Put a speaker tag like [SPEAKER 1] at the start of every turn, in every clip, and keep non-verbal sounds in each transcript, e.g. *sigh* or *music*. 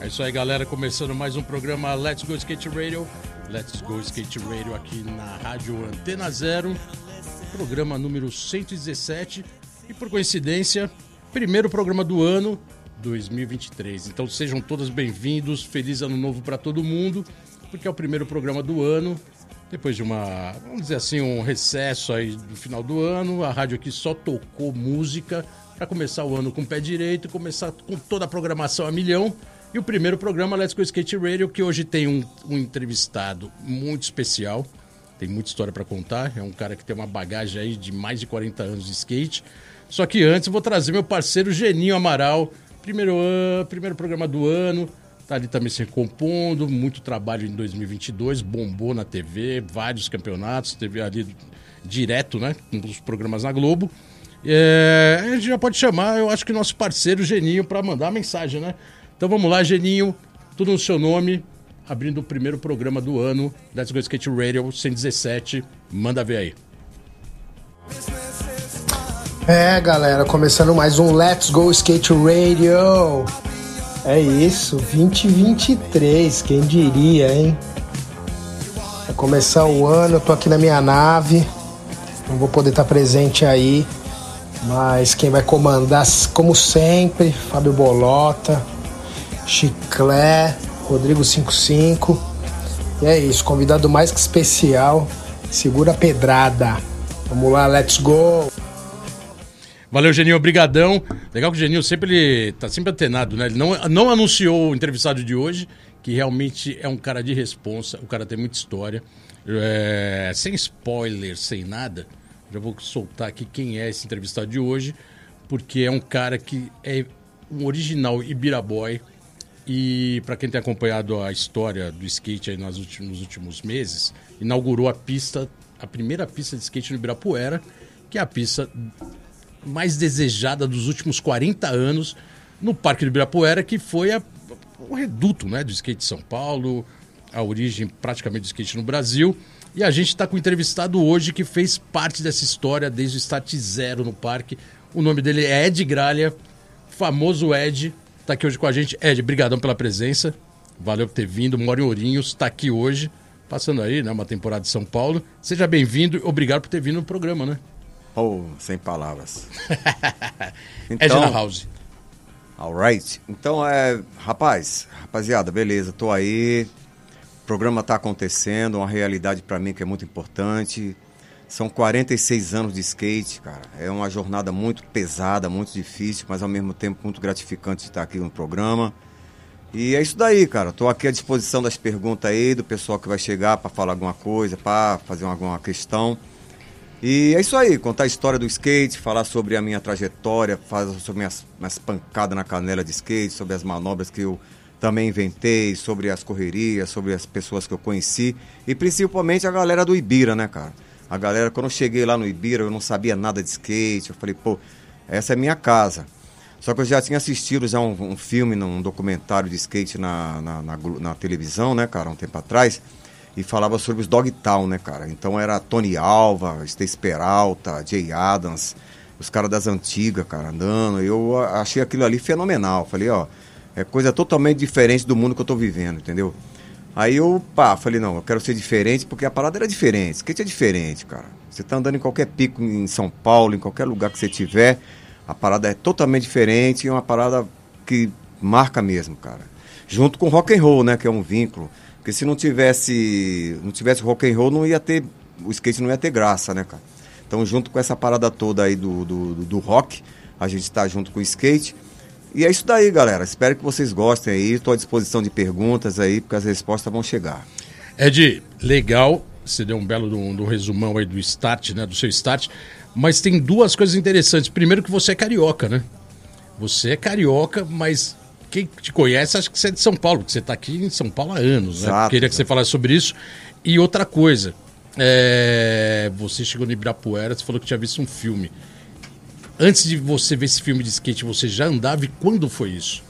[SPEAKER 1] É isso aí, galera. Começando mais um programa Let's Go Skate Radio. Let's Go Skate Radio aqui na Rádio Antena Zero. Programa número 117. E por coincidência, primeiro programa do ano 2023. Então sejam todos bem-vindos. Feliz ano novo para todo mundo, porque é o primeiro programa do ano. Depois de uma, vamos dizer assim, um recesso aí do final do ano, a rádio aqui só tocou música para começar o ano com o pé direito, começar com toda a programação a milhão. E o primeiro programa Let's Go Skate Radio, que hoje tem um, um entrevistado muito especial, tem muita história para contar, é um cara que tem uma bagagem aí de mais de 40 anos de skate. Só que antes eu vou trazer meu parceiro Geninho Amaral, primeiro, an- primeiro programa do ano, Tá ali também se recompondo, muito trabalho em 2022, bombou na TV, vários campeonatos, teve ali direto, né, com os programas na Globo. É, a gente já pode chamar, eu acho que nosso parceiro Geninho para mandar a mensagem, né? Então vamos lá, Geninho, tudo no seu nome, abrindo o primeiro programa do ano, Let's Go Skate Radio 117, manda ver aí.
[SPEAKER 2] É, galera, começando mais um Let's Go Skate Radio. É isso, 2023, quem diria, hein? Vai começar o ano, eu tô aqui na minha nave. Não vou poder estar presente aí, mas quem vai comandar, como sempre, Fábio Bolota, Chiclé, Rodrigo 55. E é isso, convidado mais que especial, segura a pedrada. Vamos lá, let's go!
[SPEAKER 1] Valeu, Geninho, obrigadão. Legal que o Geninho sempre ele tá sempre antenado, né? Ele não, não anunciou o entrevistado de hoje, que realmente é um cara de responsa, o cara tem muita história. É, sem spoiler, sem nada, já vou soltar aqui quem é esse entrevistado de hoje, porque é um cara que é um original Ibiraboy, e para quem tem acompanhado a história do skate aí nas últim- nos últimos meses, inaugurou a pista, a primeira pista de skate no Ibirapuera, que é a pista mais desejada dos últimos 40 anos no Parque do Ibirapuera, que foi a- o reduto né, do skate de São Paulo, a origem praticamente do skate no Brasil. E a gente está com um entrevistado hoje que fez parte dessa história desde o start zero no parque. O nome dele é Ed Gralha famoso Ed, tá aqui hoje com a gente. Ed, brigadão pela presença. Valeu por ter vindo. Mora em Ourinhos, tá aqui hoje, passando aí, né, uma temporada de São Paulo. Seja bem-vindo, obrigado por ter vindo no programa, né?
[SPEAKER 3] Oh, sem palavras. Então,
[SPEAKER 1] Ed na House.
[SPEAKER 3] alright. Então é, rapaz, rapaziada, beleza, tô aí. O programa tá acontecendo, uma realidade pra mim que é muito importante. São 46 anos de skate, cara. É uma jornada muito pesada, muito difícil, mas ao mesmo tempo muito gratificante estar aqui no programa. E é isso daí, cara. Tô aqui à disposição das perguntas aí, do pessoal que vai chegar pra falar alguma coisa, pra fazer alguma questão. E é isso aí, contar a história do skate, falar sobre a minha trajetória, falar sobre minhas, minhas pancadas na canela de skate, sobre as manobras que eu também inventei, sobre as correrias, sobre as pessoas que eu conheci e principalmente a galera do Ibira, né, cara? A galera, quando eu cheguei lá no Ibira, eu não sabia nada de skate, eu falei, pô, essa é minha casa. Só que eu já tinha assistido já um, um filme, um documentário de skate na, na, na Glo- na televisão, né, cara, um tempo atrás. E falava sobre os Dogtown, né, cara? Então era Tony Alva, Stace Peralta, Jay Adams, os caras das antigas, cara, andando. Eu a- achei aquilo ali fenomenal. Falei, ó, é coisa totalmente diferente do mundo que eu tô vivendo, entendeu? Aí eu, pá, falei, não, eu quero ser diferente porque a parada era diferente. Skate é diferente, cara. Você tá andando em qualquer pico em São Paulo, em qualquer lugar que você tiver, a parada é totalmente diferente e é uma parada que marca mesmo, cara. Junto com rock and roll, né, que é um vínculo. Porque se não tivesse, não tivesse rock and roll, não ia ter, o skate não ia ter graça, né, cara. Então, junto com essa parada toda aí do, do, do- do rock, a gente tá junto com o skate. E é isso daí, galera. Espero que vocês gostem aí. Estou à disposição de perguntas aí, porque as respostas vão chegar.
[SPEAKER 1] Ed, legal. Você deu um belo de um, de um resumão aí do start, né? Do seu start. Mas tem duas coisas interessantes. Primeiro que você é carioca, né? Você é carioca, mas quem te conhece acha que você é de São Paulo, porque você está aqui em São Paulo há anos, né?
[SPEAKER 3] Exato,
[SPEAKER 1] Queria que
[SPEAKER 3] exato.
[SPEAKER 1] você falasse sobre isso. E outra coisa, é, você chegou no Ibirapuera, você falou que tinha visto um filme. Antes de você ver esse filme de skate, você já andava e quando foi isso?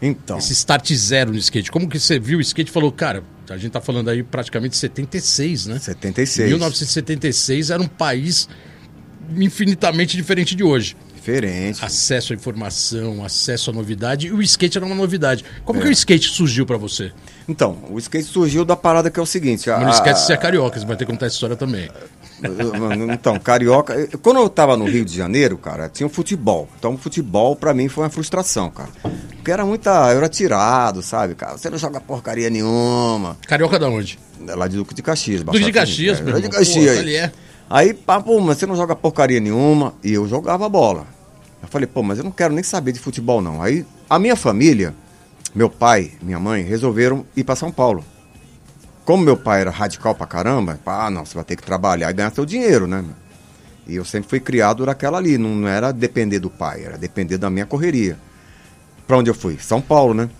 [SPEAKER 3] Então,
[SPEAKER 1] Esse start zero no skate. Como que você viu o skate e falou, cara, a gente tá falando aí praticamente 76, né?
[SPEAKER 3] 76.
[SPEAKER 1] 1976 era um país infinitamente diferente de hoje.
[SPEAKER 3] Diferente.
[SPEAKER 1] Acesso à informação, acesso à novidade, e o skate era uma novidade. Como
[SPEAKER 3] É.
[SPEAKER 1] que o skate surgiu pra você?
[SPEAKER 3] Então, o skate surgiu da parada que é o seguinte. a-
[SPEAKER 1] Não esquece de ser carioca, você vai ter que contar essa história também.
[SPEAKER 3] *laughs* Então, carioca. eu- Quando eu tava no Rio de Janeiro, cara, tinha o futebol. Então, o futebol pra mim foi uma frustração, cara. Porque era muita. Eu era tirado, sabe, cara? Você não joga porcaria nenhuma.
[SPEAKER 1] Carioca da onde?
[SPEAKER 3] É Lá de Duque de Caxias,
[SPEAKER 1] Duque de Caxias,
[SPEAKER 3] é,
[SPEAKER 1] meu
[SPEAKER 3] lá de
[SPEAKER 1] irmão.
[SPEAKER 3] Caxias.
[SPEAKER 1] Pô, ali é.
[SPEAKER 3] Aí, pá, pô, mas você não joga porcaria nenhuma. E eu jogava bola. Eu falei, pô, mas eu não quero nem saber de futebol, não. Aí, a minha família, meu pai, minha mãe, resolveram ir pra São Paulo. Como meu pai era radical pra caramba, ah, não, você vai ter que trabalhar e ganhar seu dinheiro, né? meu? E eu sempre fui criado naquela ali, não não era depender do pai, era depender da minha correria. Pra onde eu fui? São Paulo, né?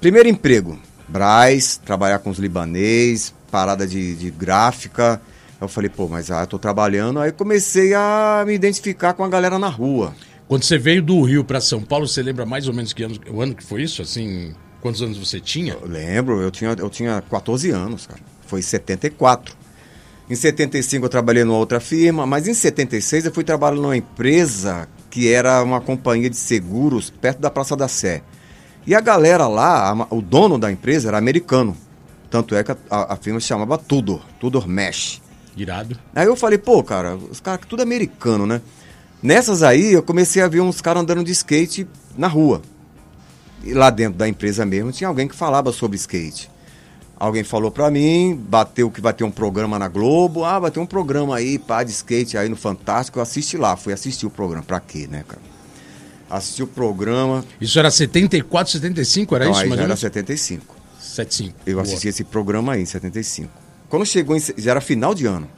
[SPEAKER 3] Primeiro emprego, Braz, trabalhar com os libanês, parada de, de gráfica. Eu falei, pô, mas ah, eu tô trabalhando. Aí comecei a me identificar com a galera na rua.
[SPEAKER 1] Quando você veio do Rio pra São Paulo, você lembra mais ou menos que ano, o ano que foi isso? Assim, quantos anos você tinha?
[SPEAKER 3] Eu lembro, eu tinha, eu tinha 14 anos, cara. Foi em 74. Em 75 eu trabalhei numa outra firma, mas em 76 eu fui trabalhar numa empresa que era uma companhia de seguros perto da Praça da Sé. E a galera lá, a ma- o dono da empresa era americano. Tanto é que a, a- a firma se chamava Tudor, Tudor Mesh.
[SPEAKER 1] Irado.
[SPEAKER 3] Aí eu falei, pô, cara, os caras que tudo americano, né? Nessas aí eu comecei a ver uns caras andando de skate na rua. E lá dentro da empresa mesmo tinha alguém que falava sobre skate. Alguém falou pra mim, bateu que vai ter um programa na Globo. Ah, vai ter um programa aí, pá, de skate aí no Fantástico. Eu assisti lá, fui assistir o programa. Pra quê, né, cara? Assisti o programa.
[SPEAKER 1] Isso era 74, 75, era
[SPEAKER 3] Não,
[SPEAKER 1] isso?
[SPEAKER 3] aí
[SPEAKER 1] mais ou
[SPEAKER 3] já era
[SPEAKER 1] menos?
[SPEAKER 3] 75.
[SPEAKER 1] 75.
[SPEAKER 3] Eu
[SPEAKER 1] Boa.
[SPEAKER 3] assisti esse programa aí em 75. Quando chegou em, se- já era final de ano.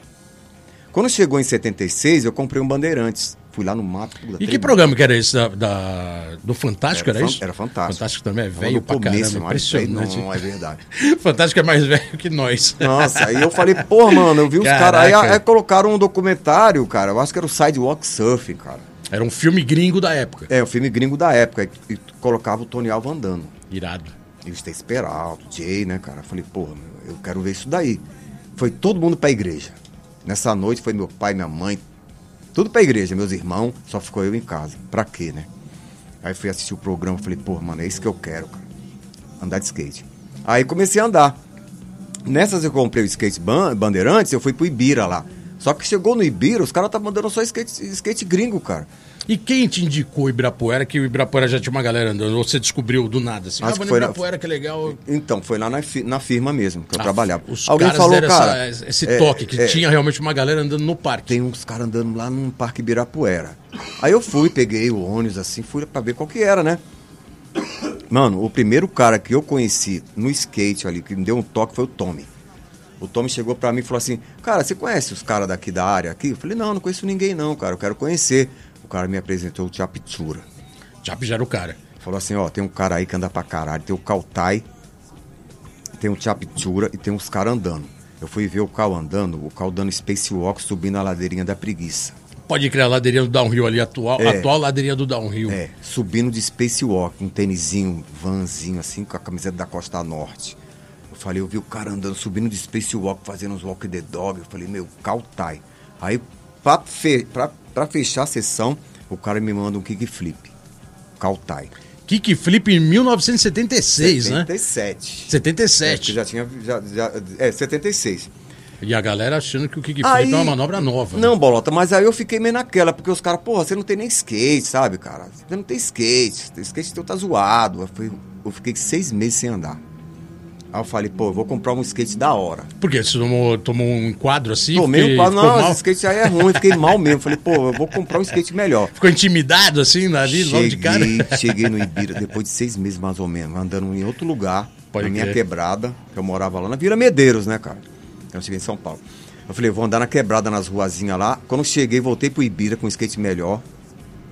[SPEAKER 3] Quando chegou em 76, eu comprei um Bandeirantes. Fui lá no mato. da
[SPEAKER 1] E
[SPEAKER 3] tribo.
[SPEAKER 1] que programa que era esse da, da- do Fantástico, era,
[SPEAKER 3] Era fan-
[SPEAKER 1] isso?
[SPEAKER 3] era Fantástico.
[SPEAKER 1] Fantástico também é
[SPEAKER 3] Tava
[SPEAKER 1] velho
[SPEAKER 3] no
[SPEAKER 1] pra caramba,
[SPEAKER 3] começo, mas velho
[SPEAKER 1] impressionante.
[SPEAKER 3] Não, é verdade.
[SPEAKER 1] *laughs* Fantástico é mais velho que nós.
[SPEAKER 3] Nossa, aí eu falei, pô, mano, eu vi os caras. Aí,
[SPEAKER 1] Caraca.
[SPEAKER 3] aí colocaram um documentário, cara. Eu acho que era o Sidewalk Surfing, cara.
[SPEAKER 1] *laughs* Era um filme gringo da época.
[SPEAKER 3] É, o filme gringo da época. E, e colocava o Tony Alva andando.
[SPEAKER 1] Irado.
[SPEAKER 3] E o Stacy Peralta, o Jay, né, cara? Eu falei, porra, meu, eu quero ver isso daí. Foi todo mundo pra igreja. Nessa noite foi meu pai, minha mãe, tudo pra igreja, meus irmãos, só ficou eu em casa. Pra quê, né? Aí fui assistir o programa, falei, porra, mano, é isso que eu quero, cara. Andar de skate. Aí comecei a andar. Nessas eu comprei o skate ban- Bandeirantes, eu fui pro Ibira lá. Só que chegou no Ibira, os caras tá mandando só skate, skate gringo, cara.
[SPEAKER 1] E quem te indicou o Ibirapuera, que o Ibirapuera já tinha uma galera andando? Ou você descobriu do nada assim?
[SPEAKER 3] Acho
[SPEAKER 1] ah,
[SPEAKER 3] que
[SPEAKER 1] vou no
[SPEAKER 3] foi na-
[SPEAKER 1] Ibirapuera, que legal.
[SPEAKER 3] Então, foi lá na, fi- na firma mesmo, que eu
[SPEAKER 1] Ah,
[SPEAKER 3] trabalhava.
[SPEAKER 1] Os caras deram essa- esse
[SPEAKER 3] é,
[SPEAKER 1] toque, que
[SPEAKER 3] é,
[SPEAKER 1] tinha realmente uma galera andando no parque.
[SPEAKER 3] tem uns caras andando lá num parque Ibirapuera. Aí eu fui, peguei o ônibus assim, fui pra ver qual que era, né? Mano, o primeiro cara que eu conheci no skate ali, que me deu um toque, foi o Tommy. O Tommy chegou pra mim e falou assim: Cara, você conhece os caras daqui da área aqui? Eu falei: Não, não conheço ninguém não, cara, eu quero conhecer. O cara me apresentou o Chapitsura.
[SPEAKER 1] Já pijaram o cara.
[SPEAKER 3] Falou assim: Ó, tem um cara aí que anda pra caralho, tem o Kautai, tem o Chapitsura e tem uns caras andando. Eu fui ver o Cal andando, o Cal dando spacewalk subindo a ladeirinha da preguiça.
[SPEAKER 1] Pode criar a ladeirinha do Downhill ali, atual,
[SPEAKER 3] É.
[SPEAKER 1] atual ladeirinha do Downhill.
[SPEAKER 3] É, subindo de Spacewalk, um tênisinho, vanzinho, assim, com a camiseta da Costa Norte. Eu falei, eu vi o cara andando, subindo de Spacewalk, fazendo uns walk the dog. Eu falei, meu, cautai. Aí, pra, fe pra, pra fechar a sessão, o cara me manda um kickflip. Cautai.
[SPEAKER 1] Kickflip em 1976, né?
[SPEAKER 3] 77.
[SPEAKER 1] 77.
[SPEAKER 3] Acho que É, já tinha. Já, já, é, 76.
[SPEAKER 1] E a galera achando que o kickflip
[SPEAKER 3] Aí-
[SPEAKER 1] é uma manobra nova. né?
[SPEAKER 3] Não, Bolota, mas aí eu fiquei meio naquela, porque os caras, porra, você não tem nem skate, sabe, cara? Você não tem skate, o skate teu tá zoado. Eu, fui- eu fiquei seis meses sem andar. Aí eu falei, pô, eu vou comprar um skate da hora.
[SPEAKER 1] Porque você tomou, tomou um quadro assim?
[SPEAKER 3] Tomei
[SPEAKER 1] fiquei-
[SPEAKER 3] um quadro,
[SPEAKER 1] ficou
[SPEAKER 3] não,
[SPEAKER 1] mal?
[SPEAKER 3] esse skate aí é ruim, eu fiquei mal mesmo. Falei, pô, eu vou comprar um skate melhor.
[SPEAKER 1] Ficou intimidado assim, ali, logo de cara? *laughs*
[SPEAKER 3] Cheguei, cheguei no Ibira depois de seis meses mais ou menos, andando em outro lugar,
[SPEAKER 1] Pode
[SPEAKER 3] na minha
[SPEAKER 1] crer.
[SPEAKER 3] quebrada, que eu morava lá na Vila Medeiros, né, cara? Eu cheguei em São Paulo. Eu falei, vou andar na quebrada nas ruazinhas lá. Quando eu cheguei, voltei pro Ibira com um skate melhor.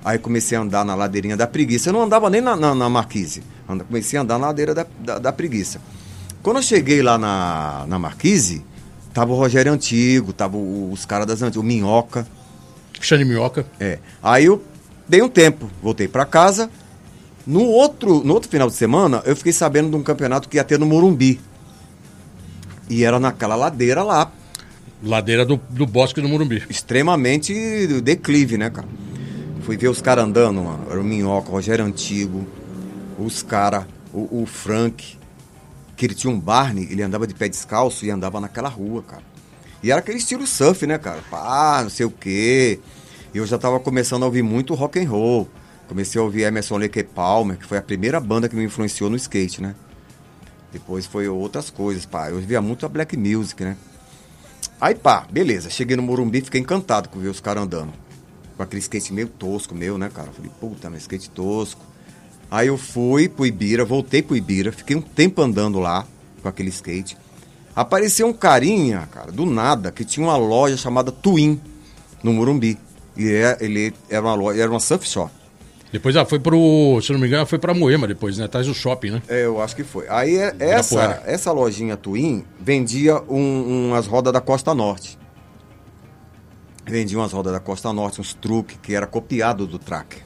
[SPEAKER 3] Aí comecei a andar na ladeirinha da preguiça. Eu não andava nem na, na, na marquise. Comecei a andar na ladeira da, da, da preguiça. Quando eu cheguei lá na, na marquise, tava o Rogério Antigo, tava o- os caras das antigas, o Minhoca.
[SPEAKER 1] Xane Minhoca.
[SPEAKER 3] É. Aí eu dei um tempo, voltei pra casa. No outro, no outro final de semana, eu fiquei sabendo de um campeonato que ia ter no Morumbi. E era naquela ladeira lá,
[SPEAKER 1] Ladeira do, do Bosque do Morumbi.
[SPEAKER 3] extremamente declive, né, cara? Fui ver os caras andando, mano. Era o Minhoca, o Rogério Antigo, os caras, o, o Frank, que ele tinha um Barney, ele andava de pé descalço e andava naquela rua, cara. E era aquele estilo surf, né, cara? Pá, não sei o quê. E eu já tava começando a ouvir muito rock and roll. Comecei a ouvir Emerson Lake e Palmer, que foi a primeira banda que me influenciou no skate, né? Depois foi outras coisas, pá. Eu via muito a black music, né? Aí pá, beleza. Cheguei no Morumbi, fiquei encantado com ver os caras andando. Com aquele skate meio tosco meu, né, cara? Falei, puta, meu skate tosco. Aí eu fui pro Ibira, voltei pro Ibira, fiquei um tempo andando lá com aquele skate. Apareceu um carinha, cara, do nada, que tinha uma loja chamada Twin no Morumbi. E é- ele era uma loja, era uma surf shop.
[SPEAKER 1] Depois ela foi pro, se não me engano, ela foi pra Moema depois, né? Atrás do shopping, né?
[SPEAKER 3] É, eu acho que foi. Aí é- essa,
[SPEAKER 1] Ibirapuera.
[SPEAKER 3] essa lojinha Twin vendia um- umas rodas da Costa Norte. Vendia umas rodas da Costa Norte, uns truques que era copiado do tracker.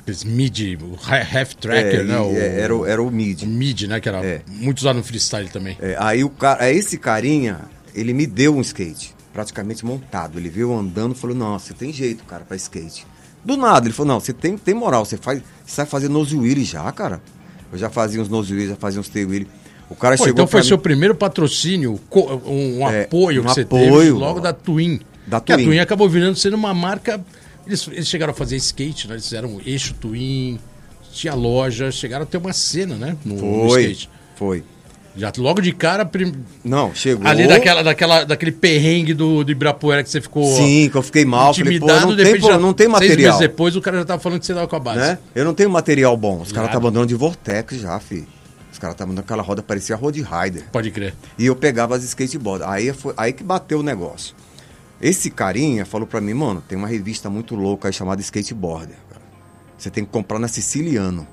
[SPEAKER 1] Aqueles mid, o ha- half tracker,
[SPEAKER 3] É,
[SPEAKER 1] né?
[SPEAKER 3] e-
[SPEAKER 1] O,
[SPEAKER 3] é, era, o- era o
[SPEAKER 1] o
[SPEAKER 3] mid.
[SPEAKER 1] mid, né? Que era
[SPEAKER 3] É.
[SPEAKER 1] muito usado no freestyle também.
[SPEAKER 3] É, aí o cara, aí esse carinha, ele me deu um skate, praticamente montado. Ele veio andando e falou: "Não, você tem jeito, cara, pra skate". Do nada, ele falou: "Não, você tem, tem moral, você faz, você sabe fazer nose wheelie já, cara". Eu já fazia uns nose wheelie, já fazia uns tail wheelie. O cara
[SPEAKER 1] Pô,
[SPEAKER 3] chegou
[SPEAKER 1] então foi
[SPEAKER 3] pra mim-
[SPEAKER 1] seu primeiro patrocínio, co- um, um
[SPEAKER 3] É,
[SPEAKER 1] apoio
[SPEAKER 3] um
[SPEAKER 1] que você teve
[SPEAKER 3] apoio,
[SPEAKER 1] logo
[SPEAKER 3] ó.
[SPEAKER 1] da Twin.
[SPEAKER 3] Da
[SPEAKER 1] que a
[SPEAKER 3] Twin.
[SPEAKER 1] Twin acabou virando sendo uma marca. Eles, eles chegaram a fazer skate, né? Eles fizeram eixo Twin, tinha loja, chegaram a ter uma cena, né? No, no
[SPEAKER 3] Foi.
[SPEAKER 1] skate.
[SPEAKER 3] Foi.
[SPEAKER 1] Já logo de cara, prim-
[SPEAKER 3] Não, chegou.
[SPEAKER 1] ali daquela, daquela, daquele perrengue do, do Ibirapuera que você ficou.
[SPEAKER 3] Sim, que eu fiquei mal. Falei, pô, não
[SPEAKER 1] de
[SPEAKER 3] tem,
[SPEAKER 1] repente
[SPEAKER 3] pô,
[SPEAKER 1] já-
[SPEAKER 3] não tem
[SPEAKER 1] Seis meses
[SPEAKER 3] material.
[SPEAKER 1] depois o cara já tava falando que você tava com a base.
[SPEAKER 3] Né? Eu não tenho material bom. Os caras
[SPEAKER 1] Nada.
[SPEAKER 3] estavam andando de Vortex já, fi. Os caras estavam andando aquela roda, parecia Road Rider.
[SPEAKER 1] Pode crer.
[SPEAKER 3] E eu pegava as skateboards. Aí, foi, aí que bateu o negócio. Esse carinha falou pra mim, mano, tem uma revista muito louca aí chamada Skateboarder. cara. Você tem que comprar na Siciliano.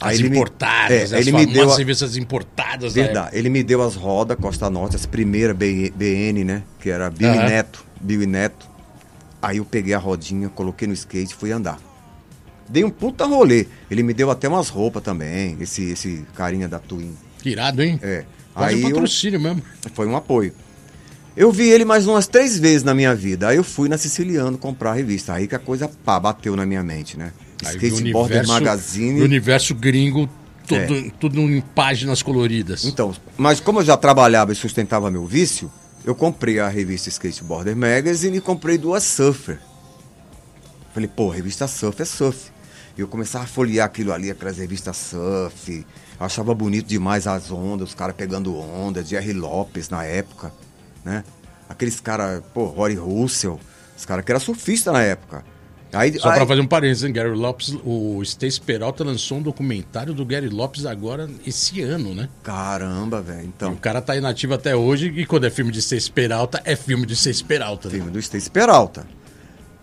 [SPEAKER 3] Aí
[SPEAKER 1] As
[SPEAKER 3] ele me-
[SPEAKER 1] importadas,
[SPEAKER 3] é,
[SPEAKER 1] as
[SPEAKER 3] ele me deu
[SPEAKER 1] famosas
[SPEAKER 3] a-
[SPEAKER 1] revistas importadas. é, da
[SPEAKER 3] Verdade. Ele me deu as rodas Costa Norte, as primeiras B- BN, né? Que era Bill e
[SPEAKER 1] Aham.
[SPEAKER 3] Neto. Bill e Neto. Aí eu peguei a rodinha, coloquei no skate e fui andar. Dei um puta rolê. Ele me deu até umas roupas também, esse, esse carinha da Twin.
[SPEAKER 1] época. Irado, hein?
[SPEAKER 3] É.
[SPEAKER 1] Quase
[SPEAKER 3] Aí eu-
[SPEAKER 1] patrocínio mesmo.
[SPEAKER 3] foi um apoio. Eu vi ele mais umas três vezes na minha vida. Aí eu fui na Siciliano comprar a revista. Aí que a coisa pá, bateu na minha mente, né?
[SPEAKER 1] Aí vi o
[SPEAKER 3] Skateboarder
[SPEAKER 1] universo-
[SPEAKER 3] Magazine. É.
[SPEAKER 1] O universo gringo, tudo, tudo em páginas coloridas.
[SPEAKER 3] Então, mas como eu já trabalhava e sustentava meu vício, eu comprei a revista Skateboarder Magazine e comprei duas Surfer. Falei, pô, revista Surf é surf. E eu começava a folhear aquilo ali, aquelas revistas surf. Eu achava bonito demais as ondas, os caras pegando onda, Jerry Lopes na época, né? Aqueles caras, pô, Rory Russell, os caras que eram surfistas na época. Aí,
[SPEAKER 1] Só pra
[SPEAKER 3] aí-
[SPEAKER 1] fazer um parênteses, hein? Gary Lopes, o Stace Peralta lançou um documentário do Gary Lopes agora, esse ano, né?
[SPEAKER 3] Caramba, velho,
[SPEAKER 1] O
[SPEAKER 3] então...
[SPEAKER 1] cara tá inativo até hoje e quando é filme de Stace Peralta, é filme de Stace Peralta. né?
[SPEAKER 3] Filme do Stacy Peralta.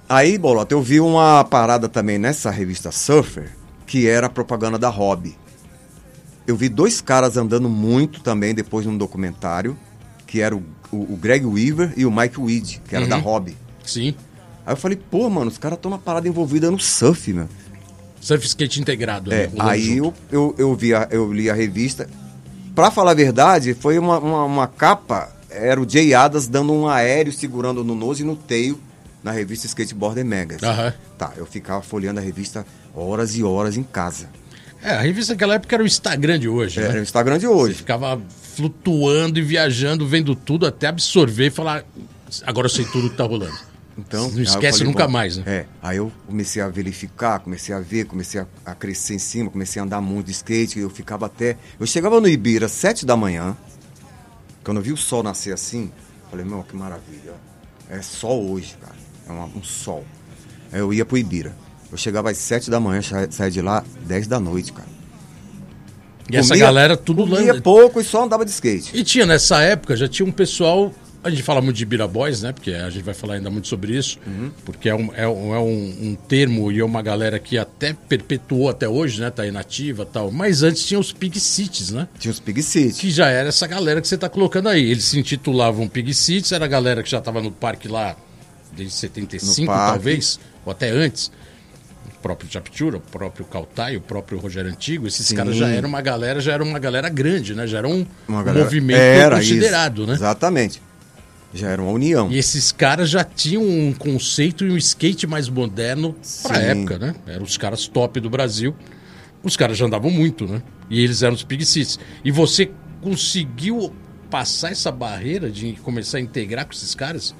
[SPEAKER 3] Aí, Bolota, eu vi uma parada também nessa revista Surfer, que era a propaganda da Hobby. Eu vi dois caras andando muito também depois num documentário, que era o, o- o Greg Weaver e o Mike Weed, que era da Hobby.
[SPEAKER 1] Sim.
[SPEAKER 3] Aí eu falei, pô, mano, os caras estão uma parada envolvida no surf, meu.
[SPEAKER 1] Surf skate integrado.
[SPEAKER 3] É,
[SPEAKER 1] né?
[SPEAKER 3] aí eu, eu, eu, vi a- eu li a revista. Pra falar a verdade, foi uma, uma, uma capa, era o Jay Adas dando um aéreo segurando no nose e no teio na revista Skateboarder Magazine.
[SPEAKER 1] Aham.
[SPEAKER 3] Tá, eu ficava folheando a revista horas e horas em casa.
[SPEAKER 1] É, a revista naquela época era o Instagram de hoje,
[SPEAKER 3] Era
[SPEAKER 1] né?
[SPEAKER 3] o Instagram de hoje.
[SPEAKER 1] Ficava flutuando e viajando, vendo tudo, até absorver e falar, agora eu sei tudo que tá rolando.
[SPEAKER 3] Então,
[SPEAKER 1] Não
[SPEAKER 3] aí eu
[SPEAKER 1] esquece
[SPEAKER 3] falei,
[SPEAKER 1] nunca
[SPEAKER 3] bom,
[SPEAKER 1] mais, né?
[SPEAKER 3] É, aí eu comecei a verificar, comecei a ver, comecei a, a crescer em cima, comecei a andar muito de skate, eu ficava até... Eu chegava no Ibira às sete da manhã, quando eu vi o sol nascer assim, falei, meu, que maravilha, é sol hoje, cara, é uma- um sol. Aí eu ia pro Ibira, eu chegava às sete da manhã, sa- saía de lá dez da noite, cara.
[SPEAKER 1] E essa
[SPEAKER 3] Comia-
[SPEAKER 1] galera tudo
[SPEAKER 3] Comia
[SPEAKER 1] lan-
[SPEAKER 3] pouco e só andava de skate.
[SPEAKER 1] E tinha nessa época, já tinha um pessoal A gente fala muito de Bira Boys, né? Porque a gente vai falar ainda muito sobre isso,
[SPEAKER 3] Uhum.
[SPEAKER 1] porque é, um, é, um, é um, um termo e é uma galera que até perpetuou até hoje, né? Tá inativa e tal. Mas antes tinha os Pig Cities, né?
[SPEAKER 3] Tinha os Pig City.
[SPEAKER 1] que já era essa galera que você tá colocando aí. Eles se intitulavam Pig Cities, era a galera que já tava no parque lá desde 75,
[SPEAKER 3] No parque.
[SPEAKER 1] talvez, ou até antes. O próprio Chaptura, o próprio Cautai, o próprio Rogério Antigo, esses
[SPEAKER 3] Sim.
[SPEAKER 1] caras já eram uma galera, já era uma galera grande, né? Já era um
[SPEAKER 3] Uma galera-
[SPEAKER 1] movimento
[SPEAKER 3] isso.
[SPEAKER 1] considerado, né?
[SPEAKER 3] Exatamente. Já era uma união.
[SPEAKER 1] E esses caras já tinham um conceito e um skate mais moderno pra
[SPEAKER 3] Sim.
[SPEAKER 1] época, né? Eram os caras top do Brasil. Os caras já andavam muito, né? E eles eram os Pig Cities. E você conseguiu passar essa barreira de começar a integrar com esses caras?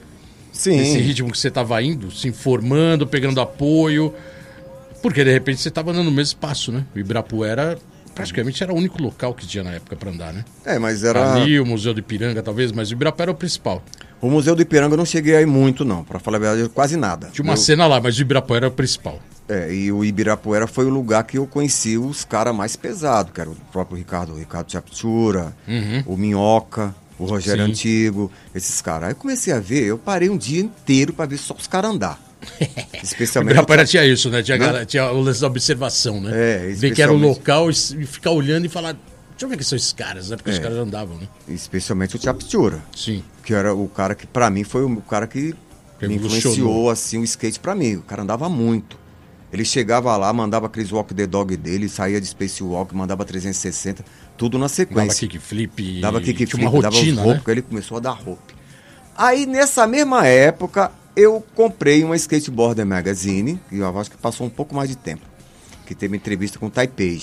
[SPEAKER 3] Sim.
[SPEAKER 1] Nesse ritmo que você tava indo, se informando, pegando apoio. Porque de repente você tava andando no mesmo espaço, né? O Ibirapuera praticamente era o único local que tinha na época pra andar, né?
[SPEAKER 3] É, mas era.
[SPEAKER 1] Ali, o Museu do Ipiranga, talvez, mas o Ibirapuera era o principal.
[SPEAKER 3] O Museu do Ipiranga eu não cheguei aí muito, não. Pra falar a verdade, quase nada.
[SPEAKER 1] Tinha uma
[SPEAKER 3] Eu-
[SPEAKER 1] cena lá, mas o Ibirapuera era o principal.
[SPEAKER 3] É, e o Ibirapuera foi o lugar que eu conheci os caras mais pesados, que era o próprio Ricardo, o Ricardo Chaptura, o Minhoca, o Rogério
[SPEAKER 1] Uhum. Sim.
[SPEAKER 3] Antigo, esses caras. Aí eu comecei a ver, eu parei um dia inteiro pra ver só os
[SPEAKER 1] *laughs*
[SPEAKER 3] caras andar.
[SPEAKER 1] O
[SPEAKER 3] Especialmente.
[SPEAKER 1] Ibirapuera tinha isso, né? Tinha,
[SPEAKER 3] Né?
[SPEAKER 1] galera- tinha o lance da observação, né?
[SPEAKER 3] É,
[SPEAKER 1] Ver que era o
[SPEAKER 3] especialmente.
[SPEAKER 1] local e s- e ficar olhando e falar, deixa eu ver quem são esses caras, né? Porque os
[SPEAKER 3] É.
[SPEAKER 1] caras andavam, né?
[SPEAKER 3] Especialmente o Chaptura,
[SPEAKER 1] Sim.
[SPEAKER 3] que era o cara que, pra mim, foi o cara que me
[SPEAKER 1] Revolucionou.
[SPEAKER 3] influenciou assim, o skate pra mim. O cara andava muito. Ele chegava lá, mandava aqueles walk the dog dele, saía de Space Walk, mandava 360, tudo na sequência.
[SPEAKER 1] Dava kickflip,
[SPEAKER 3] Dava kick
[SPEAKER 1] tinha uma
[SPEAKER 3] flip, dava
[SPEAKER 1] rotina,
[SPEAKER 3] roupa,
[SPEAKER 1] né?
[SPEAKER 3] porque ele começou a dar roupa. Aí, nessa mesma época, eu comprei uma Skateboarder Magazine, e eu acho que passou um pouco mais de tempo, que teve uma entrevista com o Taipei.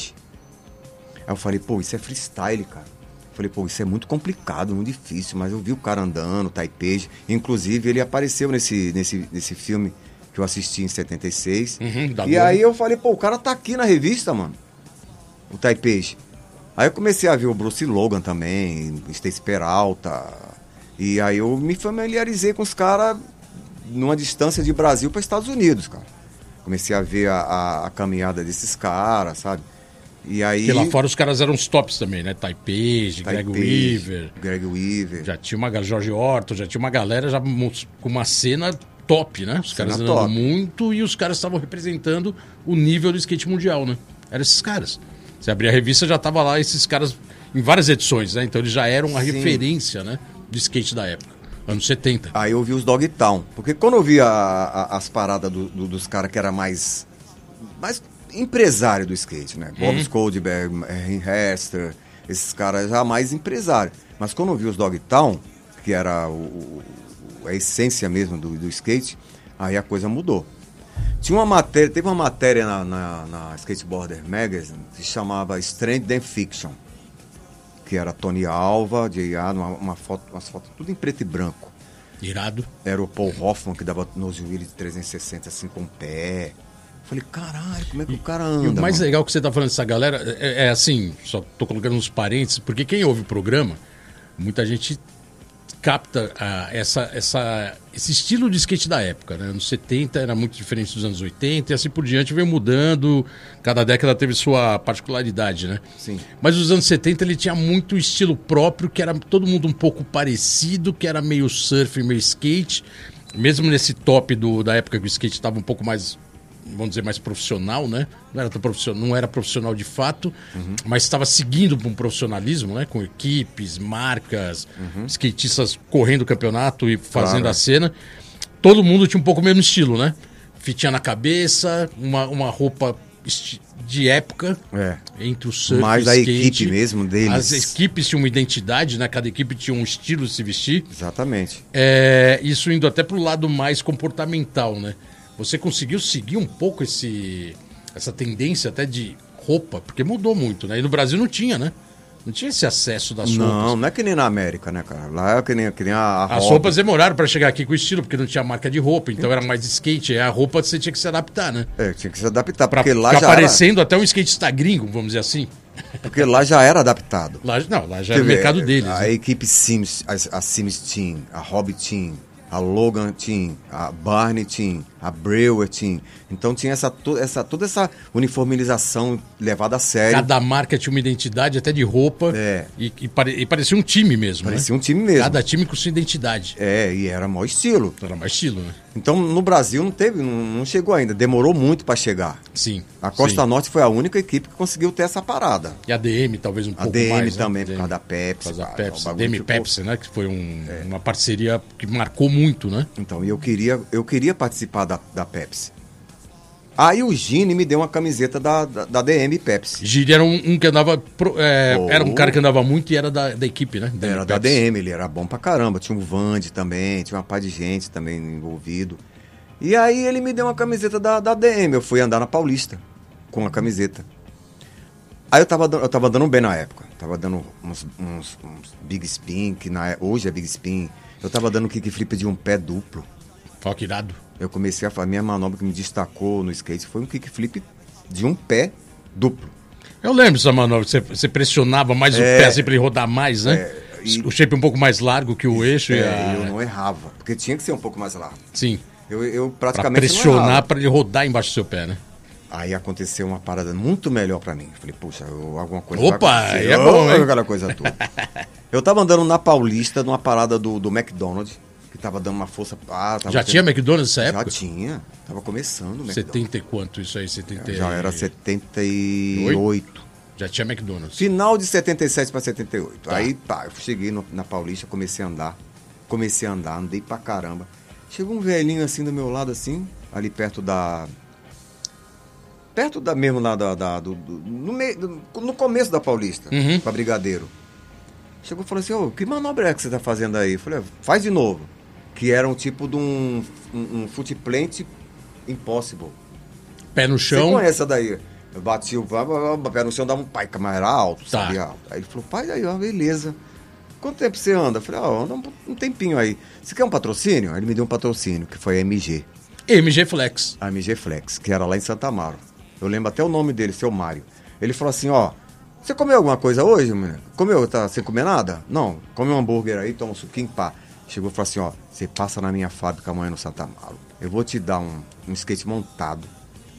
[SPEAKER 3] Aí eu falei, pô, isso é freestyle, cara. Eu Falei, pô, isso é muito complicado, muito difícil, mas eu vi o cara andando, o Taipei. Inclusive, ele apareceu nesse, nesse, nesse filme que eu assisti em 76.
[SPEAKER 1] Uhum, da
[SPEAKER 3] e
[SPEAKER 1] Globo.
[SPEAKER 3] aí eu falei, pô, o cara tá aqui na revista, mano o Taipei. Aí eu comecei a ver o Bruce Logan também, Stacy Peralta. E aí eu me familiarizei com os caras numa distância de Brasil para Estados Unidos, cara. Comecei a ver a, a- a caminhada desses caras, sabe? E aí.
[SPEAKER 1] Porque lá fora os caras eram os tops também, né? Taipei, Greg
[SPEAKER 3] Taipei,
[SPEAKER 1] Weaver.
[SPEAKER 3] Greg Weaver.
[SPEAKER 1] Já tinha uma galera, George Orton, já tinha uma galera já mu- com uma cena top, né? Os
[SPEAKER 3] Cena
[SPEAKER 1] caras andando
[SPEAKER 3] top.
[SPEAKER 1] muito e os caras estavam representando o nível do skate mundial, né? Eram esses caras. Você abria a revista, já tava lá esses caras em várias edições, né? Então eles já eram a
[SPEAKER 3] Sim.
[SPEAKER 1] referência, né? De skate da época. Anos 70.
[SPEAKER 3] Aí eu vi os Dog Town. Porque quando eu vi a- a- as paradas do- do- dos caras que era mais. mais empresário do skate, né? Bob Scoldberg, Henry Hester, esses caras já mais empresário. Mas quando eu vi os Dog Town, que era o- o- a essência mesmo do, do skate, aí a coisa mudou. Tinha uma matéria, teve uma matéria na, na, na Skateboarder Magazine que chamava Strand and Fiction, que era Tony Alva, Jay Adam, uma, uma foto, umas fotos tudo em preto e branco.
[SPEAKER 1] Irado.
[SPEAKER 3] Era o Paul Hoffman que dava nos wheels de 360 assim com o pé. Falei, caralho, como é que o cara
[SPEAKER 1] E o
[SPEAKER 3] anda?
[SPEAKER 1] mais
[SPEAKER 3] mano?
[SPEAKER 1] legal que você tá falando dessa galera é, é assim, só tô colocando uns parênteses, porque quem ouve o programa, muita gente capta ah, essa, essa, esse estilo de skate da época, né? Anos 70 era muito diferente dos anos 80 e assim por diante veio mudando, cada década teve sua particularidade, né?
[SPEAKER 3] Sim.
[SPEAKER 1] Mas os anos 70 ele tinha muito estilo próprio, que era todo mundo um pouco parecido, que era meio surf, meio skate. Mesmo nesse top do, da época que o skate estava um pouco mais, vamos dizer, mais profissional, né? Não era, tão profissional, não era profissional de fato,
[SPEAKER 3] Uhum.
[SPEAKER 1] mas estava seguindo para um profissionalismo, né? Com equipes, marcas, skatistas correndo o campeonato e fazendo
[SPEAKER 3] Uhum. Claro.
[SPEAKER 1] a cena. Todo mundo tinha um pouco o mesmo estilo, né? Fitinha na cabeça, uma, uma roupa esti- de época,
[SPEAKER 3] É.
[SPEAKER 1] entre o surf
[SPEAKER 3] Mas
[SPEAKER 1] o
[SPEAKER 3] a
[SPEAKER 1] skate,
[SPEAKER 3] equipe mesmo deles.
[SPEAKER 1] As equipes tinham uma identidade, né? Cada equipe tinha um estilo de se vestir.
[SPEAKER 3] Exatamente.
[SPEAKER 1] É, isso indo até pro lado mais comportamental, né? Você conseguiu seguir um pouco esse, essa tendência até de roupa, porque mudou muito, né? E no Brasil não tinha, né? Não tinha esse acesso das
[SPEAKER 3] Não,
[SPEAKER 1] roupas.
[SPEAKER 3] não é que nem na América, né, cara? Lá é que nem, que nem a, a
[SPEAKER 1] As
[SPEAKER 3] roda.
[SPEAKER 1] roupas demoraram pra chegar aqui com o estilo, porque não tinha marca de roupa, então era mais skate. Aí A roupa você tinha que se adaptar, né?
[SPEAKER 3] É, tinha que se adaptar,
[SPEAKER 1] Pra
[SPEAKER 3] porque lá,
[SPEAKER 1] ficar
[SPEAKER 3] já era,
[SPEAKER 1] parecendo até um skatista gringo, vamos dizer assim.
[SPEAKER 3] porque lá já era adaptado.
[SPEAKER 1] Lá, não, lá já era o né?
[SPEAKER 3] Quer ver,
[SPEAKER 1] mercado deles.
[SPEAKER 3] A
[SPEAKER 1] né?
[SPEAKER 3] equipe Sims, a, a Sims Team, a Hobby Team, a Logan Team, a Barney Team, a Brewer Team. Então tinha essa, to- essa, toda essa uniformização levada a sério.
[SPEAKER 1] Cada um, marca tinha uma identidade, até de roupa.
[SPEAKER 3] É.
[SPEAKER 1] E, e pare- e parecia um time mesmo.
[SPEAKER 3] Parecia
[SPEAKER 1] né?
[SPEAKER 3] um time mesmo.
[SPEAKER 1] Cada time com sua identidade.
[SPEAKER 3] É, e era maior estilo.
[SPEAKER 1] Era mais estilo, né?
[SPEAKER 3] Então no Brasil não teve, não, não chegou ainda. Demorou muito para chegar.
[SPEAKER 1] Sim.
[SPEAKER 3] A Costa
[SPEAKER 1] sim.
[SPEAKER 3] Norte foi a única equipe que conseguiu ter essa parada.
[SPEAKER 1] E a DM, talvez um
[SPEAKER 3] A
[SPEAKER 1] pouco
[SPEAKER 3] DM
[SPEAKER 1] mais. né?
[SPEAKER 3] também, por
[SPEAKER 1] DM,
[SPEAKER 3] causa da Pepsi.
[SPEAKER 1] Por causa da
[SPEAKER 3] cara,
[SPEAKER 1] Pepsi.
[SPEAKER 3] o bagulho
[SPEAKER 1] DM
[SPEAKER 3] ficou- É.
[SPEAKER 1] Pepsi, né? Que foi um- uma parceria que marcou muito, né?
[SPEAKER 3] Então, e eu queria, eu queria participar da, da Pepsi. Aí o Gini me deu uma camiseta da, da, da DM Pepsi.
[SPEAKER 1] Giri era um, um que andava. pro- é,
[SPEAKER 3] Oh.
[SPEAKER 1] Era um cara que andava muito e era da, da equipe, né? Da
[SPEAKER 3] Era da
[SPEAKER 1] Pepsi.
[SPEAKER 3] DM, ele era bom pra caramba. Tinha um Vande também, tinha uma pá de gente também envolvido. E aí ele me deu uma camiseta da, da DM. Eu fui andar na Paulista com a camiseta. Aí eu tava, dan- eu tava dando bem na época. Tava dando uns, uns- uns big spin, que na, é- hoje é big spin. Eu tava dando kickflip de um pé duplo.
[SPEAKER 1] Fala que irado.
[SPEAKER 3] Eu comecei a fazer a minha manobra que me destacou no skate foi um kickflip de um pé duplo.
[SPEAKER 1] Eu lembro dessa manobra, você, você pressionava mais o pé assim pra ele rodar mais, né?
[SPEAKER 3] É. e-
[SPEAKER 1] O shape um pouco mais largo que o eixo. e
[SPEAKER 3] É,
[SPEAKER 1] a-
[SPEAKER 3] eu não errava, porque tinha que ser um pouco mais largo.
[SPEAKER 1] Sim.
[SPEAKER 3] Eu, eu
[SPEAKER 1] Pra
[SPEAKER 3] praticamente não é
[SPEAKER 1] pressionar
[SPEAKER 3] errava.
[SPEAKER 1] pra ele rodar embaixo do seu pé, né?
[SPEAKER 3] Aí aconteceu uma parada muito melhor pra mim. Eu falei, puxa, eu- alguma coisa
[SPEAKER 1] Opa,
[SPEAKER 3] vai acontecer.
[SPEAKER 1] aí é bom,
[SPEAKER 3] Opa,
[SPEAKER 1] hein?
[SPEAKER 3] Aquela coisa
[SPEAKER 1] *laughs*
[SPEAKER 3] toda. eu tava andando na Paulista, numa parada do, do McDonald's, que tava dando uma força... Ah, tava
[SPEAKER 1] Já
[SPEAKER 3] tendo-
[SPEAKER 1] tinha McDonald's nessa época?
[SPEAKER 3] Já tinha. Tava começando o McDonald's.
[SPEAKER 1] 70 e quanto isso aí? 70...
[SPEAKER 3] Já era 78.
[SPEAKER 1] Já tinha McDonald's.
[SPEAKER 3] Final de 77 para 78. Aí, pá, eu cheguei no- na Paulista, comecei a andar. Comecei a andar, andei pra caramba. Chegou um velhinho assim do meu lado, assim, ali perto da. Perto da mesmo lá da. da- do, do- no, meio, do- no começo da Paulista,
[SPEAKER 1] Uhum.
[SPEAKER 3] pra Brigadeiro. Chegou e falou assim: Ô, que manobra é que você tá fazendo aí? Eu falei: "Ah, faz de novo. Que era um tipo de um. Um, um foot plant impossible.
[SPEAKER 1] Pé no
[SPEAKER 3] Você
[SPEAKER 1] chão.
[SPEAKER 3] conhece essa daí? Eu bati o vá, vá, vá, pé no chão, dava um pai, mas era alto,
[SPEAKER 1] Tá.
[SPEAKER 3] sabia? Alto. Aí ele falou, pai, aí, ó, beleza. Quanto tempo você anda? Eu falei, ó, anda um, um tempinho aí. Você quer um patrocínio? Aí ele me deu um patrocínio, que foi a MG,
[SPEAKER 1] MG Flex.
[SPEAKER 3] a MG Flex, que era lá em Santa Amaro. Eu lembro até o nome dele, seu Mário. Ele falou assim, ó, você comeu alguma coisa hoje, menino? Comeu, tá sem comer nada? Não, come um hambúrguer aí, toma um suquinho, pá. Chegou e falou assim, ó, você passa na minha fábrica amanhã no Santa Amaro. Eu vou te dar um, um skate montado.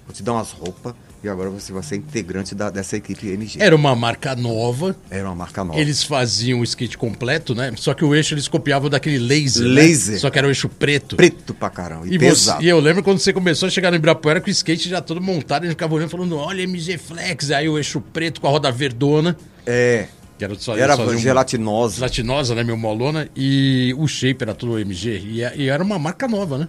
[SPEAKER 3] Vou te dar umas roupas e agora você vai ser integrante da- dessa equipe MG.
[SPEAKER 1] Era uma marca nova.
[SPEAKER 3] Era uma marca nova.
[SPEAKER 1] É. Eles faziam o skate completo, né? Só que o eixo eles copiavam daquele laser. né?
[SPEAKER 3] Laser.
[SPEAKER 1] Só que era o eixo preto.
[SPEAKER 3] Preto pra caramba. E,
[SPEAKER 1] E, você-
[SPEAKER 3] pesado.
[SPEAKER 1] e eu lembro quando você começou a chegar no Ibirapuera com o skate já todo montado, a gente ficava olhando falando, olha MG Flex, aí o eixo preto com a roda verdona,
[SPEAKER 3] É.
[SPEAKER 1] que era só
[SPEAKER 3] Era
[SPEAKER 1] só um-
[SPEAKER 3] gelatinosa.
[SPEAKER 1] gelatinosa, né, meu molona, e o shape era todo MG, e, a- e era uma marca nova, né?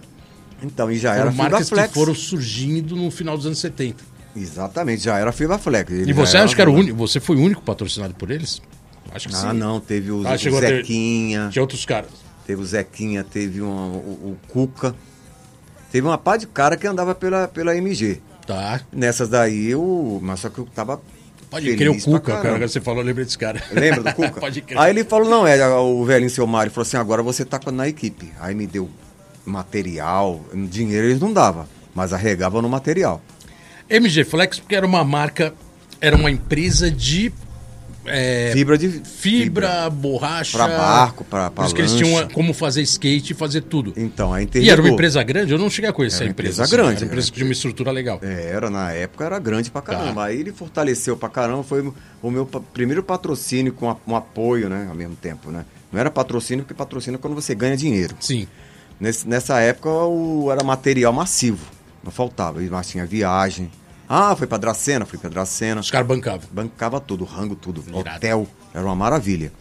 [SPEAKER 3] Então, e já
[SPEAKER 1] Eram
[SPEAKER 3] era fibra
[SPEAKER 1] marcas
[SPEAKER 3] flex.
[SPEAKER 1] que foram surgindo no final dos anos 70.
[SPEAKER 3] Exatamente, já era fibra flex. Ele
[SPEAKER 1] E
[SPEAKER 3] já
[SPEAKER 1] você acha que era o
[SPEAKER 3] fibra-
[SPEAKER 1] único, você foi o único patrocinado por eles? Acho que sim.
[SPEAKER 3] Ah, não, teve o,
[SPEAKER 1] Ah,
[SPEAKER 3] o
[SPEAKER 1] chegou a ter-
[SPEAKER 3] Zequinha,
[SPEAKER 1] Tinha outros caras.
[SPEAKER 3] teve o Zequinha, teve uma- o, o Cuca. Teve uma pá de cara que andava pela, pela MG.
[SPEAKER 1] Tá.
[SPEAKER 3] Nessas daí, eu, mas só que eu tava
[SPEAKER 1] Pode crer o
[SPEAKER 3] feliz pra
[SPEAKER 1] Cuca, cara.
[SPEAKER 3] caramba.
[SPEAKER 1] Agora você falou, eu lembrei desse cara.
[SPEAKER 3] Lembra
[SPEAKER 1] *laughs*
[SPEAKER 3] do Cuca?
[SPEAKER 1] Pode crer.
[SPEAKER 3] Aí ele falou, não, é o velhinho seu Mário falou assim, agora você tá na equipe. Aí me deu material, dinheiro eles não davam, mas arregavam no material.
[SPEAKER 1] MG Flex, porque era uma marca, era uma empresa de é, fibra,
[SPEAKER 3] fibra de
[SPEAKER 1] borracha.
[SPEAKER 3] Pra barco, pra- pra
[SPEAKER 1] Por isso que eles
[SPEAKER 3] lancha.
[SPEAKER 1] tinham a- como fazer skate e fazer tudo.
[SPEAKER 3] Então, aí
[SPEAKER 1] E era uma
[SPEAKER 3] interligou.
[SPEAKER 1] empresa grande, eu não cheguei a conhecer
[SPEAKER 3] Era
[SPEAKER 1] a
[SPEAKER 3] uma
[SPEAKER 1] empresa. assim,
[SPEAKER 3] empresa grande,
[SPEAKER 1] Era uma
[SPEAKER 3] né?
[SPEAKER 1] empresa que tinha uma estrutura legal.
[SPEAKER 3] É, Era, na época era grande pra caramba.
[SPEAKER 1] Tá.
[SPEAKER 3] Aí ele fortaleceu pra caramba, foi o meu pa- primeiro patrocínio com a- um apoio, né, ao mesmo tempo, né? Não era patrocínio, porque patrocínio é quando você ganha dinheiro.
[SPEAKER 1] Sim.
[SPEAKER 3] Nesse- nessa época o- era material massivo, não faltava, E, mas tinha viagem. Ah, foi pra Dracena, fui pra Dracena.
[SPEAKER 1] Os caras bancavam.
[SPEAKER 3] Bancava tudo, rango tudo,
[SPEAKER 1] Irado.
[SPEAKER 3] hotel. Era uma maravilha.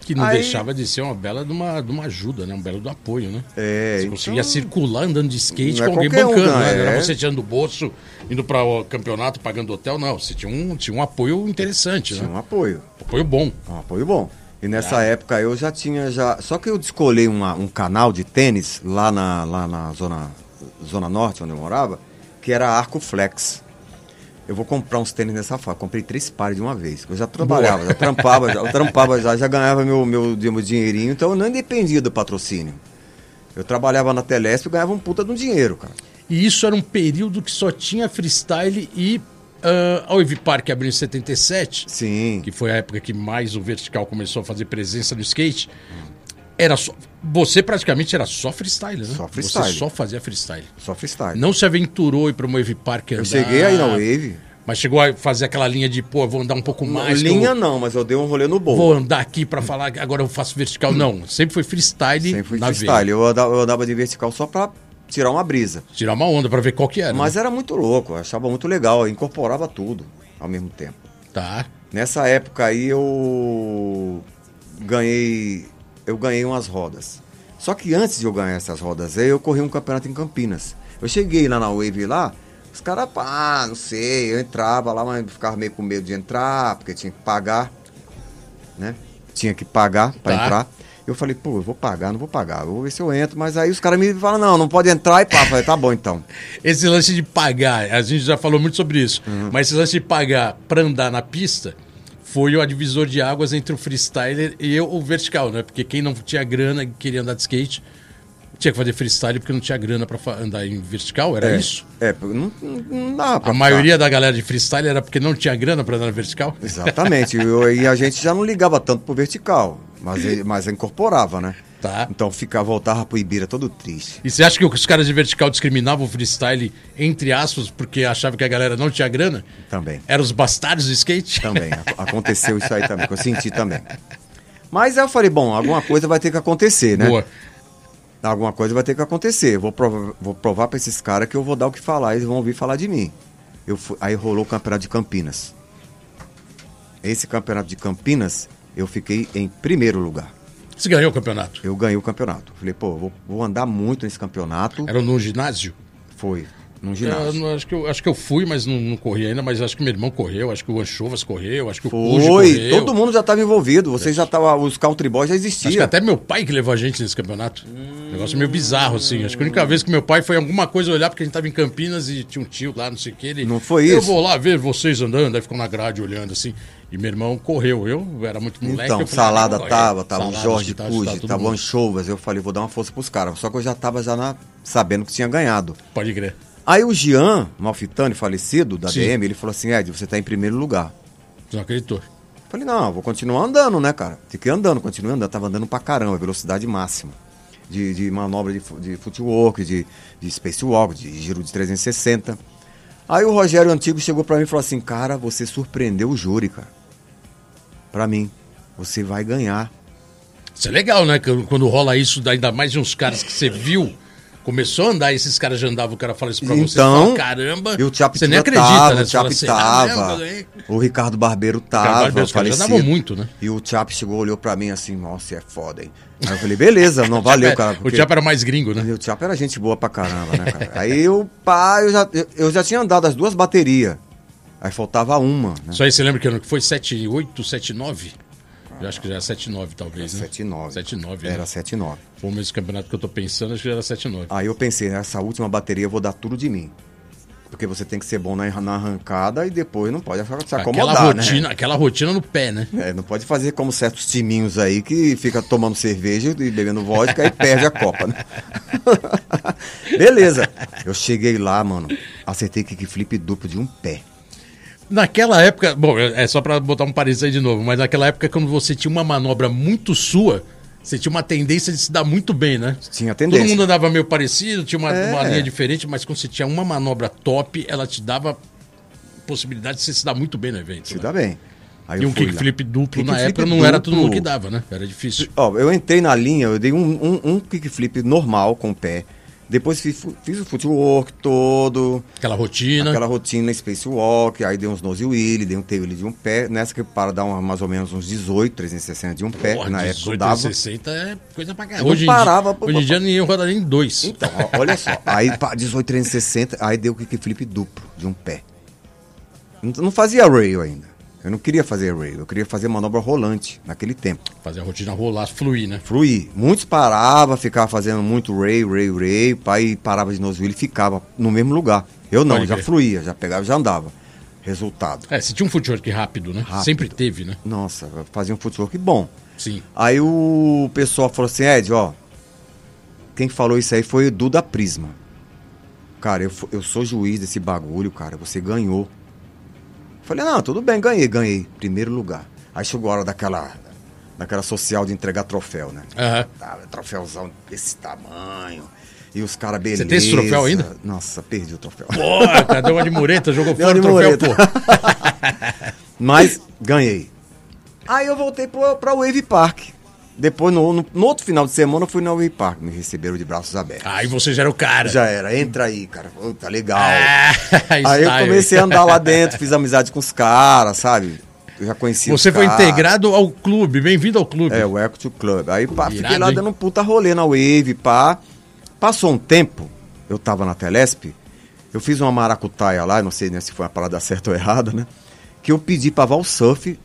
[SPEAKER 1] Que não
[SPEAKER 3] Aí-
[SPEAKER 1] deixava de ser uma bela de uma, de uma ajuda, né? Um belo do apoio, né?
[SPEAKER 3] É,
[SPEAKER 1] Você
[SPEAKER 3] então-
[SPEAKER 1] conseguia circular andando de skate
[SPEAKER 3] Não é
[SPEAKER 1] com alguém
[SPEAKER 3] qualquer um,
[SPEAKER 1] bancando,
[SPEAKER 3] não,
[SPEAKER 1] né? Não
[SPEAKER 3] é.
[SPEAKER 1] era você tirando do bolso, indo para o campeonato, pagando hotel, não. Você tinha um, tinha um apoio interessante,
[SPEAKER 3] Tinha
[SPEAKER 1] né?
[SPEAKER 3] um apoio.
[SPEAKER 1] Apoio bom.
[SPEAKER 3] Um apoio bom. E
[SPEAKER 1] Tá.
[SPEAKER 3] nessa época eu já tinha já. Só que eu descolei uma- um canal de tênis lá na, lá na zona, zona norte, onde eu morava, que era Arco Flex. Eu vou comprar uns tênis nessa fábrica. Comprei três pares de uma vez. Eu já trabalhava, já
[SPEAKER 1] *laughs*
[SPEAKER 3] trampava, já, eu trampava já, já ganhava meu, meu, meu dinheirinho, então eu não dependia do patrocínio. Eu trabalhava na Telesp e ganhava um puta de um dinheiro, cara.
[SPEAKER 1] E isso era um período que só tinha freestyle e ah, a Wave Park abriu em 77,
[SPEAKER 3] Sim.
[SPEAKER 1] que foi a época que mais o vertical começou a fazer presença no skate. Era só, você praticamente era só freestyle, né?
[SPEAKER 3] Só freestyle.
[SPEAKER 1] Você só fazia freestyle.
[SPEAKER 3] Só freestyle.
[SPEAKER 1] Não se aventurou e ir pra uma Wave Park andar.
[SPEAKER 3] Eu cheguei aí na Wave.
[SPEAKER 1] Mas chegou a fazer aquela linha de, pô, vou andar um pouco mais. que eu
[SPEAKER 3] Linha não, mas eu dei um rolê no bolo.
[SPEAKER 1] Vou andar aqui pra falar, que agora eu faço vertical. Não, sempre foi freestyle
[SPEAKER 3] Sempre fui
[SPEAKER 1] na
[SPEAKER 3] freestyle. Eu andava, eu andava de vertical só pra tirar uma brisa.
[SPEAKER 1] veia. Tirar uma onda pra ver qual que era.
[SPEAKER 3] Mas é- era muito louco, eu achava muito legal, eu incorporava tudo ao mesmo tempo.
[SPEAKER 1] né? Tá.
[SPEAKER 3] Nessa época aí eu ganhei eu ganhei umas rodas. Só que antes de eu ganhar essas rodas aí, eu corri um campeonato em Campinas. Eu cheguei lá na Wave lá, os caras, pá, não sei, eu entrava lá, mas ficava meio com medo de entrar, porque tinha que pagar, né? Tinha que pagar pra
[SPEAKER 1] Tá.
[SPEAKER 3] entrar. Eu falei, pô, eu vou pagar, não vou pagar, eu vou ver se eu entro, mas aí os caras me falam, não, não pode entrar e pá, eu falei, tá bom então.
[SPEAKER 1] Esse lance de pagar, a gente já falou muito sobre isso,
[SPEAKER 3] Uhum.
[SPEAKER 1] mas esse lance de pagar pra andar na pista foi o divisor de águas entre o freestyler e eu, o vertical, né? Porque quem não tinha grana e queria andar de skate tinha que fazer freestyle porque não tinha grana pra fa- andar em vertical, era
[SPEAKER 3] É,
[SPEAKER 1] isso?
[SPEAKER 3] É, porque não, não- não dá pra
[SPEAKER 1] A
[SPEAKER 3] ficar.
[SPEAKER 1] maioria da galera de freestyle era porque não tinha grana pra andar na vertical?
[SPEAKER 3] Exatamente. Eu- e a gente já não ligava tanto pro vertical, mas, ele- mas incorporava, né?
[SPEAKER 1] Tá.
[SPEAKER 3] Então ficava, voltava pro Ibira todo triste.
[SPEAKER 1] E você acha que os caras de vertical discriminavam o freestyle, entre aspas, porque achavam que a galera não tinha grana?
[SPEAKER 3] Também.
[SPEAKER 1] Eram os bastardos do skate? *laughs*
[SPEAKER 3] Também. ac- Aconteceu isso aí também, que eu senti também. Mas aí eu falei, bom, alguma coisa vai ter que acontecer, né?
[SPEAKER 1] Boa.
[SPEAKER 3] Alguma coisa vai ter que acontecer. Vou provar, vou provar pra esses caras que eu vou dar o que falar, eles vão ouvir falar de mim. Eu fui- aí rolou o campeonato de Campinas. Esse campeonato de Campinas, eu fiquei em primeiro lugar.
[SPEAKER 1] Você ganhou o campeonato?
[SPEAKER 3] Eu ganhei o campeonato. Falei, pô, vou, vou andar muito nesse campeonato.
[SPEAKER 1] Era um no ginásio?
[SPEAKER 3] Foi. Num
[SPEAKER 1] É. Eu
[SPEAKER 3] ginásio.
[SPEAKER 1] É, não- acho, que eu, acho que eu fui, mas não, não corri ainda, mas acho que meu irmão correu, acho que o Anchovas correu, acho que o Cujo
[SPEAKER 3] Foi.
[SPEAKER 1] correu.
[SPEAKER 3] Todo mundo já estava envolvido. Você já tava. Os country boys já existiam.
[SPEAKER 1] Acho que até meu pai que levou a gente nesse campeonato. Um Negócio meio bizarro, assim. Acho que a única vez que meu pai foi alguma coisa olhar, porque a gente tava em Campinas e tinha um tio lá, não sei o que. Ele,
[SPEAKER 3] Não foi
[SPEAKER 1] Eu
[SPEAKER 3] isso?
[SPEAKER 1] vou lá ver vocês andando, aí ficou na grade olhando, assim. E meu irmão correu, eu era muito moleque.
[SPEAKER 3] Então,
[SPEAKER 1] eu falei,
[SPEAKER 3] Salada
[SPEAKER 1] "Ah, não,
[SPEAKER 3] tava,
[SPEAKER 1] corre".
[SPEAKER 3] tava o
[SPEAKER 1] Salada,
[SPEAKER 3] Jorge
[SPEAKER 1] Chitá,
[SPEAKER 3] Cuji,
[SPEAKER 1] Chitá, todo
[SPEAKER 3] tava um o
[SPEAKER 1] mundo.
[SPEAKER 3] Anchovas. Eu falei, vou dar uma força pros caras. Só que eu já tava já na- sabendo que tinha ganhado.
[SPEAKER 1] Pode crer.
[SPEAKER 3] Aí o Jean, Malfitani, falecido da
[SPEAKER 1] Sim.
[SPEAKER 3] DM, ele falou assim: Ed, você tá em primeiro lugar.
[SPEAKER 1] Você não acreditou.
[SPEAKER 3] Eu Falei, não, eu vou continuar andando, né, cara? Fiquei andando, continuei andando, tava andando pra caramba, velocidade máxima. De, de manobra de, fu- de footwork, de, de spacewalk, de giro de 360. Aí o Rogério Antigo chegou pra mim e falou assim, cara, você surpreendeu o júri, cara. Pra mim, você vai ganhar.
[SPEAKER 1] Isso é legal, né? que Quando rola isso, dá ainda mais de uns caras que você viu. Começou a andar, esses caras já andavam, o cara fala isso pra você.
[SPEAKER 3] Então,
[SPEAKER 1] você fala, caramba,
[SPEAKER 3] E o Chapitura
[SPEAKER 1] você nem acredita,
[SPEAKER 3] tava,
[SPEAKER 1] né?
[SPEAKER 3] o
[SPEAKER 1] Você fala
[SPEAKER 3] Chap
[SPEAKER 1] assim,
[SPEAKER 3] tava,
[SPEAKER 1] "Caramba, ganhei".
[SPEAKER 3] o Ricardo Barbeiro tava,
[SPEAKER 1] Ricardo Barbeiro, os caras já
[SPEAKER 3] falecido.
[SPEAKER 1] andavam muito, né?
[SPEAKER 3] E o Chap chegou, olhou pra mim assim, nossa, é foda, hein? Aí eu falei, beleza, não, valeu, cara.
[SPEAKER 1] *laughs* é, O
[SPEAKER 3] porque-
[SPEAKER 1] Tiago era mais gringo, né?
[SPEAKER 3] E o Tiago era gente boa pra caramba, né, cara? Aí eu, pá, eu já, eu, eu já tinha andado as duas baterias. Aí faltava uma, né?
[SPEAKER 1] Só aí você lembra que ano que foi? 78, 79? Eu acho que já era 79, talvez, né?
[SPEAKER 3] 7,9.
[SPEAKER 1] 79,
[SPEAKER 3] Era
[SPEAKER 1] né?
[SPEAKER 3] 7,9.
[SPEAKER 1] Foi o mesmo campeonato que eu tô pensando, acho que já era 79.
[SPEAKER 3] Aí eu pensei, nessa última bateria eu vou dar tudo de mim. Porque você tem que ser bom na, na arrancada e depois não pode se acomodar,
[SPEAKER 1] aquela
[SPEAKER 3] né?
[SPEAKER 1] rotina, aquela rotina no pé, né?
[SPEAKER 3] É, não pode fazer como certos timinhos aí que fica tomando cerveja e bebendo vodka e perde a copa, né? *laughs* Beleza. Eu cheguei lá, mano. Acertei kickflip duplo de um pé.
[SPEAKER 1] Naquela época, bom, é é só pra botar um parênteses aí de novo, mas naquela época quando você tinha uma manobra muito sua, você tinha uma tendência de se dar muito bem, né?
[SPEAKER 3] Tinha tendência.
[SPEAKER 1] Todo mundo andava meio parecido, tinha uma,
[SPEAKER 3] É.
[SPEAKER 1] uma linha diferente, mas quando você tinha uma manobra top, ela te dava possibilidade de você se dar muito bem no evento.
[SPEAKER 3] Se
[SPEAKER 1] né?
[SPEAKER 3] dá bem. Aí
[SPEAKER 1] E
[SPEAKER 3] eu
[SPEAKER 1] um
[SPEAKER 3] fui lá.
[SPEAKER 1] kickflip duplo na
[SPEAKER 3] Kickflip
[SPEAKER 1] época não era todo mundo
[SPEAKER 3] duplo.
[SPEAKER 1] que dava, né? Era difícil.
[SPEAKER 3] Ó, eu entrei na linha, eu dei um, um, um kickflip normal com o pé. Depois fiz, fu- fiz o footwork todo,
[SPEAKER 1] Aquela rotina.
[SPEAKER 3] aquela rotina spacewalk, aí dei uns nose wheelie, dei um tail wheelie de um pé. Nessa que para dar uma, mais ou menos uns 18, 360 de um pé.
[SPEAKER 1] Porra,
[SPEAKER 3] na época eu
[SPEAKER 1] 18
[SPEAKER 3] dava.
[SPEAKER 1] 60 é coisa pra
[SPEAKER 3] Eu
[SPEAKER 1] caralho.
[SPEAKER 3] não
[SPEAKER 1] Hoje, em
[SPEAKER 3] parava,
[SPEAKER 1] dia-
[SPEAKER 3] pô,
[SPEAKER 1] hoje em
[SPEAKER 3] pô,
[SPEAKER 1] dia ninguém roda nem dois.
[SPEAKER 3] Então, ó, olha só. Aí pá, 18, 360, aí deu o kickflip duplo de um pé. Não, não fazia rail ainda. Eu não queria fazer rail, eu queria fazer manobra rolante naquele tempo.
[SPEAKER 1] Fazer a rotina rolar, fluir, né?
[SPEAKER 3] fluir. Muitos paravam, ficavam fazendo muito ray, ray, ray, pai parava de nozulho e ficava no mesmo lugar. Eu não,
[SPEAKER 1] Pode
[SPEAKER 3] já
[SPEAKER 1] crer.
[SPEAKER 3] fluía, já pegava, já andava. Resultado.
[SPEAKER 1] É, se tinha um footwork rápido, né? Sempre teve, né?
[SPEAKER 3] Nossa, eu fazia um footwork bom.
[SPEAKER 1] Sim.
[SPEAKER 3] Aí o pessoal falou assim, Ed, ó, quem falou isso aí foi o Edu da Prisma. Cara, eu, fu- eu sou juiz desse bagulho, cara, você ganhou. Falei, não, tudo bem, ganhei, ganhei. Primeiro lugar. Aí chegou a hora daquela naquela social de entregar troféu, né?
[SPEAKER 1] Aham.
[SPEAKER 3] Tá, troféuzão desse tamanho. E os caras beleza.
[SPEAKER 1] tem esse troféu ainda?
[SPEAKER 3] Nossa, perdi
[SPEAKER 1] *laughs*
[SPEAKER 3] o troféu.
[SPEAKER 1] Porra, cadê uma de mureta? Jogou
[SPEAKER 3] Deu
[SPEAKER 1] fora o
[SPEAKER 3] de
[SPEAKER 1] troféu,
[SPEAKER 3] mureta.
[SPEAKER 1] pô. *laughs*
[SPEAKER 3] Mas ganhei. Aí eu voltei pro- pra Wave Park. Depois, no, no- no outro final de semana, eu fui na Wave Park. Me receberam de braços abertos.
[SPEAKER 1] Aí você já era o cara.
[SPEAKER 3] Já era, entra aí, cara. Pô, tá legal.
[SPEAKER 1] Ah,
[SPEAKER 3] aí eu
[SPEAKER 1] style.
[SPEAKER 3] comecei a andar lá dentro, fiz amizade com os caras, sabe? Eu já conheci
[SPEAKER 1] Você
[SPEAKER 3] os
[SPEAKER 1] foi
[SPEAKER 3] caras.
[SPEAKER 1] integrado ao clube, bem-vindo ao clube.
[SPEAKER 3] assim, É, o Equity Club. Aí pá,
[SPEAKER 1] Irado,
[SPEAKER 3] fiquei lá
[SPEAKER 1] hein?
[SPEAKER 3] dando um puta rolê na Wave, pá. Passou um tempo, eu tava na Telesp, eu fiz uma maracutaia lá, não sei né, se foi uma parada certa ou errada, né? Que eu pedi pra Valsurf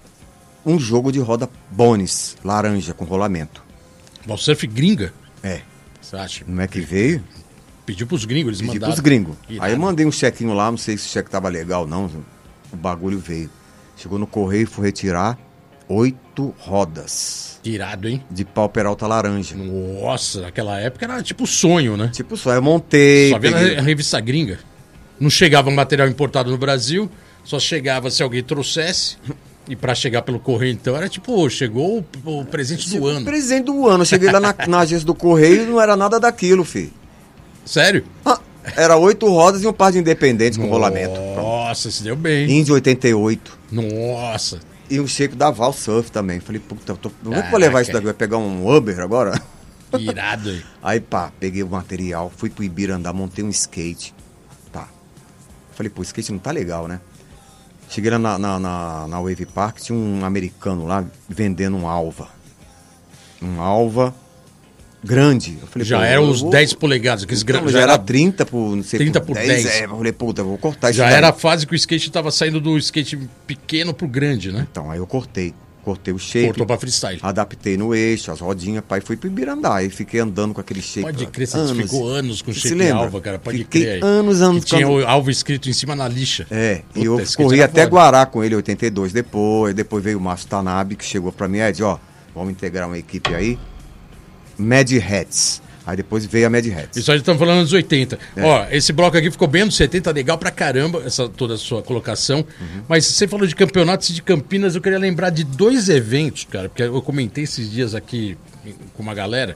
[SPEAKER 3] um jogo de roda Bonis, laranja, com rolamento.
[SPEAKER 1] Valsurf gringa,
[SPEAKER 3] É.
[SPEAKER 1] você acha?
[SPEAKER 3] Não é que veio?
[SPEAKER 1] Pediu pros gringos, eles
[SPEAKER 3] Pedi
[SPEAKER 1] mandaram.
[SPEAKER 3] pros gringos. Aí
[SPEAKER 1] Irado.
[SPEAKER 3] eu mandei um chequinho lá, não sei se o cheque tava legal ou não. O bagulho veio. Chegou no correio, fui retirar oito rodas
[SPEAKER 1] Irado, hein?
[SPEAKER 3] de pau peralta laranja.
[SPEAKER 1] Nossa, naquela época era tipo sonho, né?
[SPEAKER 3] Tipo só, eu montei.
[SPEAKER 1] Só via na
[SPEAKER 3] peguei-
[SPEAKER 1] re- revista gringa. Não chegava material importado no Brasil, só chegava se alguém trouxesse. E pra chegar pelo correio, então, era tipo, ô, chegou o, o presente do ano.
[SPEAKER 3] Presente do ano. Eu cheguei lá na, na agência do Correio e não era nada daquilo, filho.
[SPEAKER 1] Sério?
[SPEAKER 3] Ah, Era oito rodas e um par de independentes com rolamento. Pronto.
[SPEAKER 1] Nossa, se deu bem.
[SPEAKER 3] Indy 88.
[SPEAKER 1] Nossa.
[SPEAKER 3] E um shake da Val Surf também. Falei, puta, eu tô... como é que eu vou
[SPEAKER 1] Caraca.
[SPEAKER 3] levar isso daqui? Vai pegar um Uber agora?
[SPEAKER 1] Irado aí.
[SPEAKER 3] Aí, pá, peguei o material, fui pro Ibirandá, montei um skate. Pá. Falei, pô, skate não tá legal, né? Cheguei lá na, na, na, na Wave Park, tinha um americano lá vendendo um alva. Um alva grande. Eu falei,
[SPEAKER 1] Já
[SPEAKER 3] pô,
[SPEAKER 1] era
[SPEAKER 3] eu
[SPEAKER 1] uns
[SPEAKER 3] vou-
[SPEAKER 1] 10 polegadas, aqueles
[SPEAKER 3] Não,
[SPEAKER 1] grandes.
[SPEAKER 3] já era 30 por, não sei,
[SPEAKER 1] 30 por 10.
[SPEAKER 3] É, eu falei, puta, eu vou cortar isso
[SPEAKER 1] Já
[SPEAKER 3] daí.
[SPEAKER 1] era a fase que o skate tava saindo do skate pequeno pro grande, né?
[SPEAKER 3] Então, aí eu cortei. Cortei o shape.
[SPEAKER 1] Cortou pra freestyle.
[SPEAKER 3] Adaptei no eixo, as rodinhas, pai, fui pro Ibirandá. Aí fiquei andando com aquele shape.
[SPEAKER 1] Pode
[SPEAKER 3] lá,
[SPEAKER 1] crer, você ficou anos com
[SPEAKER 3] Você
[SPEAKER 1] shape
[SPEAKER 3] lembra?
[SPEAKER 1] alva, cara. Pode
[SPEAKER 3] Fiquei
[SPEAKER 1] crer. aí.
[SPEAKER 3] anos, anos.
[SPEAKER 1] Que tinha
[SPEAKER 3] com-
[SPEAKER 1] o alvo escrito em cima na lixa.
[SPEAKER 3] É,
[SPEAKER 1] Puta,
[SPEAKER 3] e eu
[SPEAKER 1] esse skate
[SPEAKER 3] corri
[SPEAKER 1] era
[SPEAKER 3] até
[SPEAKER 1] foda.
[SPEAKER 3] Guará com ele, 82 depois. Depois veio o Márcio Tanabe, que chegou pra mim, Ed, ó, vamos integrar uma equipe aí. Mad Hats. Aí depois veio a Mad Hats.
[SPEAKER 1] Isso aí estamos falando dos 80.
[SPEAKER 3] É.
[SPEAKER 1] Ó, esse bloco aqui ficou bem nos 70, legal pra caramba, essa toda a sua colocação.
[SPEAKER 3] Uhum.
[SPEAKER 1] Mas você falou de campeonatos de Campinas, eu queria lembrar de dois eventos, cara, porque eu comentei esses dias aqui com uma galera.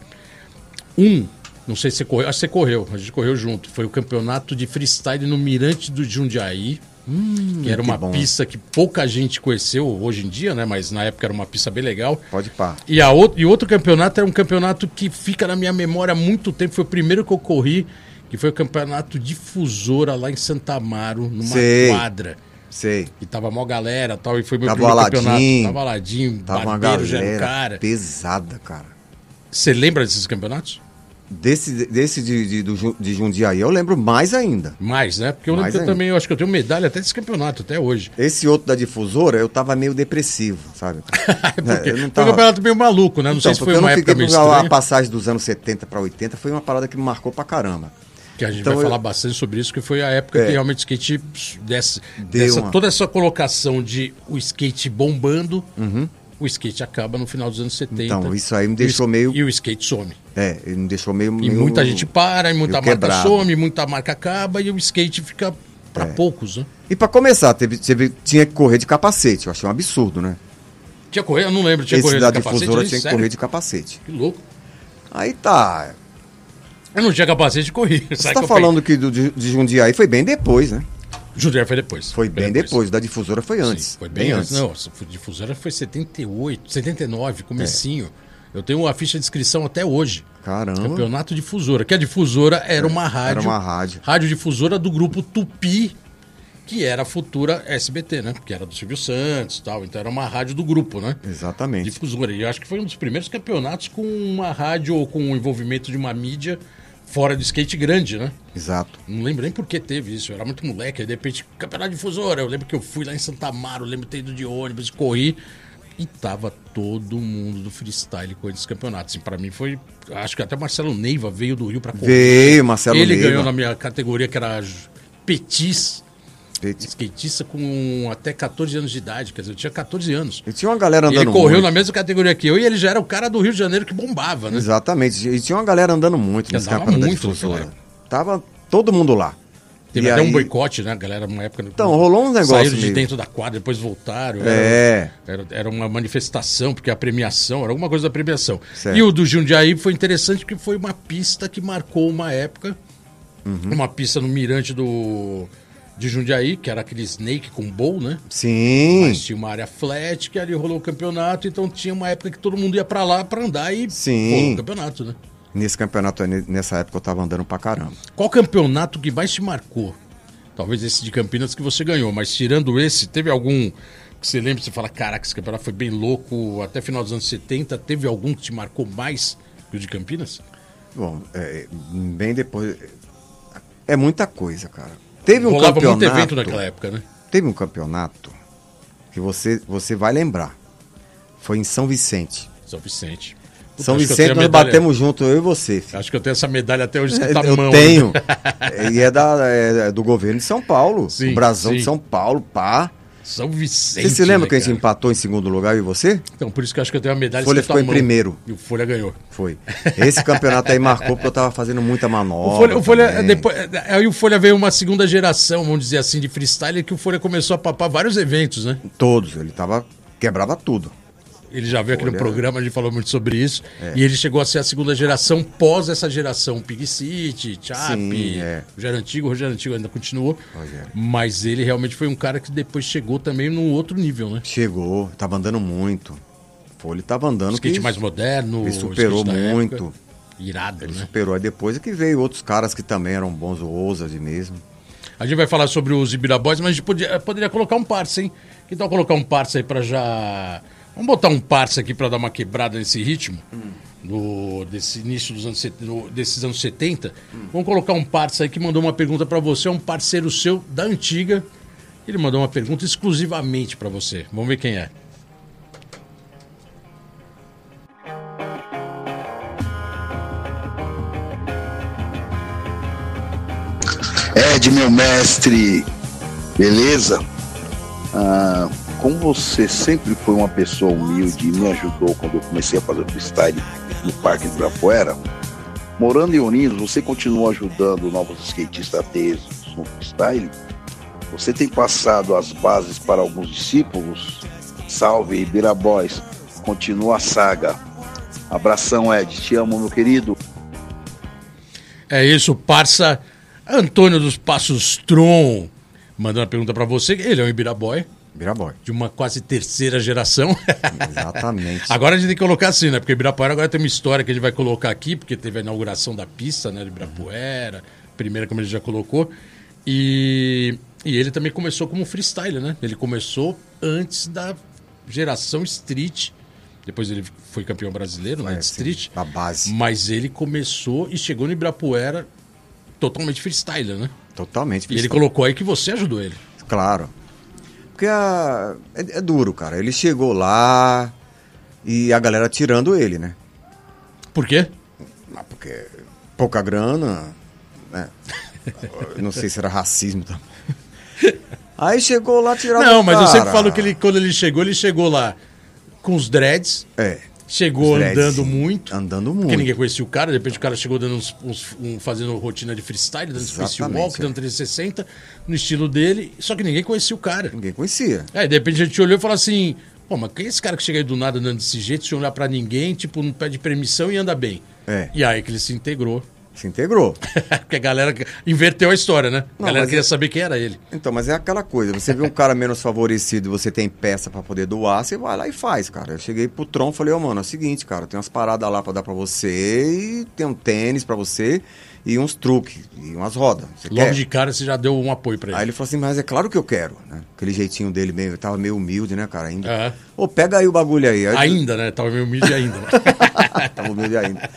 [SPEAKER 1] Um, não sei se você correu, acho que você correu, a gente correu junto. Foi o campeonato de freestyle no Mirante do Jundiaí. que era
[SPEAKER 3] Hum, que
[SPEAKER 1] uma
[SPEAKER 3] bom.
[SPEAKER 1] pista que pouca gente conheceu hoje em dia, né? Mas na época era uma pista bem legal.
[SPEAKER 3] Pode pá.
[SPEAKER 1] E, a outro, e outro campeonato é um campeonato que fica na minha memória há muito tempo. Foi o primeiro que eu corri, que foi o campeonato difusora lá em Santa Amaro, numa
[SPEAKER 3] Sei.
[SPEAKER 1] quadra.
[SPEAKER 3] Sei.
[SPEAKER 1] E tava mó galera tal, e foi meu
[SPEAKER 3] Tava
[SPEAKER 1] primeiro
[SPEAKER 3] Aladim,
[SPEAKER 1] campeonato. Tava Aladim,
[SPEAKER 3] Tava uma
[SPEAKER 1] Barbeiro já era o
[SPEAKER 3] galera
[SPEAKER 1] cara.
[SPEAKER 3] pesada, cara.
[SPEAKER 1] Você lembra desses campeonatos?
[SPEAKER 3] Desse, desse de, de, do Ju- de Jundiaí eu lembro mais ainda.
[SPEAKER 1] Mais, né? Porque eu lembro
[SPEAKER 3] Mais
[SPEAKER 1] que eu
[SPEAKER 3] ainda.
[SPEAKER 1] também, eu acho que eu tenho medalha até desse campeonato, até hoje.
[SPEAKER 3] Esse outro da difusora, eu tava meio depressivo, sabe?
[SPEAKER 1] *laughs* Porque
[SPEAKER 3] É, eu não
[SPEAKER 1] Foi um
[SPEAKER 3] tava-
[SPEAKER 1] campeonato meio maluco, né? Não sei
[SPEAKER 3] Então,
[SPEAKER 1] se
[SPEAKER 3] porque
[SPEAKER 1] foi
[SPEAKER 3] eu não
[SPEAKER 1] uma época
[SPEAKER 3] fiquei
[SPEAKER 1] meio
[SPEAKER 3] com a-
[SPEAKER 1] estranha,
[SPEAKER 3] a passagem dos anos 70 pra 80 foi uma parada que me marcou pra caramba.
[SPEAKER 1] que a gente
[SPEAKER 3] então
[SPEAKER 1] vai
[SPEAKER 3] eu-
[SPEAKER 1] falar bastante sobre isso, que foi a época
[SPEAKER 3] É.
[SPEAKER 1] que realmente o skate dessa,
[SPEAKER 3] Deu
[SPEAKER 1] dessa-
[SPEAKER 3] uma-
[SPEAKER 1] toda essa colocação de o skate bombando, o skate acaba no final dos anos 70.
[SPEAKER 3] Uhum. Então, isso aí me
[SPEAKER 1] E o
[SPEAKER 3] deixou
[SPEAKER 1] s-
[SPEAKER 3] meio-
[SPEAKER 1] E o skate some.
[SPEAKER 3] É, ele me deixou meio.
[SPEAKER 1] E muita gente para, e muita
[SPEAKER 3] eu
[SPEAKER 1] marca
[SPEAKER 3] quebrado. É.
[SPEAKER 1] some, muita marca acaba, e o skate fica pra poucos, né?
[SPEAKER 3] E pra começar, teve, teve- tinha que correr de capacete. Eu achei um absurdo, né?
[SPEAKER 1] Tinha correr, eu não lembro, tinha
[SPEAKER 3] Esse
[SPEAKER 1] correr
[SPEAKER 3] da
[SPEAKER 1] de capacete,
[SPEAKER 3] difusora
[SPEAKER 1] né?
[SPEAKER 3] tinha que
[SPEAKER 1] Sério?
[SPEAKER 3] correr de capacete.
[SPEAKER 1] Que louco.
[SPEAKER 3] Aí tá.
[SPEAKER 1] Eu não tinha capacete de *laughs* correr.
[SPEAKER 3] Você tá falando que do, de, de Jundiaí foi bem depois, né?
[SPEAKER 1] Jundiaí foi depois.
[SPEAKER 3] Foi bem depois. Da difusora foi antes.
[SPEAKER 1] Sim, foi bem, antes. Não, essa fu- difusora foi 78, 79, comecinho. Eu tenho a ficha de inscrição até hoje.
[SPEAKER 3] Caramba.
[SPEAKER 1] Campeonato Difusora. Que a Difusora Hum. É, era uma rádio.
[SPEAKER 3] uma rádio.
[SPEAKER 1] difusora do grupo Tupi, que era a futura SBT, né? Porque era do Silvio Santos e tal. Então era uma rádio do grupo, né?
[SPEAKER 3] Exatamente.
[SPEAKER 1] Difusora. E eu acho que foi um dos primeiros campeonatos com uma rádio ou com o envolvimento de uma mídia fora do skate grande, né?
[SPEAKER 3] Exato.
[SPEAKER 1] Não lembro nem por que teve isso. Eu era muito moleque, aí de repente, campeonato de difusora. Eu lembro que eu fui lá em Santa Amaro, eu lembro de ter ido de ônibus, corri. E tava todo mundo do freestyle com esses campeonatos. E pra mim foi. Acho que até o Marcelo Neiva veio do Rio pra correr.
[SPEAKER 3] Veio, Marcelo
[SPEAKER 1] Ele
[SPEAKER 3] Neiva,
[SPEAKER 1] ganhou na minha categoria, que era ju- Petis,
[SPEAKER 3] Peti-
[SPEAKER 1] skatista com até 14 anos de idade. Quer dizer, eu tinha 14 anos.
[SPEAKER 3] E tinha uma galera
[SPEAKER 1] E
[SPEAKER 3] tá andando
[SPEAKER 1] ele correu
[SPEAKER 3] muito.
[SPEAKER 1] na mesma categoria que eu e ele já era o cara do Rio de Janeiro que bombava, né?
[SPEAKER 3] Exatamente. E tinha uma galera andando muito nesse
[SPEAKER 1] Andava
[SPEAKER 3] campeonato da
[SPEAKER 1] muito
[SPEAKER 3] difusora.
[SPEAKER 1] naquela
[SPEAKER 3] Tava todo mundo lá.
[SPEAKER 1] Teve
[SPEAKER 3] E
[SPEAKER 1] até um
[SPEAKER 3] aí-
[SPEAKER 1] boicote, né, galera? Uma época.
[SPEAKER 3] Então, rolou um negócio
[SPEAKER 1] Saíram de
[SPEAKER 3] meio-
[SPEAKER 1] dentro da quadra, depois voltaram.
[SPEAKER 3] É.
[SPEAKER 1] Era, era, era uma manifestação, porque a premiação, era alguma coisa da premiação.
[SPEAKER 3] Certo.
[SPEAKER 1] E o do Jundiaí foi interessante porque foi uma pista que marcou uma época.
[SPEAKER 3] Uhum.
[SPEAKER 1] Uma pista no mirante do de Jundiaí, que era aquele snake com bowl, né?
[SPEAKER 3] Sim.
[SPEAKER 1] Mas tinha uma área flat que ali rolou o campeonato, então tinha uma época que todo mundo ia pra lá pra andar e
[SPEAKER 3] Sim.
[SPEAKER 1] rolou o campeonato, né?
[SPEAKER 3] Nesse campeonato, aí, ne- nessa época, eu tava andando pra caramba.
[SPEAKER 1] Qual campeonato que mais te marcou? Talvez esse de Campinas que você ganhou, mas tirando esse, teve algum que você lembra e você fala, caraca, esse campeonato foi bem louco, até final dos anos 70, teve algum que te marcou mais que o de Campinas?
[SPEAKER 3] Bom, é, bem depois. É muita coisa, cara. Teve um
[SPEAKER 1] Rolava
[SPEAKER 3] campeonato.
[SPEAKER 1] muito evento naquela época, né?
[SPEAKER 3] Teve um campeonato que você, você vai lembrar. Foi em São Vicente.
[SPEAKER 1] São Vicente. Puta,
[SPEAKER 3] São
[SPEAKER 1] acho que eu
[SPEAKER 3] Vicente,
[SPEAKER 1] tenho a
[SPEAKER 3] nós
[SPEAKER 1] medalha-
[SPEAKER 3] batemos junto, eu e você. filho.
[SPEAKER 1] Acho que eu tenho essa medalha até hoje escrita à
[SPEAKER 3] É, eu
[SPEAKER 1] mão. né?
[SPEAKER 3] tenho. e é, da, é do governo de São Paulo.
[SPEAKER 1] Sim,
[SPEAKER 3] o Brasão
[SPEAKER 1] sim.
[SPEAKER 3] de São Paulo, pá.
[SPEAKER 1] São Vicente.
[SPEAKER 3] Você se lembra
[SPEAKER 1] né,
[SPEAKER 3] que a gente
[SPEAKER 1] cara?
[SPEAKER 3] empatou em segundo lugar eu e você?
[SPEAKER 1] Então, por isso que eu acho que eu tenho a medalha
[SPEAKER 3] Folha
[SPEAKER 1] escrita à
[SPEAKER 3] ficou em
[SPEAKER 1] mão.
[SPEAKER 3] primeiro.
[SPEAKER 1] E o Folha ganhou.
[SPEAKER 3] Foi. Esse campeonato aí marcou porque eu tava fazendo muita manobra.
[SPEAKER 1] O Folha, o Folha
[SPEAKER 3] também.
[SPEAKER 1] depois, é, aí o Folha veio uma segunda geração, vamos dizer assim, de freestyle, que o Folha começou a papar vários eventos, né?
[SPEAKER 3] Todos, ele tava. Quebrava tudo.
[SPEAKER 1] Ele já veio aqui no
[SPEAKER 3] Folha- É.
[SPEAKER 1] programa, a gente falou muito sobre isso. E ele chegou a ser a segunda geração pós essa geração Pig City, Chap,
[SPEAKER 3] Sim, é.
[SPEAKER 1] Rogério Antigo, Rogério Antigo ainda continuou.
[SPEAKER 3] Rogério.
[SPEAKER 1] Mas ele realmente foi um cara que depois chegou também num outro nível, né?
[SPEAKER 3] Chegou, tava andando muito. Folha tava andando.
[SPEAKER 1] Skate
[SPEAKER 3] que
[SPEAKER 1] mais moderno, o
[SPEAKER 3] ele
[SPEAKER 1] skate
[SPEAKER 3] superou
[SPEAKER 1] da época.
[SPEAKER 3] muito.
[SPEAKER 1] Irado,
[SPEAKER 3] Ele
[SPEAKER 1] né?
[SPEAKER 3] superou. Aí depois é que veio outros caras que também eram bons, o Ousade mesmo.
[SPEAKER 1] A gente vai falar sobre os Ibiraboys, mas a gente podia- poderia colocar um parça, hein? Que tal colocar um parça aí pra já. Vamos botar um parça aqui pra dar uma quebrada nesse ritmo? Do, desse início dos anos, set- do- desses anos 70. Vamos colocar um parça aí que mandou uma pergunta pra você, é um parceiro seu da antiga. Ele mandou uma pergunta exclusivamente pra você. Vamos ver quem é.
[SPEAKER 4] Ed, É, meu mestre, beleza? Ah, como você sempre foi uma pessoa humilde e me ajudou quando eu comecei a fazer freestyle no Parque Ibirapuera, morando em Ourinhos, você continua ajudando novos skatistas tesos no freestyle? Você tem passado as bases para alguns discípulos? Salve, Ibiraboys! Continua a saga. Abração, Ed. Te amo, meu querido.
[SPEAKER 1] É isso, parça Antônio dos Passos Tron. Mandando uma pergunta pra você. Ele é um Ibiraboy, *laughs*
[SPEAKER 3] Biraboy.
[SPEAKER 1] de uma quase terceira geração. *laughs*
[SPEAKER 3] Exatamente.
[SPEAKER 1] Agora a gente tem que colocar assim, né? Porque Ibirapuera agora tem uma história que a gente vai colocar aqui, porque teve a inauguração da pista, né? De Ibirapuera, primeira como ele já colocou. E, e ele também começou como freestyle, né? Ele começou antes da geração street. Depois ele foi campeão brasileiro, né?
[SPEAKER 3] É,
[SPEAKER 1] de
[SPEAKER 3] sim,
[SPEAKER 1] street.
[SPEAKER 3] da base.
[SPEAKER 1] Mas ele começou e chegou no Ibirapuera totalmente freestyler, né?
[SPEAKER 3] Totalmente.
[SPEAKER 1] E ele
[SPEAKER 3] freestyle.
[SPEAKER 1] colocou aí que você ajudou ele.
[SPEAKER 3] Claro. Porque a- é, é duro, cara. Ele chegou lá e a galera tirando ele, né?
[SPEAKER 1] Por quê?
[SPEAKER 3] Ah, porque pouca grana, né? *laughs* Eu Não sei se era racismo também. Aí chegou lá tirando
[SPEAKER 1] Não, mas eu sempre falo que ele, quando ele chegou, ele chegou lá com os dreads.
[SPEAKER 3] É.
[SPEAKER 1] Chegou
[SPEAKER 3] Os dreads,
[SPEAKER 1] andando
[SPEAKER 3] sim.
[SPEAKER 1] muito.
[SPEAKER 3] Andando
[SPEAKER 1] Porque
[SPEAKER 3] muito.
[SPEAKER 1] ninguém conhecia o cara, de repente o cara chegou dando uns, uns- um- fazendo rotina de freestyle, dando
[SPEAKER 3] Exatamente,
[SPEAKER 1] freestyle walk,
[SPEAKER 3] é.
[SPEAKER 1] dando 360, no estilo dele, só que ninguém conhecia o cara.
[SPEAKER 3] Ninguém conhecia.
[SPEAKER 1] Aí de repente a gente olhou e falou assim: pô, mas quem é esse cara que chega aí do nada andando desse jeito, sem olhar pra ninguém, tipo, não pede permissão e anda bem?
[SPEAKER 3] É.
[SPEAKER 1] E aí que ele se integrou. *laughs*
[SPEAKER 3] Se integrou.
[SPEAKER 1] Porque a galera inverteu a história, né?
[SPEAKER 3] Não,
[SPEAKER 1] a galera
[SPEAKER 3] mas
[SPEAKER 1] queria
[SPEAKER 3] é-
[SPEAKER 1] saber quem era ele.
[SPEAKER 3] Então, mas é aquela coisa, você vê um cara menos favorecido, você tem peça pra poder doar, você vai lá e faz, cara. Eu cheguei pro Tron e falei, ô mano, é o seguinte, cara, tem umas paradas lá pra dar pra você, e tem um tênis pra você, e uns truques, e umas rodas. Você
[SPEAKER 1] Logo
[SPEAKER 3] quer?
[SPEAKER 1] de cara você já deu um apoio pra ele.
[SPEAKER 3] É. Aí ele falou assim, mas é claro que eu quero, né? Aquele jeitinho dele meio, ele tava meio humilde, né, cara, ainda.
[SPEAKER 1] Aham.
[SPEAKER 3] Ô, pega aí o bagulho aí. aí
[SPEAKER 1] Ainda, né? Tava meio humilde ainda. né? *laughs*
[SPEAKER 3] *laughs* tava humilde ainda.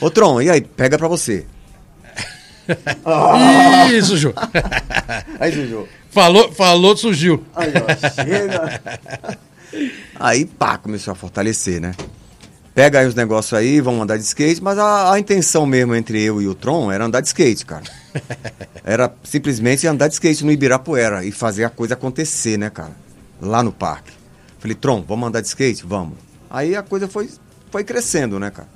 [SPEAKER 3] Ô, Tron, e aí, pega pra você.
[SPEAKER 1] Isso, Ju. *laughs*
[SPEAKER 3] Aí, Juju.
[SPEAKER 1] Falou, falou, surgiu.
[SPEAKER 3] Aí, ó, chega. *laughs* Aí, pá, começou a fortalecer, né? Pega aí os negócios aí, vamos andar de skate, mas a, a intenção mesmo entre eu e o Tron era andar de skate, *laughs* cara. Era simplesmente andar de skate no Ibirapuera e fazer a coisa acontecer, né, cara? Lá no parque. Falei, Tron, vamos andar de skate? Vamos. Aí a coisa foi, foi crescendo, né, cara?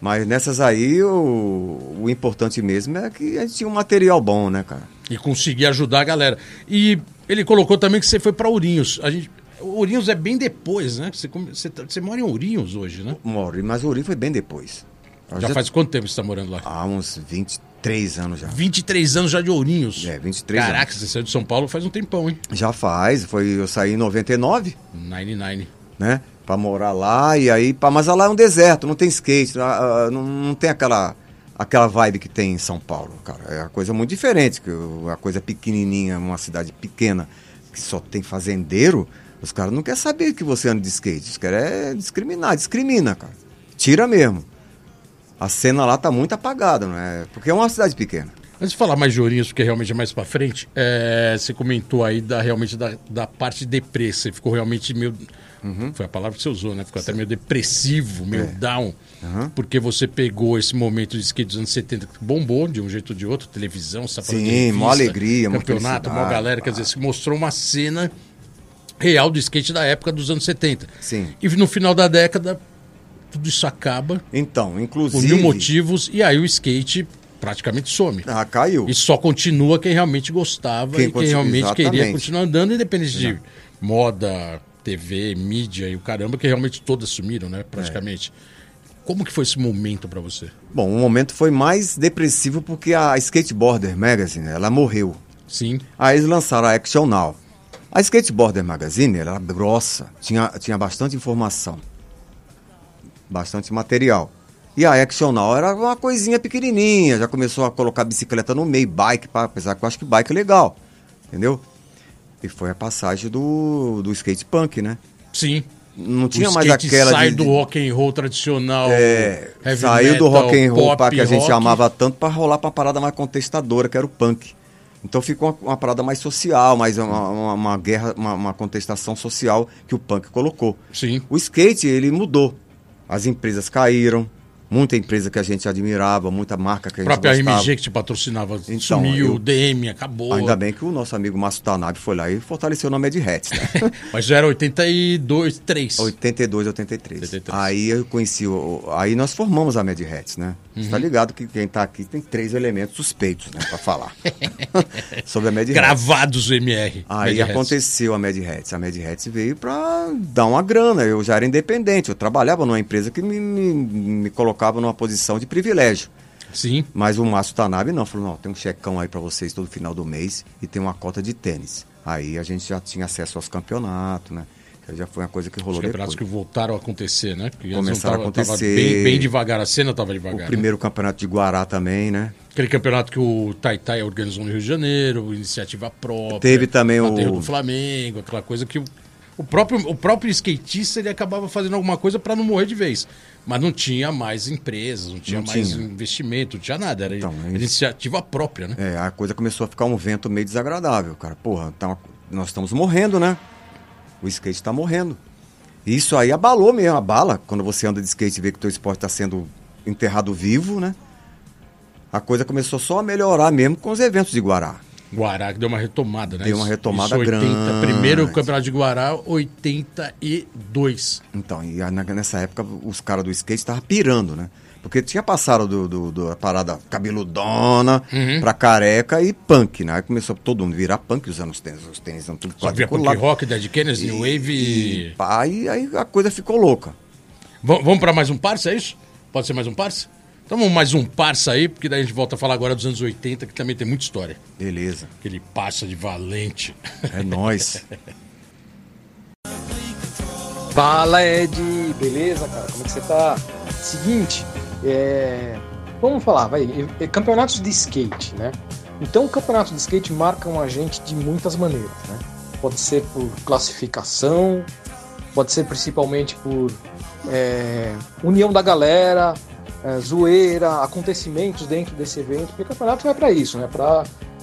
[SPEAKER 3] Mas nessas aí, o, o importante mesmo é que a gente tinha um material bom, né, cara?
[SPEAKER 1] E conseguir ajudar a galera. E ele colocou também que você foi para Ourinhos. A gente, Ourinhos é bem depois, né? Você, come- você, tá- você mora em Ourinhos hoje, né?
[SPEAKER 3] Moro, mas o Ourinho foi bem depois. Eu
[SPEAKER 1] Já faz quanto tempo você está morando lá?
[SPEAKER 3] Há uns 23 anos já.
[SPEAKER 1] 23 anos já de Ourinhos.
[SPEAKER 3] É, 23
[SPEAKER 1] Caraca,
[SPEAKER 3] anos.
[SPEAKER 1] você saiu de São Paulo faz um tempão, hein?
[SPEAKER 3] Já faz, foi, eu saí em 99,
[SPEAKER 1] 99.
[SPEAKER 3] né? Pra morar lá, e aí. Pra, mas lá é um deserto, não tem skate, lá, ah, não, não tem aquela, aquela vibe que tem em São Paulo, cara. É uma coisa muito diferente, que o- a coisa pequenininha, uma cidade pequena, que só tem fazendeiro, os caras não querem saber que você anda de skate, os caras é discriminar, discrimina, cara. Tira mesmo. A cena lá tá muito apagada, não é? Porque é uma cidade pequena.
[SPEAKER 1] Antes de falar mais de Ourinhos, porque realmente é mais pra frente, é, você comentou aí da, realmente da, da parte deprê. Você ficou realmente meio.
[SPEAKER 3] Uhum.
[SPEAKER 1] Foi a palavra que você usou, né? Ficou até meio depressivo,
[SPEAKER 3] É.
[SPEAKER 1] meio down.
[SPEAKER 3] Uhum.
[SPEAKER 1] Porque você pegou esse momento de skate dos anos 70 que bombou de um jeito ou de outro, televisão, sapato
[SPEAKER 3] Sim,
[SPEAKER 1] de revista,
[SPEAKER 3] mó alegria, mó
[SPEAKER 1] campeonato, mó
[SPEAKER 3] felicidade,
[SPEAKER 1] galera. Quer
[SPEAKER 3] pá.
[SPEAKER 1] dizer, se mostrou uma cena real do skate da época dos anos 70.
[SPEAKER 3] Sim.
[SPEAKER 1] E no final da década, tudo isso acaba
[SPEAKER 3] Então,
[SPEAKER 1] por
[SPEAKER 3] inclusive.
[SPEAKER 1] mil motivos e aí o skate praticamente some.
[SPEAKER 3] Ah, caiu.
[SPEAKER 1] E só continua quem realmente gostava
[SPEAKER 3] Quem
[SPEAKER 1] e quem
[SPEAKER 3] continua-
[SPEAKER 1] realmente queria
[SPEAKER 3] exatamente.
[SPEAKER 1] continuar andando, independente de moda, TV, mídia e o caramba, que realmente todas sumiram, né? Praticamente.
[SPEAKER 3] É.
[SPEAKER 1] Como que foi esse momento pra você?
[SPEAKER 3] Bom, o momento foi mais depressivo porque a Skateboarder Magazine, ela morreu.
[SPEAKER 1] Sim.
[SPEAKER 3] Aí eles lançaram a Action Now. A Skateboarder Magazine, ela era grossa, tinha, tinha bastante informação, bastante material. E a Action Now era uma coisinha pequenininha, já começou a colocar bicicleta no meio, bike, pá, apesar que eu acho que bike é legal, entendeu? E foi a passagem do, do skate punk, né?
[SPEAKER 1] Sim.
[SPEAKER 3] Não
[SPEAKER 1] O
[SPEAKER 3] tinha mais
[SPEAKER 1] skate
[SPEAKER 3] aquela
[SPEAKER 1] sai
[SPEAKER 3] de-
[SPEAKER 1] do
[SPEAKER 3] de-
[SPEAKER 1] rock and roll tradicional.
[SPEAKER 3] É,
[SPEAKER 1] heavy
[SPEAKER 3] saiu do
[SPEAKER 1] metal,
[SPEAKER 3] rock and roll
[SPEAKER 1] pop,
[SPEAKER 3] pá, que a gente
[SPEAKER 1] rock.
[SPEAKER 3] amava tanto para rolar para uma parada mais contestadora, que era o punk. Então ficou uma, uma parada mais social, mais uma, uma- uma guerra, uma, uma contestação social que o punk colocou.
[SPEAKER 1] Sim.
[SPEAKER 3] O skate, ele mudou. As empresas caíram, muita empresa que a gente admirava, muita marca que
[SPEAKER 1] A
[SPEAKER 3] a gente
[SPEAKER 1] própria
[SPEAKER 3] gostava.
[SPEAKER 1] RMG que te patrocinava
[SPEAKER 3] Então,
[SPEAKER 1] sumiu,
[SPEAKER 3] eu-
[SPEAKER 1] DM acabou.
[SPEAKER 3] Ainda bem que o nosso amigo Márcio Tanabe foi lá e fortaleceu o nome de Hats, né?
[SPEAKER 1] *laughs* Mas já era 82, 3.
[SPEAKER 3] 82, 83.
[SPEAKER 1] 83.
[SPEAKER 3] Aí eu conheci, o, o- aí nós formamos a Mad Hats, né? Você tá ligado que quem tá aqui tem três elementos suspeitos, né, pra falar. Sobre a Mad Hats.
[SPEAKER 1] Gravados MR.
[SPEAKER 3] Aí
[SPEAKER 1] Mad Hats.
[SPEAKER 3] aconteceu a Mad Hats. A Mad Hats veio pra dar uma grana. Eu já era independente, eu trabalhava numa empresa que me, me, me colocava numa posição de privilégio.
[SPEAKER 1] Sim.
[SPEAKER 3] Mas o Márcio Tanabe não, falou, não, tem um checão aí pra vocês todo final do mês e tem uma cota de tênis. Aí a gente já tinha acesso aos campeonatos, né? Que Já foi uma coisa que
[SPEAKER 1] Os
[SPEAKER 3] rolou
[SPEAKER 1] campeonatos
[SPEAKER 3] depois.
[SPEAKER 1] que voltaram a acontecer, né? Porque antes
[SPEAKER 3] Começaram
[SPEAKER 1] não
[SPEAKER 3] a
[SPEAKER 1] Tava
[SPEAKER 3] acontecer.
[SPEAKER 1] bem, bem devagar, a cena tava devagar.
[SPEAKER 3] O primeiro campeonato de Guará também, né?
[SPEAKER 1] né? Aquele campeonato que o Taitai organizou no Rio de Janeiro, iniciativa própria.
[SPEAKER 3] Teve também o-
[SPEAKER 1] aterro do Flamengo, aquela coisa que o, o próprio, o próprio skatista ele acabava fazendo alguma coisa para não morrer de vez. Mas não tinha mais empresas, não tinha
[SPEAKER 3] Não
[SPEAKER 1] mais
[SPEAKER 3] tinha.
[SPEAKER 1] investimento, não tinha nada. Era
[SPEAKER 3] Então, é isso.
[SPEAKER 1] iniciativa própria, né?
[SPEAKER 3] É, a coisa começou a ficar um vento meio desagradável, cara. Porra, tá uma- nós estamos morrendo, né? O skate tá morrendo. E Isso aí abalou mesmo, abala. Quando você anda de skate e vê que o teu esporte tá sendo enterrado vivo, né? A coisa começou só a melhorar mesmo com os eventos de Guará.
[SPEAKER 1] Guará que deu uma retomada, né?
[SPEAKER 3] Deu uma
[SPEAKER 1] Isso-
[SPEAKER 3] retomada
[SPEAKER 1] isso
[SPEAKER 3] grande.
[SPEAKER 1] Primeiro campeonato de Guará, 82.
[SPEAKER 3] Então, e aí na- nessa época os caras do skate estavam pirando, né? Porque tinha passado do, do- do- da parada cabeludona
[SPEAKER 1] Uhum.
[SPEAKER 3] pra careca e punk, né? Aí começou todo mundo virar punk, usando os tênis, os tênis eram tudo
[SPEAKER 1] Só via punk
[SPEAKER 3] quadriculado.
[SPEAKER 1] rock, Dead Kennedys, New Wave.
[SPEAKER 3] E, pá, e aí a coisa ficou louca.
[SPEAKER 1] V- vamos pra mais um parça, é isso? Pode ser mais um parça? Então vamos mais um parça aí, porque daí a gente volta a falar agora dos anos 80, que também tem muita história.
[SPEAKER 3] Beleza.
[SPEAKER 1] Aquele parça de valente. *laughs*
[SPEAKER 3] É nóis.
[SPEAKER 5] Fala Ed, beleza, cara? Como é que você tá? Seguinte, é... vamos falar, vai. É- é Campeonatos de skate, né? Então, o campeonato de skate marcam a gente de muitas maneiras, né? Pode ser por classificação, pode ser principalmente por é, união da galera, é, zoeira, acontecimentos dentro desse evento, porque o campeonato é para isso, né? Para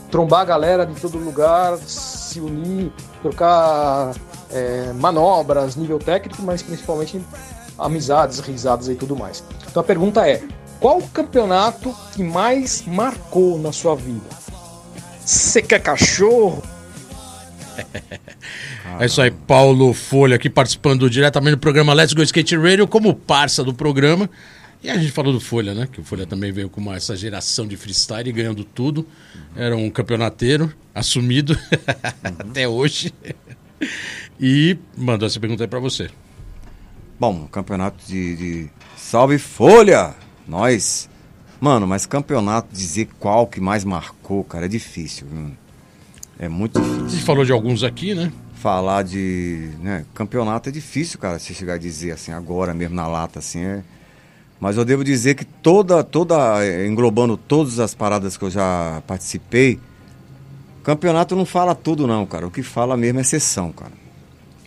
[SPEAKER 5] trombar a galera de todo lugar, se unir, trocar é, manobras, nível técnico, mas principalmente amizades, risadas e tudo mais. Então a pergunta é: qual o campeonato que mais marcou na sua vida? Você quer cachorro?
[SPEAKER 1] É isso aí, Paulo Folha aqui participando diretamente do programa Let's Go Skate Radio como parça do programa. E a gente falou do Folha, né? Que o Folha também veio com uma, essa geração de freestyle ganhando tudo.
[SPEAKER 3] Uhum.
[SPEAKER 1] Era um campeonateiro assumido *laughs*
[SPEAKER 3] Uhum.
[SPEAKER 1] até hoje. E mandou essa pergunta aí pra você.
[SPEAKER 3] Bom, campeonato de, de- Salve Folha! Nós! Mano, mas campeonato dizer qual que mais marcou, cara, é difícil, viu? É muito
[SPEAKER 1] A
[SPEAKER 3] difícil.
[SPEAKER 1] gente falou de alguns aqui, né?
[SPEAKER 3] Falar de. né, campeonato é difícil, cara, se chegar a dizer assim agora mesmo na lata, assim, é. Mas eu devo dizer que toda, toda. eh, englobando todas as paradas que eu já participei, campeonato não fala tudo, não, cara. O que fala mesmo é sessão, cara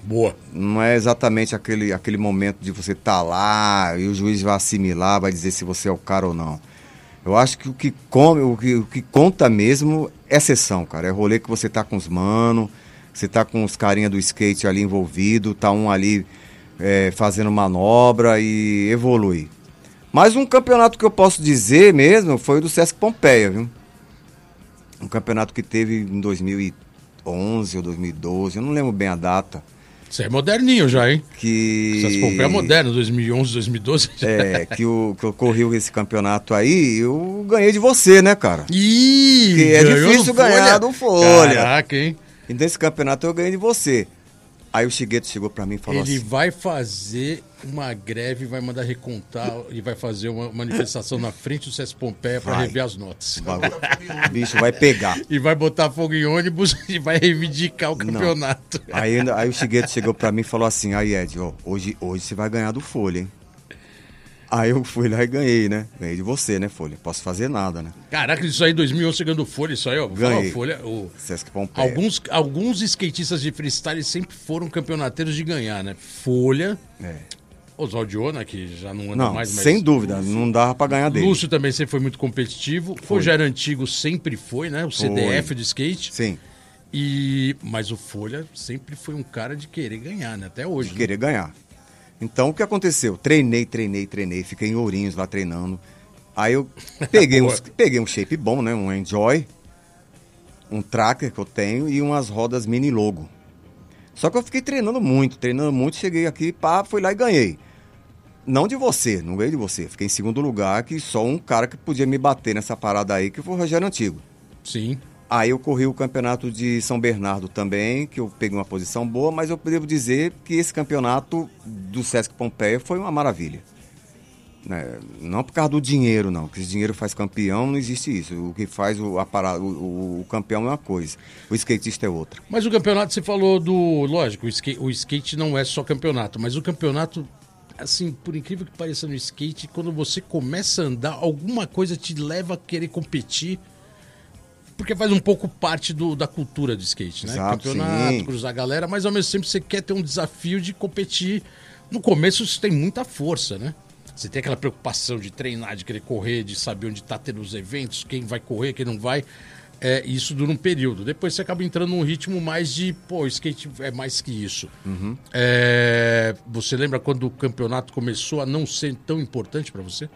[SPEAKER 1] Boa.
[SPEAKER 3] não é exatamente aquele, aquele momento de você estar lá e o juiz vai assimilar, vai dizer se você é o cara ou não. Eu acho que o que, come, o que, o que conta mesmo é sessão, cara. É rolê que você tá com os mano, você tá com os carinha do skate ali envolvido, tá um ali eh, fazendo manobra e evolui. Mas um campeonato que eu posso dizer mesmo foi o do Sesc Pompeia, viu? Um campeonato que teve em 2011 ou 2012, eu não lembro bem a data
[SPEAKER 1] Você é moderninho já, hein?
[SPEAKER 3] que
[SPEAKER 1] Essas Pompeia é moderno, 2011, 2012.
[SPEAKER 3] É, que o que ocorreu esse campeonato aí, eu ganhei de você, né, cara?
[SPEAKER 1] Ih,
[SPEAKER 3] Que é
[SPEAKER 1] ganhou no
[SPEAKER 3] difícil ganhar do Folha.
[SPEAKER 1] Caraca, hein?
[SPEAKER 3] E nesse campeonato eu ganhei de você. Aí o Chigueto chegou pra mim e falou
[SPEAKER 1] Ele
[SPEAKER 3] assim:
[SPEAKER 1] vai fazer uma greve, vai mandar recontar e vai fazer uma manifestação na frente do César Pompeia para
[SPEAKER 3] Vai.
[SPEAKER 1] rever as notas.
[SPEAKER 3] "Bagulho- bicho vai pegar.
[SPEAKER 1] E vai botar fogo em ônibus *laughs* e vai reivindicar o campeonato.
[SPEAKER 3] Aí, ainda- aí o Chigueto chegou pra mim e falou assim: aí, Ed, ó, hoje, hoje você vai ganhar do Folha, hein? Aí eu fui lá e ganhei, né? Ganhei de você, né, Folha? Posso fazer nada, né?
[SPEAKER 1] Caraca, isso aí, 2011 chegando Folha, isso aí, ó. Vou falar,
[SPEAKER 3] Ganhei.
[SPEAKER 1] Folha, o-
[SPEAKER 3] Sesc Pompeia.
[SPEAKER 1] Alguns, alguns skatistas de freestyle sempre foram campeonateiros de ganhar, né? Folha,
[SPEAKER 3] É.
[SPEAKER 1] Oswald Diona, que já não anda
[SPEAKER 3] Não,
[SPEAKER 1] mais, mas...
[SPEAKER 3] sem dúvida, não dava pra ganhar dele.
[SPEAKER 1] Lúcio também sempre foi muito competitivo. Foi. já era antigo, sempre foi, né? O CDF do skate.
[SPEAKER 3] Sim,
[SPEAKER 1] E mas o Folha sempre foi um cara de querer ganhar, né? Até hoje.
[SPEAKER 3] de
[SPEAKER 1] né?
[SPEAKER 3] querer ganhar. Então o que aconteceu? Treinei, treinei, treinei, fiquei em Ourinhos lá treinando. Aí
[SPEAKER 1] *laughs*
[SPEAKER 3] eu peguei, uns, peguei um shape bom, né? Um Enjoy, um tracker que eu tenho e umas rodas mini logo. Só que eu fiquei treinando muito, treinando muito, cheguei aqui, pá, fui lá e ganhei. Não de você, não ganhei de você. Fiquei em segundo lugar, que só um cara que podia me bater nessa parada aí, que foi o Rogério Antigo.
[SPEAKER 1] Sim.
[SPEAKER 3] Aí eu corri o campeonato de São Bernardo também, que eu peguei uma posição boa, mas eu devo dizer que esse campeonato do Sesc Pompeia foi uma maravilha. Né? Não por causa do dinheiro, não, que o dinheiro faz campeão, não existe isso. O que faz o, a parada- o- o- o campeão é uma coisa, o skatista é outra.
[SPEAKER 1] Mas o campeonato você falou do, lógico, o skate, o skate não é só campeonato, mas o campeonato assim, por incrível que pareça no skate, quando você começa a andar, alguma coisa te leva a querer competir. Porque faz um pouco parte do- da cultura do skate, né?
[SPEAKER 3] Exato,
[SPEAKER 1] Campeonato,
[SPEAKER 3] sim.
[SPEAKER 1] cruzar a galera, mas ao mesmo tempo você quer ter um desafio de competir. No começo isso tem muita força, né? Você tem aquela preocupação de treinar, de querer correr, de saber onde tá tendo os eventos, quem vai correr, quem não vai. É, e isso dura um período. Depois você acaba entrando num ritmo mais de, pô, o skate é mais que isso.
[SPEAKER 3] Uhum.
[SPEAKER 1] É, você lembra quando o campeonato começou a não ser tão importante pra você?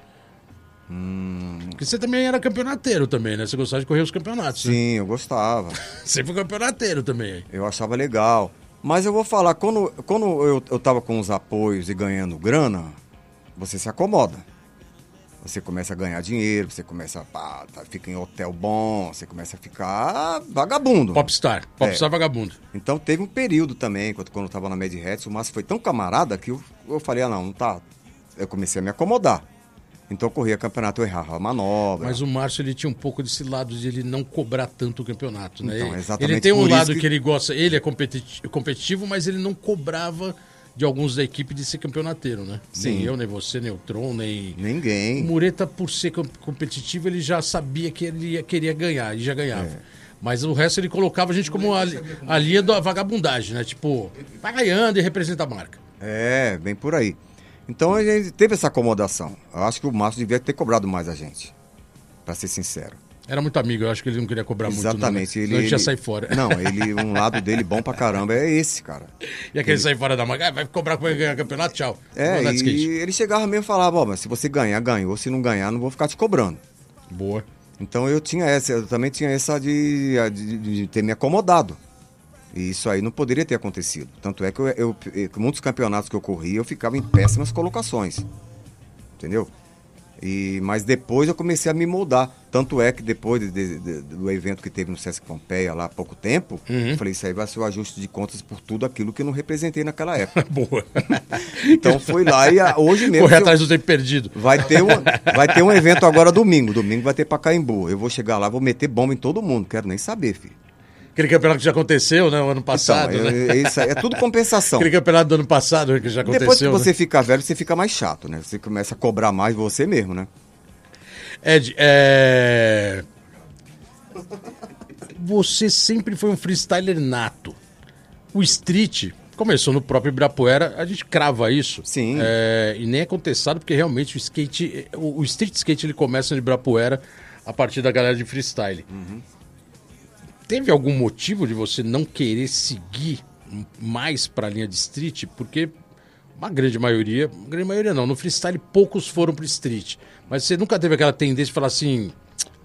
[SPEAKER 1] Porque você também era campeonateiro também, né? Você gostava de correr os campeonatos. né?
[SPEAKER 3] Sim, eu gostava.
[SPEAKER 1] Você foi campeonateiro também.
[SPEAKER 3] Eu achava legal. Mas eu vou falar, quando, quando eu, eu tava com os apoios e ganhando grana, você se acomoda. Você começa a ganhar dinheiro, você começa a. Pá, tá, fica em hotel bom, você começa a ficar vagabundo.
[SPEAKER 1] Popstar.
[SPEAKER 3] É.
[SPEAKER 1] Popstar vagabundo.
[SPEAKER 3] Então teve um período também, quando, quando eu tava na Mad Hats, o Márcio foi tão camarada que eu, eu falei, ah não, não tá. Eu comecei a me acomodar. Então eu corria campeonato, eu errava a manobra.
[SPEAKER 1] Mas o Márcio, ele tinha um pouco desse lado de ele não cobrar tanto o campeonato, né?
[SPEAKER 3] Então,
[SPEAKER 1] Ele-
[SPEAKER 3] exatamente
[SPEAKER 1] ele tem um
[SPEAKER 3] por isso
[SPEAKER 1] lado que...
[SPEAKER 3] que-
[SPEAKER 1] ele gosta, ele é competiti- competitivo, mas ele não cobrava de alguns da equipe de ser campeonateiro, né? Nem
[SPEAKER 3] Sim.
[SPEAKER 1] eu, nem você, nem o Tron, nem... O
[SPEAKER 3] Ninguém.
[SPEAKER 1] Mureta, por ser com- competitivo, ele já sabia que ele ia- queria ganhar, e já ganhava.
[SPEAKER 3] É.
[SPEAKER 1] Mas o resto ele colocava a gente como a, a linha da vagabundagem, né? Tipo, vai ganhando e representa a marca.
[SPEAKER 3] É, bem por aí. Então a gente teve essa acomodação. Eu acho que o Márcio devia ter cobrado mais a gente, Pra ser sincero.
[SPEAKER 1] Era muito amigo, eu acho que ele não queria cobrar muito.
[SPEAKER 3] Exatamente. ele,
[SPEAKER 1] Não, né? Senão a gente ia
[SPEAKER 3] ele-
[SPEAKER 1] sair fora. *laughs*
[SPEAKER 3] Não, ele, um lado dele bom pra caramba é esse, cara.
[SPEAKER 1] E aquele sair fora da marca, "Ah, vai cobrar pra ganhar campeonato, tchau.
[SPEAKER 3] É,
[SPEAKER 1] Vou andar de
[SPEAKER 3] e
[SPEAKER 1] skate.
[SPEAKER 3] ele chegava mesmo e falava, ó, mas se você ganhar, ganhou, se não ganhar, não vou ficar te cobrando.
[SPEAKER 1] Boa. *laughs*
[SPEAKER 3] Então eu tinha essa, eu também tinha essa de, a de- de ter me acomodado. E isso aí não poderia ter acontecido. Tanto é que eu, eu- eh, muitos campeonatos que eu corria, eu ficava em péssimas colocações. Entendeu? E, mas depois eu comecei a me moldar. Tanto é que depois de- de- de- do evento que teve no Sesc Pompeia lá há pouco tempo, eu falei, isso aí vai ser o ajuste de contas por tudo aquilo que eu não representei
[SPEAKER 1] *laughs*
[SPEAKER 3] naquela época.
[SPEAKER 1] Boa.
[SPEAKER 3] Então fui lá e a- hoje mesmo.
[SPEAKER 1] Correr
[SPEAKER 3] se eu-
[SPEAKER 1] atrás do tempo perdido.
[SPEAKER 3] Vai ter, um, vai ter um evento agora domingo. Domingo vai ter Pacaembu. Eu vou chegar lá, vou meter bomba em todo mundo. Quero nem saber, filho.
[SPEAKER 1] Aquele campeonato que já aconteceu, né? O ano passado,
[SPEAKER 3] então,
[SPEAKER 1] né?
[SPEAKER 3] é, é isso aí, é tudo compensação.
[SPEAKER 1] Aquele campeonato do ano passado que já aconteceu.
[SPEAKER 3] Depois que você
[SPEAKER 1] né?
[SPEAKER 3] fica velho, você fica mais chato, né? Você começa a cobrar mais você mesmo, né?
[SPEAKER 1] Ed, é... Você sempre foi um freestyler nato. O street começou no próprio Ibirapuera, a gente crava isso.
[SPEAKER 3] Sim.
[SPEAKER 1] É, E nem é contestado, porque realmente o skate. O o street skate ele começa no Ibirapuera a partir da galera de freestyle. Teve algum motivo de você não querer seguir mais pra linha de street? Porque uma grande maioria, uma grande maioria não, no freestyle poucos foram pro street. Mas você nunca teve aquela tendência de falar assim,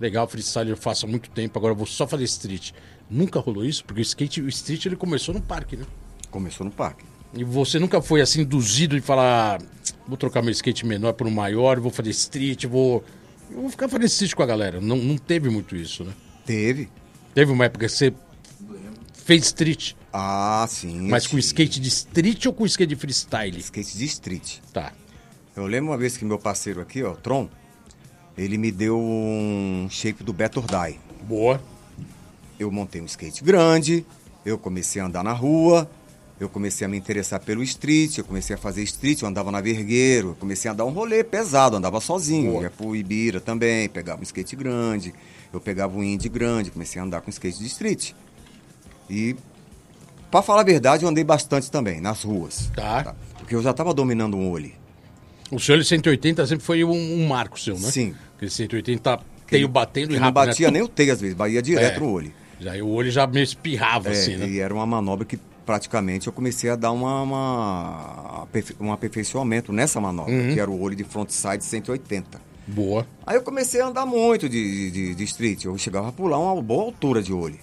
[SPEAKER 1] legal, freestyle eu faço há muito tempo, agora eu vou só fazer street. Nunca rolou isso? Porque o skate, o street ele começou no parque, né?
[SPEAKER 3] Começou no parque.
[SPEAKER 1] E você nunca foi assim induzido de falar, vou trocar meu skate menor por um maior, vou fazer street, vou eu vou ficar fazendo street com a galera. Não, não teve muito isso, né?
[SPEAKER 3] Teve.
[SPEAKER 1] Teve uma época que você fez street,
[SPEAKER 3] Ah, sim.
[SPEAKER 1] mas com
[SPEAKER 3] sim.
[SPEAKER 1] skate de street ou com skate de freestyle?
[SPEAKER 3] Skate de street.
[SPEAKER 1] Tá.
[SPEAKER 3] Eu lembro uma vez que meu parceiro aqui, ó, Tron, ele me deu um shape do Better Die.
[SPEAKER 1] Boa.
[SPEAKER 3] Eu montei um skate grande, eu comecei a andar na rua, eu comecei a me interessar pelo street, eu comecei a fazer street, eu andava na Vergueiro, eu comecei a dar um rolê pesado, eu andava sozinho,
[SPEAKER 1] Boa.
[SPEAKER 3] ia pro Ibira também, pegava um skate grande, eu pegava um indie grande, comecei a andar com skate de street. E, pra falar a verdade, eu andei bastante também, nas ruas.
[SPEAKER 1] Tá.
[SPEAKER 3] Porque eu já tava dominando um olho.
[SPEAKER 1] O senhor ele 180 sempre foi um, um marco seu, né?
[SPEAKER 3] Sim.
[SPEAKER 1] Aquele 180 teio batendo e
[SPEAKER 3] Eu não
[SPEAKER 1] rápido.
[SPEAKER 3] batia
[SPEAKER 1] né? É.
[SPEAKER 3] nem o teio às vezes, batia direto no olho.
[SPEAKER 1] Já o olho já meio espirrava
[SPEAKER 3] É,
[SPEAKER 1] assim, né?
[SPEAKER 3] E era uma manobra que praticamente eu comecei a dar uma, uma aperfei- um aperfeiçoamento nessa manobra, que era o olho de frontside 180.
[SPEAKER 1] Boa.
[SPEAKER 3] Aí eu comecei a andar muito de, de, de street. Eu chegava a pular uma boa altura de olho.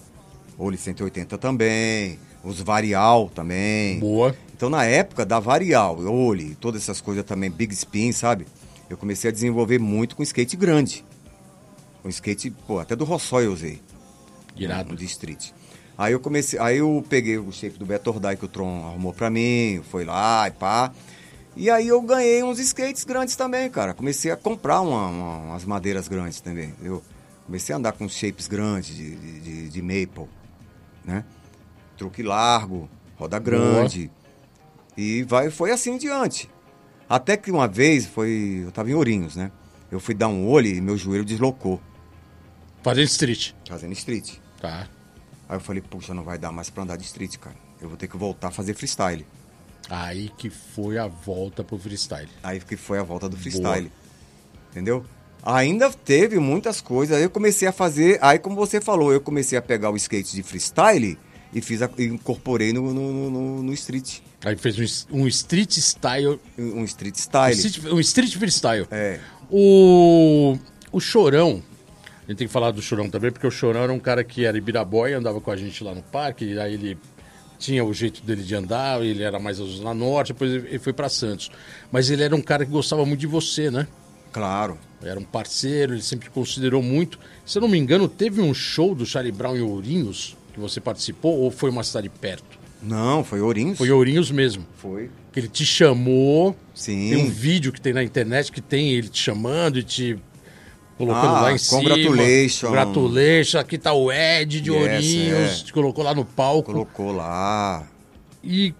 [SPEAKER 3] Olho 180 também, os varial também.
[SPEAKER 1] Boa.
[SPEAKER 3] Então, na época da varial, olho, todas essas coisas também, big spin, sabe? Eu comecei a desenvolver muito com skate grande. Com skate, pô, até do Rossói eu usei
[SPEAKER 1] Irado.
[SPEAKER 3] de street. Aí eu comecei, aí eu peguei o shape do Betordai que o Tron arrumou pra mim, foi lá e pá. E aí eu ganhei uns skates grandes também, cara. Comecei a comprar uma- uma- umas madeiras grandes também, eu Comecei a andar com shapes grandes de, de, de- de maple, né? Truque largo, roda grande. E vai, foi assim em diante. Até que uma vez foi, eu tava em Ourinhos, né? Eu fui dar um olho e meu joelho deslocou,
[SPEAKER 1] Fazendo street.
[SPEAKER 3] fazendo street.
[SPEAKER 1] Tá.
[SPEAKER 3] Aí eu falei, puxa, não vai dar mais pra andar de street, cara. Eu vou ter que voltar a fazer freestyle.
[SPEAKER 1] Aí que foi a volta pro freestyle.
[SPEAKER 3] Aí que foi a volta do freestyle. Entendeu? Ainda teve muitas coisas. Aí eu comecei a fazer. Aí, como você falou, eu comecei a pegar o skate de freestyle e fiz a- e incorporei no, no, no- no- no street.
[SPEAKER 1] Aí fez um, s- um street style.
[SPEAKER 3] Um street style.
[SPEAKER 1] street- um street freestyle.
[SPEAKER 3] É.
[SPEAKER 1] O, o Chorão, a gente tem que falar do Chorão também, porque o Chorão era um cara que era Ibiraboia, andava com a gente lá no parque, e aí ele tinha o jeito dele de andar, ele era mais na norte, depois ele ele foi pra Santos. Mas ele era um cara que gostava muito de você, né?
[SPEAKER 3] Claro.
[SPEAKER 1] Era um parceiro, ele sempre te considerou muito. Se eu não me engano, teve um show do Charlie Brown em Ourinhos que você participou, ou foi uma cidade perto?
[SPEAKER 3] Não, foi Ourinhos.
[SPEAKER 1] Foi Ourinhos mesmo.
[SPEAKER 3] Foi.
[SPEAKER 1] Que ele te chamou.
[SPEAKER 3] Sim.
[SPEAKER 1] Tem um vídeo que tem na internet que tem ele te chamando e te colocando
[SPEAKER 3] Ah,
[SPEAKER 1] lá em
[SPEAKER 3] congratulations.
[SPEAKER 1] cima. Congratulations. Aqui tá o Ed de
[SPEAKER 3] Yes,
[SPEAKER 1] Ourinhos.
[SPEAKER 3] é.
[SPEAKER 1] Te colocou lá no palco.
[SPEAKER 3] Colocou lá.
[SPEAKER 1] E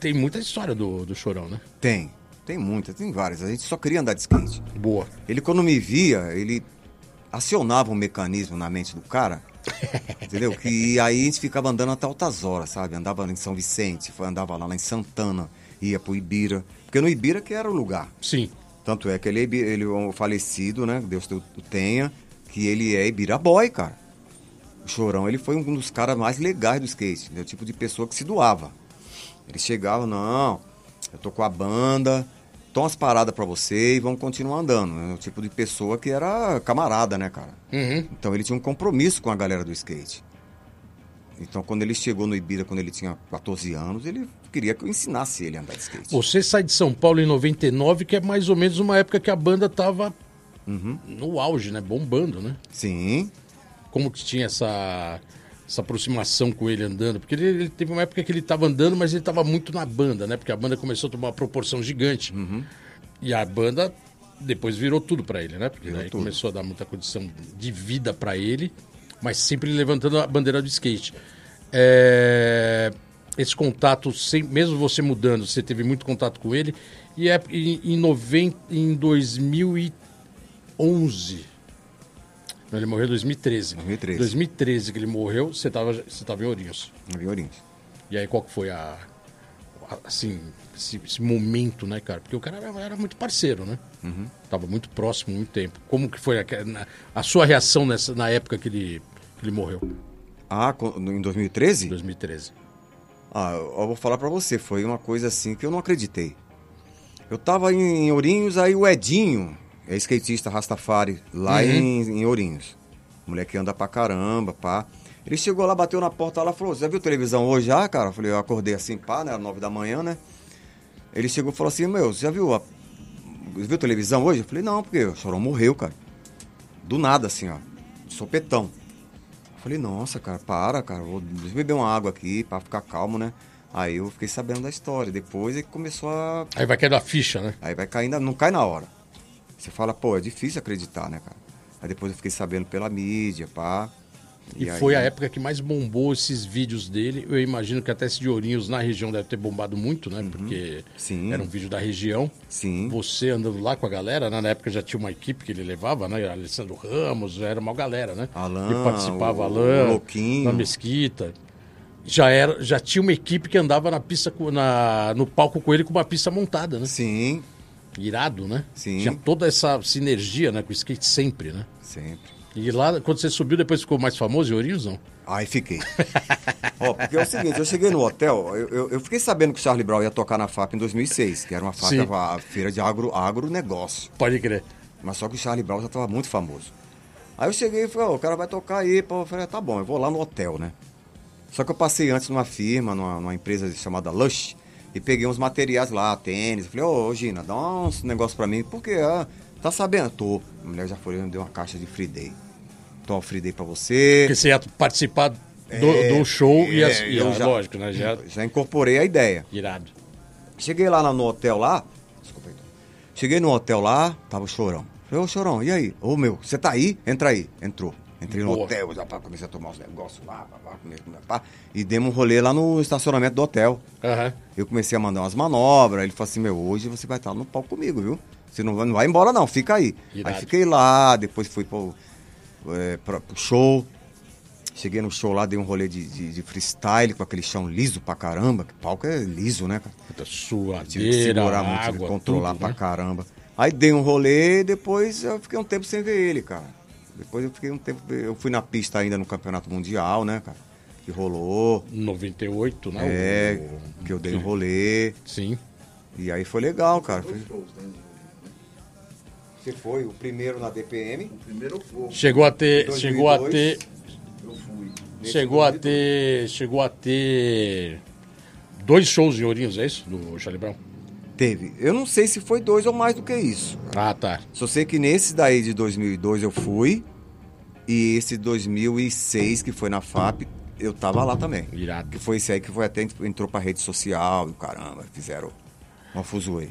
[SPEAKER 1] tem muita história do, do Chorão, né?
[SPEAKER 3] Tem. Tem muitas, tem várias. A gente só queria andar de skate.
[SPEAKER 1] Boa.
[SPEAKER 3] Ele, quando me via, ele acionava um mecanismo na mente do cara, entendeu? Que aí a gente ficava andando até altas horas, sabe? Andava em São Vicente, foi, andava lá, lá em Santana, ia pro Ibira. Porque no Ibira que era o lugar.
[SPEAKER 1] Sim.
[SPEAKER 3] Tanto é que ele é, ibi- ele é um falecido, né? Deus o o tenha, que ele é Ibiraboy, cara. O Chorão, ele foi um dos caras mais legais do skate, entendeu? O tipo de pessoa que se doava. Ele chegava, não, eu tô com a banda, tô umas paradas pra você e vamos continuar andando. É o tipo de pessoa que era camarada, né, cara?
[SPEAKER 1] Uhum.
[SPEAKER 3] Então ele tinha um compromisso com a galera do skate. Então quando ele chegou no Ibira, quando ele tinha 14 anos, ele queria que eu ensinasse ele a andar de skate.
[SPEAKER 1] Você sai de São Paulo em 99, que é mais ou menos uma época que a banda tava
[SPEAKER 3] Uhum.
[SPEAKER 1] no auge, né? Bombando, né?
[SPEAKER 3] Sim.
[SPEAKER 1] Como que tinha essa, essa aproximação com ele andando? Porque ele, ele teve uma época que ele tava andando, mas ele tava muito na banda, né? Porque a banda começou a tomar uma proporção gigante. E a banda depois virou tudo pra ele, né? Porque
[SPEAKER 3] Virou
[SPEAKER 1] daí
[SPEAKER 3] tudo.
[SPEAKER 1] começou a dar muita condição de vida pra ele, mas sempre levantando a bandeira do skate. É, Esse contato, sem- mesmo você mudando, você teve muito contato com ele. E é em, em, 90, em 2011. Não, ele morreu em 2013.
[SPEAKER 3] 2013.
[SPEAKER 1] 2013 que ele morreu, você estava você tava em Ourinhos.
[SPEAKER 3] Oriente.
[SPEAKER 1] E aí, qual que foi a. a- Assim, esse, esse momento, né, cara? Porque o cara era, era muito parceiro, né?
[SPEAKER 3] Uhum.
[SPEAKER 1] Tava muito próximo, muito tempo. Como que foi a, na- a sua reação nessa, na época que ele, que ele morreu, em
[SPEAKER 3] Ah, co- no- em 2013?
[SPEAKER 1] 2013?
[SPEAKER 3] Ah, eu eu vou falar pra você, foi uma coisa assim que eu não acreditei. Eu tava em, em Ourinhos, aí o Edinho, é skatista Rastafari, lá em, em Ourinhos. Moleque anda pra caramba, pá. Ele chegou lá, bateu na porta lá, falou, você já viu televisão hoje já, cara? Eu falei, eu acordei assim, pá, né, era nove da manhã, né? Ele chegou e falou assim, meu, você já viu a viu televisão hoje? Eu falei, não, porque o Chorão morreu, cara. Do nada, assim, ó, de sopetão. Eu Falei, nossa, cara, para, cara, vou deixa eu beber uma água aqui pra ficar calmo, né? Aí eu fiquei sabendo da história. Depois é que começou a.
[SPEAKER 1] Aí vai cair da ficha, né?
[SPEAKER 3] Aí vai caindo, não cai na hora. Você fala, pô, é difícil acreditar, né, cara? Aí depois eu fiquei sabendo pela mídia, pá.
[SPEAKER 1] E,
[SPEAKER 3] aí-
[SPEAKER 1] foi a época que mais bombou esses vídeos dele. Eu imagino que até esse de Ourinhos na região deve ter bombado muito, né? Porque
[SPEAKER 3] Uhum. Sim.
[SPEAKER 1] era um vídeo da região.
[SPEAKER 3] Sim.
[SPEAKER 1] Você andando lá com a galera, né? na época já tinha uma equipe que ele levava, né? Alessandro Ramos, era uma galera, né?
[SPEAKER 3] Alain,
[SPEAKER 1] que participava,
[SPEAKER 3] o-
[SPEAKER 1] Alain,
[SPEAKER 3] o Louquinho.
[SPEAKER 1] na Mesquita. Já, era, já tinha uma equipe que andava na pista com- na, no palco com ele com uma pista montada, né?
[SPEAKER 3] Sim,
[SPEAKER 1] Irado, né?
[SPEAKER 3] Sim.
[SPEAKER 1] Tinha toda essa sinergia né? com o skate sempre, né?
[SPEAKER 3] sempre.
[SPEAKER 1] E lá, quando você subiu, depois ficou mais famoso em Ourinhos, não?
[SPEAKER 3] Aí fiquei. Ó, porque é o seguinte, eu cheguei no hotel, eu, eu, eu fiquei sabendo que o Charlie Brown ia tocar na FAP em 2006, que era uma
[SPEAKER 1] Sim.
[SPEAKER 3] FAP, a feira de agro, agronegócio.
[SPEAKER 1] Pode crer.
[SPEAKER 3] Mas só que o Charlie Brown já tava muito famoso. Aí eu cheguei e falei, ó, o cara vai tocar aí. pô. Eu falei, ah, tá bom, eu vou lá no hotel, né? Só que eu passei antes numa firma, numa, numa empresa chamada Lush, e peguei uns materiais lá, tênis. Eu falei, ô Gina, dá uns negócio pra mim, porque ah, tá sabendo? Tô. A mulher já foi e me deu uma caixa de free day. Toma o free day pra você.
[SPEAKER 1] Porque você ia participar do,
[SPEAKER 3] É,
[SPEAKER 1] do show e,
[SPEAKER 3] é,
[SPEAKER 1] as, e
[SPEAKER 3] eu
[SPEAKER 1] a-
[SPEAKER 3] já-
[SPEAKER 1] lógico, né? Já
[SPEAKER 3] Já incorporei a ideia.
[SPEAKER 1] irado.
[SPEAKER 3] Cheguei lá no- no hotel lá. Desculpa aí. Cheguei no hotel lá, tava o chorão. Falei, ô chorão, e aí? Ô meu, você tá aí? Entra aí. Entrou. Entrei no
[SPEAKER 1] Boa.
[SPEAKER 3] hotel, já pá, comecei a tomar os negócios lá, pá, pá, comer, comer, pá. E demos um rolê lá no estacionamento do hotel.
[SPEAKER 1] Aham.
[SPEAKER 3] Eu comecei a mandar umas manobras. Ele falou assim: Meu, hoje você vai estar no palco comigo, viu? Você não vai, não vai embora, não, fica aí.
[SPEAKER 1] Irado.
[SPEAKER 3] Aí fiquei lá, depois fui pro, é, pra- pro show. Cheguei no show lá, dei um rolê de, de- de freestyle com aquele chão liso pra caramba. Que palco é liso, né, cara?
[SPEAKER 1] Puta
[SPEAKER 3] Tive que
[SPEAKER 1] suadeira,
[SPEAKER 3] segurar muito, tive
[SPEAKER 1] água,
[SPEAKER 3] que controlar
[SPEAKER 1] tudo,
[SPEAKER 3] pra
[SPEAKER 1] né?
[SPEAKER 3] caramba. Aí dei um rolê e depois eu fiquei um tempo sem ver ele, cara. Depois eu fiquei um tempo. Eu fui na pista ainda no Campeonato Mundial, né, cara? Que rolou.
[SPEAKER 1] 98, né?
[SPEAKER 3] É,
[SPEAKER 1] O-
[SPEAKER 3] que eu dei um rolê.
[SPEAKER 1] Sim.
[SPEAKER 3] E aí foi legal, cara. Você foi o primeiro na DPM?
[SPEAKER 4] Primeiro eu vou,
[SPEAKER 1] Chegou a ter,
[SPEAKER 3] 2002.
[SPEAKER 1] chegou a ter,
[SPEAKER 4] eu fui.
[SPEAKER 1] chegou a ter, chegou a ter dois shows em Ourinhos, é isso? Do Charlie Brown?
[SPEAKER 3] Teve. Eu não sei se foi dois ou mais do que isso.
[SPEAKER 1] Ah, tá.
[SPEAKER 3] Só sei que nesse daí de 2002 eu fui. E esse 2006, que foi na FAP, eu tava lá também.
[SPEAKER 1] Irado.
[SPEAKER 3] Que foi esse aí que foi até entrou pra rede social e o caramba, fizeram uma fuzuê.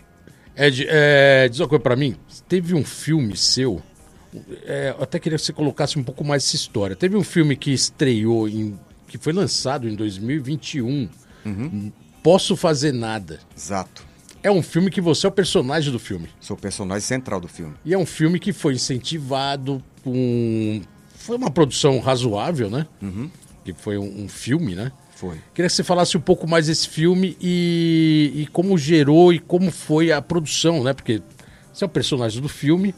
[SPEAKER 1] Ed, é, diz uma coisa pra mim. Teve um filme seu. é, eu até queria que você colocasse um pouco mais essa história. Teve um filme que estreou, em, que foi lançado em 2021.
[SPEAKER 3] Uhum.
[SPEAKER 1] Posso Fazer Nada.
[SPEAKER 3] Exato.
[SPEAKER 1] É um filme que você é o personagem do filme.
[SPEAKER 3] Sou o personagem central do filme.
[SPEAKER 1] E é um filme que foi incentivado por um... Foi uma produção razoável, né? Que foi um, um filme, né?
[SPEAKER 3] Foi.
[SPEAKER 1] Queria que você falasse um pouco mais desse filme e, e como gerou e como foi a produção, né? Porque você é o personagem do filme.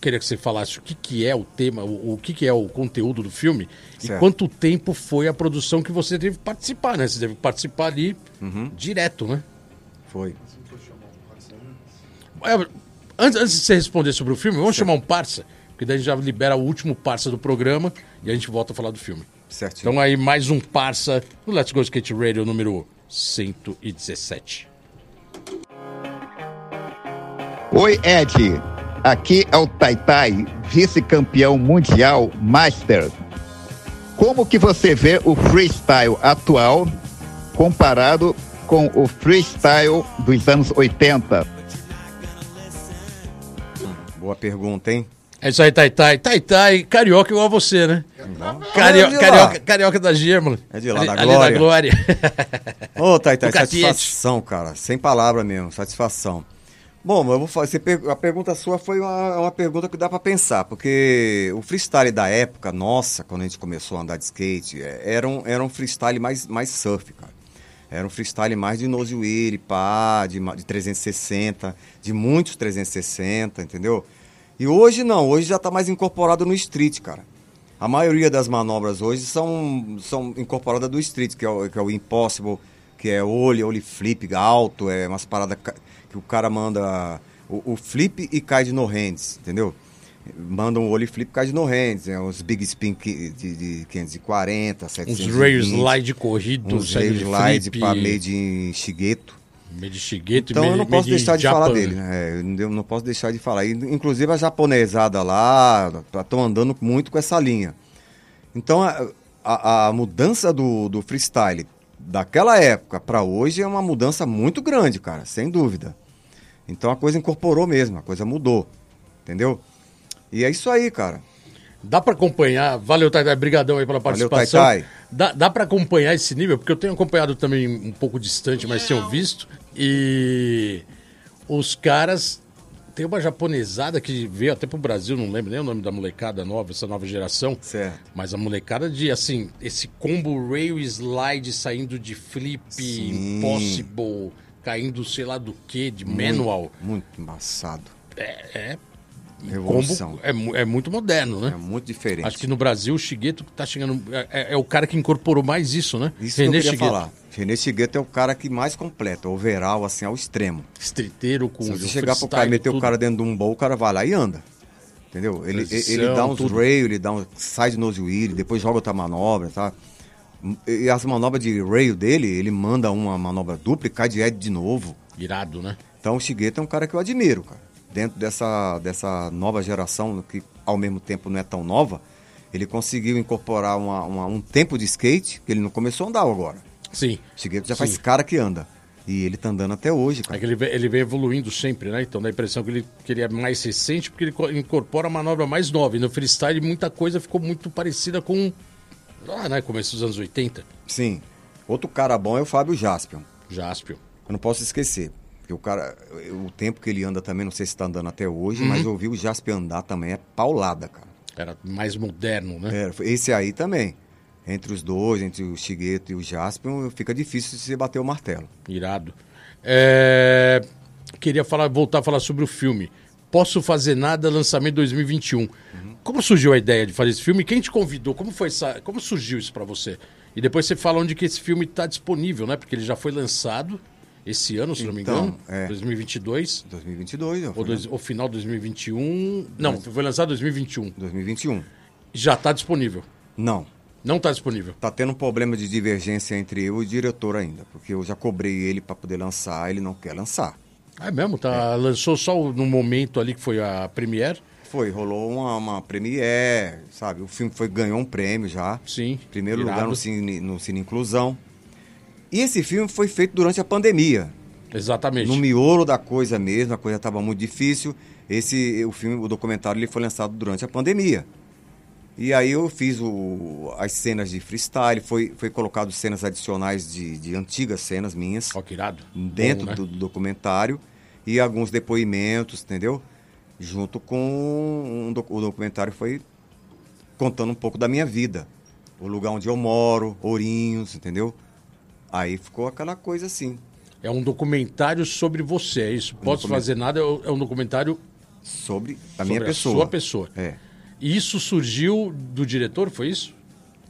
[SPEAKER 1] Queria que você falasse o que, que é o tema, o, o que, que é o conteúdo do filme e
[SPEAKER 3] Certo.
[SPEAKER 1] quanto tempo foi a produção que você teve que participar, né? Você teve que participar ali direto, né?
[SPEAKER 3] Foi.
[SPEAKER 1] É, antes, antes de você responder sobre o filme, vamos chamar um parça, porque daí a gente já libera o último parça do programa e a gente volta a falar do filme.
[SPEAKER 3] Certinho.
[SPEAKER 1] Então aí mais um parça no Let's Go Skate Radio número 117.
[SPEAKER 6] Oi, Ed. Aqui é o Taitai, vice-campeão mundial Master. Como que você vê o freestyle atual comparado com o freestyle dos anos 80?
[SPEAKER 1] Então-
[SPEAKER 3] Boa pergunta, hein?
[SPEAKER 1] É isso aí, Taitai. Taitai, carioca igual a você, né? Cario-
[SPEAKER 3] É de lá.
[SPEAKER 1] carioca, carioca da Germa.
[SPEAKER 3] É de lá,
[SPEAKER 1] ali,
[SPEAKER 3] da
[SPEAKER 1] ali
[SPEAKER 3] Glória. *laughs* Ô, Taitai,
[SPEAKER 1] Do catete.
[SPEAKER 3] satisfação, cara. Sem palavra mesmo, satisfação. Bom, mas eu vou fazer. per- A pergunta sua foi uma, uma pergunta que dá pra pensar, porque o freestyle da época, nossa, quando a gente começou a andar de skate, é, era um, era um freestyle mais, mais surf, cara. Era um freestyle mais de nojoeira, pá, de, ma- de 360, de muitos 360, entendeu? E hoje não, hoje já tá mais incorporado no street, cara. A maioria das manobras hoje são, são incorporadas do street, que é, o, que é o impossible, que é olho, olho flip alto, é umas paradas ca- que o cara manda o, o flip e cai de no hands, entendeu? Manda um olho flip e cai de no hands, é, uns big spin que- de, de 540,
[SPEAKER 1] Uns
[SPEAKER 3] 720.
[SPEAKER 1] rail slide corrido,
[SPEAKER 3] uns
[SPEAKER 1] side
[SPEAKER 3] rail slide
[SPEAKER 1] flip,
[SPEAKER 3] para meio de Shigeto.
[SPEAKER 1] meio de Shigeto,
[SPEAKER 3] Então
[SPEAKER 1] meio-
[SPEAKER 3] eu não posso
[SPEAKER 1] meio
[SPEAKER 3] deixar de falar
[SPEAKER 1] Japan.
[SPEAKER 3] dele, né? Eu não- eu não posso deixar de falar. E, Inclusive a japonesada lá estão andando muito com essa linha. Então a, a- a mudança do, do freestyle daquela época para hoje é uma mudança muito grande, cara, sem dúvida. Então a coisa incorporou mesmo, a coisa mudou, entendeu? E é isso aí, cara.
[SPEAKER 1] Dá pra acompanhar, valeu Taitai, brigadão aí pela
[SPEAKER 3] Valeu,
[SPEAKER 1] participação.
[SPEAKER 3] Taitai.
[SPEAKER 1] Dá, dá para acompanhar esse nível, porque eu tenho acompanhado também um pouco distante, mas tenho visto e os caras tem uma japonesada que veio até pro Brasil, não lembro nem o nome da molecada nova, essa nova geração.
[SPEAKER 3] Certo.
[SPEAKER 1] Mas a molecada de, assim, esse combo rail slide saindo de flip,
[SPEAKER 3] Sim. Hum.
[SPEAKER 1] impossible, caindo sei lá do que, de manual.
[SPEAKER 3] Muito embaçado.
[SPEAKER 1] É, é
[SPEAKER 3] Revolução.
[SPEAKER 1] combo, é, mu- é muito moderno, né?
[SPEAKER 3] É muito diferente.
[SPEAKER 1] Acho que no Brasil o Chigueto tá chegando. É, é o cara que incorporou mais isso, né?
[SPEAKER 3] Isso que eu queria falar. René Shigeto é o cara que mais completa, overall, assim, ao extremo.
[SPEAKER 1] Streiteiro com
[SPEAKER 3] Se
[SPEAKER 1] o
[SPEAKER 3] você chegar pro
[SPEAKER 1] é
[SPEAKER 3] cara e
[SPEAKER 1] um freestyle,
[SPEAKER 3] meter o
[SPEAKER 1] tudo.
[SPEAKER 3] cara dentro de um bowl, o cara vai lá e anda. Entendeu? Ele, ele,
[SPEAKER 1] Transição,
[SPEAKER 3] ele dá uns
[SPEAKER 1] tudo.
[SPEAKER 3] rail, ele dá um, sai de nose wheel, depois joga outra manobra, tá? E as manobras de rail dele, ele manda uma manobra dupla e cai de head de novo.
[SPEAKER 1] Irado, né?
[SPEAKER 3] Então o Shigeto é um cara que eu admiro, cara. Dentro dessa, dessa nova geração, que ao mesmo tempo não é tão nova, ele conseguiu incorporar uma- uma- um tempo de skate que ele não começou a andar agora.
[SPEAKER 1] Sim.
[SPEAKER 3] O Shigeto já
[SPEAKER 1] Sim.
[SPEAKER 3] faz cara que anda. E ele tá andando até hoje,
[SPEAKER 1] É
[SPEAKER 3] cara.
[SPEAKER 1] que ele, vem- ele vem evoluindo sempre, né? Então dá a impressão que ele, que ele é mais recente porque ele co- incorpora a manobra mais nova. E no freestyle muita coisa ficou muito parecida com. Lá, né? Começo dos anos 80.
[SPEAKER 3] Sim. Outro cara bom é o Fábio Jaspion.
[SPEAKER 1] Jaspion.
[SPEAKER 3] Eu não posso esquecer. Porque o cara, eu- o tempo que ele anda também, não sei se tá andando até hoje, mas
[SPEAKER 1] Uhum.
[SPEAKER 3] eu vi o Jaspion andar também, é paulada, cara.
[SPEAKER 1] Era mais moderno, né?
[SPEAKER 3] É, esse aí também. Entre os dois, entre o Shigeto e o Jaspion, fica difícil de você bater o martelo.
[SPEAKER 1] Irado. É, Queria falar, voltar a falar sobre o filme. Posso Fazer Nada, lançamento 2021. Como surgiu a ideia de fazer esse filme? Quem te convidou? Como foi essa... Como surgiu isso pra você? E depois você fala onde que esse filme está disponível, né? Porque ele já foi lançado esse ano, se não me
[SPEAKER 3] Então,
[SPEAKER 1] engano,
[SPEAKER 3] é.
[SPEAKER 1] 2022
[SPEAKER 3] 2022, eu né?
[SPEAKER 1] ou,
[SPEAKER 3] fui,
[SPEAKER 1] dois... ou final de 2021. Não, foi lançado em 2021.
[SPEAKER 3] né? 2021.
[SPEAKER 1] Já está disponível.
[SPEAKER 3] Não.
[SPEAKER 1] Não está disponível.
[SPEAKER 3] Tá tendo um problema de divergência entre eu e o diretor ainda, porque eu já cobrei ele pra poder lançar, ele não quer lançar.
[SPEAKER 1] Ah, é mesmo? Tá... Lançou só o- no momento ali que foi a premiere.
[SPEAKER 3] Foi, rolou uma, uma premiere, sabe? O filme foi, ganhou um prêmio já.
[SPEAKER 1] Sim,
[SPEAKER 3] Primeiro
[SPEAKER 1] irado.
[SPEAKER 3] lugar no cine, no cine Inclusão. E esse filme foi feito durante a pandemia.
[SPEAKER 1] Exatamente.
[SPEAKER 3] No miolo da coisa mesmo, a coisa estava muito difícil. Esse, o filme, o documentário, ele foi lançado durante a pandemia. E aí eu fiz o- as cenas de freestyle, foi, foi colocado cenas adicionais de, de antigas cenas minhas
[SPEAKER 1] Ó, que irado.
[SPEAKER 3] dentro
[SPEAKER 1] Bom, né?
[SPEAKER 3] do, do documentário e alguns depoimentos, entendeu? Junto com um doc- o documentário foi contando um pouco da minha vida, o lugar onde eu moro, Ourinhos, entendeu? Aí ficou aquela coisa assim,
[SPEAKER 1] É um documentário sobre você, é isso. Posso
[SPEAKER 3] documentário.
[SPEAKER 1] fazer nada, é um é um documentário
[SPEAKER 3] sobre a
[SPEAKER 1] sobre
[SPEAKER 3] minha pessoa.
[SPEAKER 1] a sua pessoa.
[SPEAKER 3] É.
[SPEAKER 1] E isso surgiu do diretor, foi isso?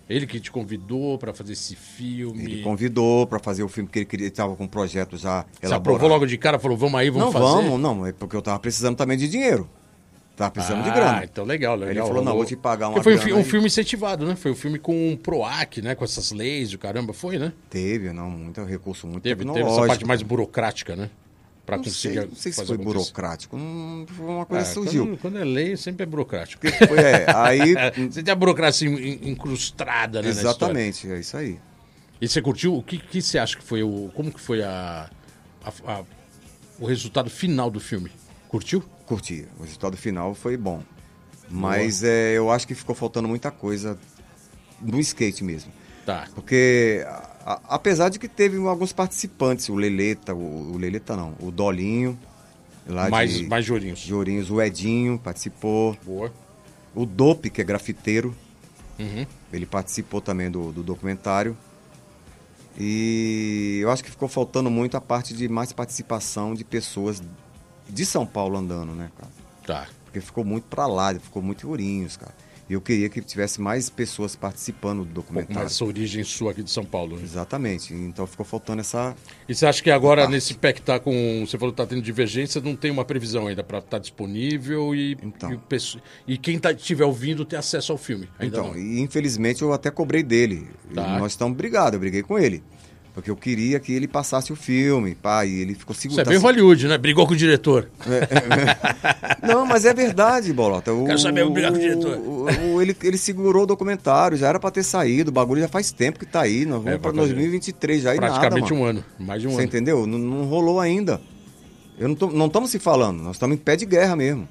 [SPEAKER 1] Ele que te convidou pra fazer esse filme.
[SPEAKER 3] Ele convidou para fazer o filme porque ele queria, estava com um projeto já
[SPEAKER 1] Você
[SPEAKER 3] elaborado.
[SPEAKER 1] aprovou logo de cara, falou, vamos aí, vamos
[SPEAKER 3] não,
[SPEAKER 1] fazer.
[SPEAKER 3] vamos, não, é porque eu tava precisando também de dinheiro. Tava precisando de grana.
[SPEAKER 1] Ah, então legal, legal.
[SPEAKER 3] Ele falou, não, vou te pagar uma
[SPEAKER 1] Porque Foi um, fi-
[SPEAKER 3] grana
[SPEAKER 1] um
[SPEAKER 3] aí.
[SPEAKER 1] filme incentivado, né? Foi um filme com um PROAC, né? Com essas leis, o caramba, foi, né?
[SPEAKER 3] Teve, não, muito recurso, muito
[SPEAKER 1] Teve, teve
[SPEAKER 3] tecnológico.
[SPEAKER 1] essa parte mais burocrática, né? Para
[SPEAKER 3] não
[SPEAKER 1] conseguir
[SPEAKER 3] sei, não sei se
[SPEAKER 1] fazer
[SPEAKER 3] foi
[SPEAKER 1] acontecer.
[SPEAKER 3] burocrático. Hum, foi uma
[SPEAKER 1] Ah,
[SPEAKER 3] coisa que surgiu.
[SPEAKER 1] Quando, quando é lei, sempre é burocrático.
[SPEAKER 3] Foi, é,
[SPEAKER 1] *laughs*
[SPEAKER 3] aí.
[SPEAKER 1] você tem a burocracia in- in- incrustada, né? na história.
[SPEAKER 3] Exatamente, é isso aí.
[SPEAKER 1] E você curtiu? O que, que você acha que foi o. Como que foi a, a- a- o resultado final do filme? Curtiu?
[SPEAKER 3] Curti. O resultado final foi bom. Mas é, eu acho que ficou faltando muita coisa no skate mesmo.
[SPEAKER 1] Tá.
[SPEAKER 3] Porque, a- a- apesar de que teve alguns participantes, o Leleta, o, o Leleta não, o Dolinho, lá
[SPEAKER 1] mais,
[SPEAKER 3] Ah, de
[SPEAKER 1] mais Jorinhos.
[SPEAKER 3] de Ourinhos, o Edinho participou,
[SPEAKER 1] Boa.
[SPEAKER 3] o Dope, que é grafiteiro,
[SPEAKER 1] Uhum.
[SPEAKER 3] ele participou também do, do documentário. E eu acho que ficou faltando muito a parte de mais participação de pessoas de São Paulo andando, né, cara?
[SPEAKER 1] Tá.
[SPEAKER 3] Porque ficou muito pra lá, ficou muito Ourinhos, cara. E eu queria que tivesse mais pessoas participando do
[SPEAKER 1] Um pouco
[SPEAKER 3] documentário.
[SPEAKER 1] mais essa origem sua aqui de São Paulo. né?
[SPEAKER 3] Exatamente. Então ficou faltando essa,
[SPEAKER 1] E você acha que agora,
[SPEAKER 3] Parte.
[SPEAKER 1] nesse PEC que tá com. Você falou que tá tendo divergência, não tem uma previsão ainda para estar disponível e,
[SPEAKER 3] Então.
[SPEAKER 1] e, o pesso- e quem tá, estiver ouvindo ter acesso ao filme. Ainda
[SPEAKER 3] Então,
[SPEAKER 1] não.
[SPEAKER 3] e infelizmente eu até cobrei dele.
[SPEAKER 1] Tá.
[SPEAKER 3] E Nós estamos brigados, eu briguei com ele. Porque eu queria que ele passasse o filme, pá, e ele ficou
[SPEAKER 1] Isso é
[SPEAKER 3] segurando.
[SPEAKER 1] bem Hollywood, né? Brigou com o diretor.
[SPEAKER 3] Não, mas é verdade, Bolota. O,
[SPEAKER 1] Quero saber, obrigado,
[SPEAKER 3] o-
[SPEAKER 1] diretor.
[SPEAKER 3] o- o- ele, ele segurou o documentário, já era pra ter saído, o bagulho já faz tempo que tá aí, nós
[SPEAKER 1] É,
[SPEAKER 3] vamos pra
[SPEAKER 1] vai fazer
[SPEAKER 3] 2023 já e
[SPEAKER 1] Praticamente
[SPEAKER 3] é nada, mano.
[SPEAKER 1] um ano. Mais de um
[SPEAKER 3] Você
[SPEAKER 1] ano.
[SPEAKER 3] entendeu? Não, não rolou ainda. Eu não tô- não estamos se falando, nós estamos em pé de guerra mesmo.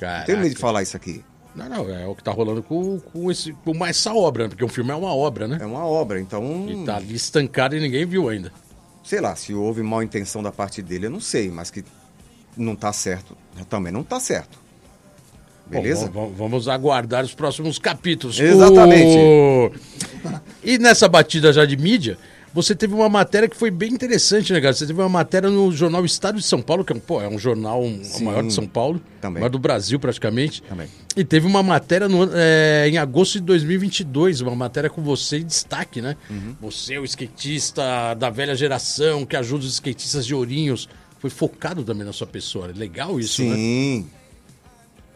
[SPEAKER 3] Não tenho medo de
[SPEAKER 1] Caraca.
[SPEAKER 3] falar isso aqui.
[SPEAKER 1] Não, não, é o que tá rolando com, com, esse, com mais essa obra, né? porque um filme é uma obra, né?
[SPEAKER 3] É uma obra, então.
[SPEAKER 1] E tá ali estancado e ninguém viu ainda.
[SPEAKER 3] sei lá, se houve mal intenção da parte dele, eu não sei, mas que não tá certo, também não tá certo. Beleza?
[SPEAKER 1] Bom, v- v- vamos aguardar os próximos capítulos.
[SPEAKER 3] Exatamente.
[SPEAKER 1] O- E nessa batida já de mídia, você teve uma matéria que foi bem interessante, né, cara? Você teve uma matéria no jornal Estado de São Paulo, que é um, pô, é um jornal um- o
[SPEAKER 3] Sim.
[SPEAKER 1] maior de São Paulo,
[SPEAKER 3] Também.
[SPEAKER 1] maior do Brasil praticamente.
[SPEAKER 3] Também.
[SPEAKER 1] E teve uma matéria no ano- é, em agosto de 2022, uma matéria com você em destaque, né?
[SPEAKER 3] Uhum.
[SPEAKER 1] Você, o skatista da velha geração que ajuda os skatistas de Ourinhos. Foi focado também na sua pessoa. Legal isso, né?
[SPEAKER 3] Sim.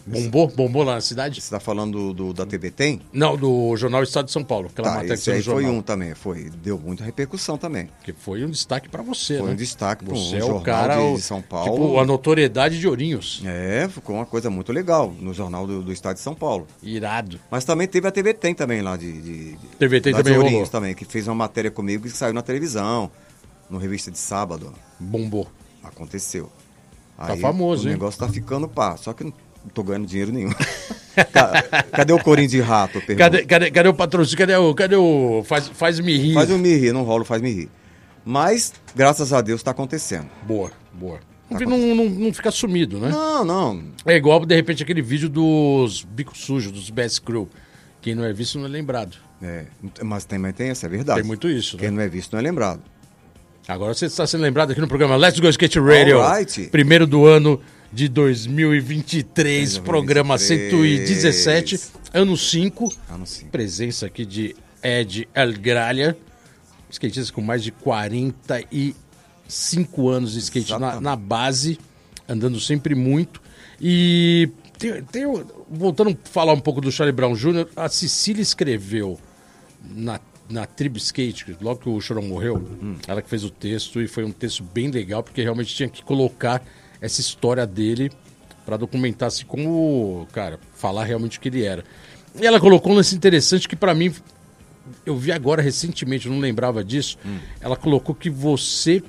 [SPEAKER 1] Bombou? Bombou lá na cidade?
[SPEAKER 3] Você tá falando do, da TV Tem?
[SPEAKER 1] Não, do Jornal Estado de São Paulo. Aquela
[SPEAKER 3] Tá,
[SPEAKER 1] matéria que
[SPEAKER 3] esse
[SPEAKER 1] saiu
[SPEAKER 3] aí
[SPEAKER 1] no
[SPEAKER 3] foi
[SPEAKER 1] jornal.
[SPEAKER 3] um também, foi. Deu muita repercussão também.
[SPEAKER 1] Que foi um destaque pra você,
[SPEAKER 3] Foi
[SPEAKER 1] né?
[SPEAKER 3] um destaque pra um
[SPEAKER 1] Você é o
[SPEAKER 3] jornal
[SPEAKER 1] cara
[SPEAKER 3] de-
[SPEAKER 1] o-
[SPEAKER 3] de São
[SPEAKER 1] Tipo,
[SPEAKER 3] Paulo.
[SPEAKER 1] a notoriedade de Ourinhos.
[SPEAKER 3] É, ficou uma coisa muito legal no Jornal do, do Estado de São Paulo.
[SPEAKER 1] Irado.
[SPEAKER 3] Mas também teve a TV Tem também lá de. de, de
[SPEAKER 1] TV Tem
[SPEAKER 3] lá de
[SPEAKER 1] também
[SPEAKER 3] Ourinhos
[SPEAKER 1] rolou.
[SPEAKER 3] também, que fez uma matéria comigo e saiu na televisão, no revista de sábado.
[SPEAKER 1] Bombou.
[SPEAKER 3] Aconteceu.
[SPEAKER 1] Tá famoso,
[SPEAKER 3] O
[SPEAKER 1] hein?
[SPEAKER 3] negócio tá ficando pá. Só que eu não tô ganhando dinheiro nenhum. *laughs* Ca- cadê o corinho de rato? eu pergunto?
[SPEAKER 1] Cadê, cadê, cadê o patrocínio? Cadê o. Cadê o. Faz, faz me rir.
[SPEAKER 3] Faz um- eu me rir, não rolo, faz me rir. Mas, graças a Deus, tá acontecendo.
[SPEAKER 1] Boa, boa. Não, fi- não, não, não fica sumido, né?
[SPEAKER 3] Tá Não, não.
[SPEAKER 1] É igual, de repente, aquele vídeo dos bicos sujos, dos Best Crew. Quem não é visto não é lembrado.
[SPEAKER 3] É, mas tem, mas tem essa, é verdade.
[SPEAKER 1] Tem muito isso, né?
[SPEAKER 3] Quem não é visto não é lembrado.
[SPEAKER 1] Agora você está sendo lembrado aqui no programa Let's Go Skate Radio.
[SPEAKER 3] Alright.
[SPEAKER 1] Primeiro do ano de 2023,
[SPEAKER 3] 2023.
[SPEAKER 1] programa 117, ano 5.
[SPEAKER 3] Ano cinco.
[SPEAKER 1] Presença aqui de Ed Elgralha, skatista com mais de 45 anos de skate na,
[SPEAKER 3] Exatamente.
[SPEAKER 1] na base, andando sempre muito. E tem- tem o- voltando a falar um pouco do Charlie Brown Jr., a Cecília escreveu na, na Tribo Skate, que logo que o Chorão morreu, ela que fez o texto e foi um texto bem legal, porque realmente tinha que colocar essa história dele pra documentar-se como, cara, falar realmente o que ele era. E ela colocou um lance interessante que pra mim, eu vi agora recentemente, eu não lembrava disso, ela colocou que você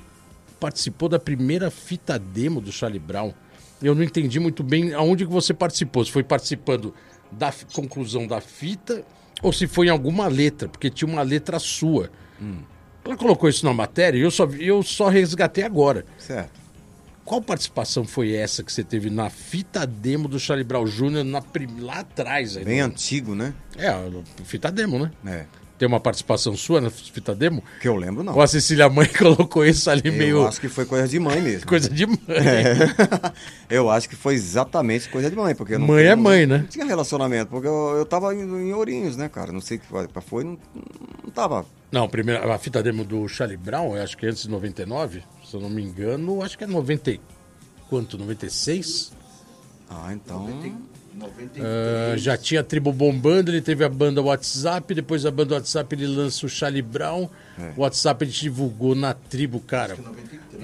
[SPEAKER 1] participou da primeira fita demo do Charlie Brown. Eu não entendi muito bem aonde que você participou. Se foi participando da fi- conclusão da fita ou se foi em alguma letra, porque tinha uma letra sua. Ela colocou isso na matéria e eu só, vi- eu só resgatei agora.
[SPEAKER 3] Certo.
[SPEAKER 1] Qual participação foi essa que você teve na fita demo do Charlie Brown Jr. Na, prim- lá atrás? aí,
[SPEAKER 3] Bem
[SPEAKER 1] né?
[SPEAKER 3] antigo, né?
[SPEAKER 1] É, a fita demo, né?
[SPEAKER 3] É.
[SPEAKER 1] Tem uma participação sua na fita demo?
[SPEAKER 3] Que eu lembro, não.
[SPEAKER 1] Ou a Cecília Mãe *laughs* colocou isso ali
[SPEAKER 3] eu
[SPEAKER 1] meio
[SPEAKER 3] acho que É. foi coisa de mãe mesmo.
[SPEAKER 1] coisa de mãe?
[SPEAKER 3] *laughs* eu acho que foi exatamente coisa de mãe, porque eu não
[SPEAKER 1] Mãe é
[SPEAKER 3] eu não-
[SPEAKER 1] mãe, né?
[SPEAKER 3] Não tinha relacionamento, porque eu, eu tava indo em Ourinhos, né, cara? Não sei o que foi, foi não, não tava.
[SPEAKER 1] Não, primeiro, a fita demo do Charlie Brown, eu acho que é antes de 99, se eu não me engano, acho que é 90 e- quanto, 96?
[SPEAKER 3] Ah, então.
[SPEAKER 1] Ah, já tinha a tribo bombando, ele teve a banda WhatsApp, depois a banda WhatsApp ele lança o Charlie Brown.
[SPEAKER 3] É.
[SPEAKER 1] O WhatsApp ele divulgou na tribo, cara.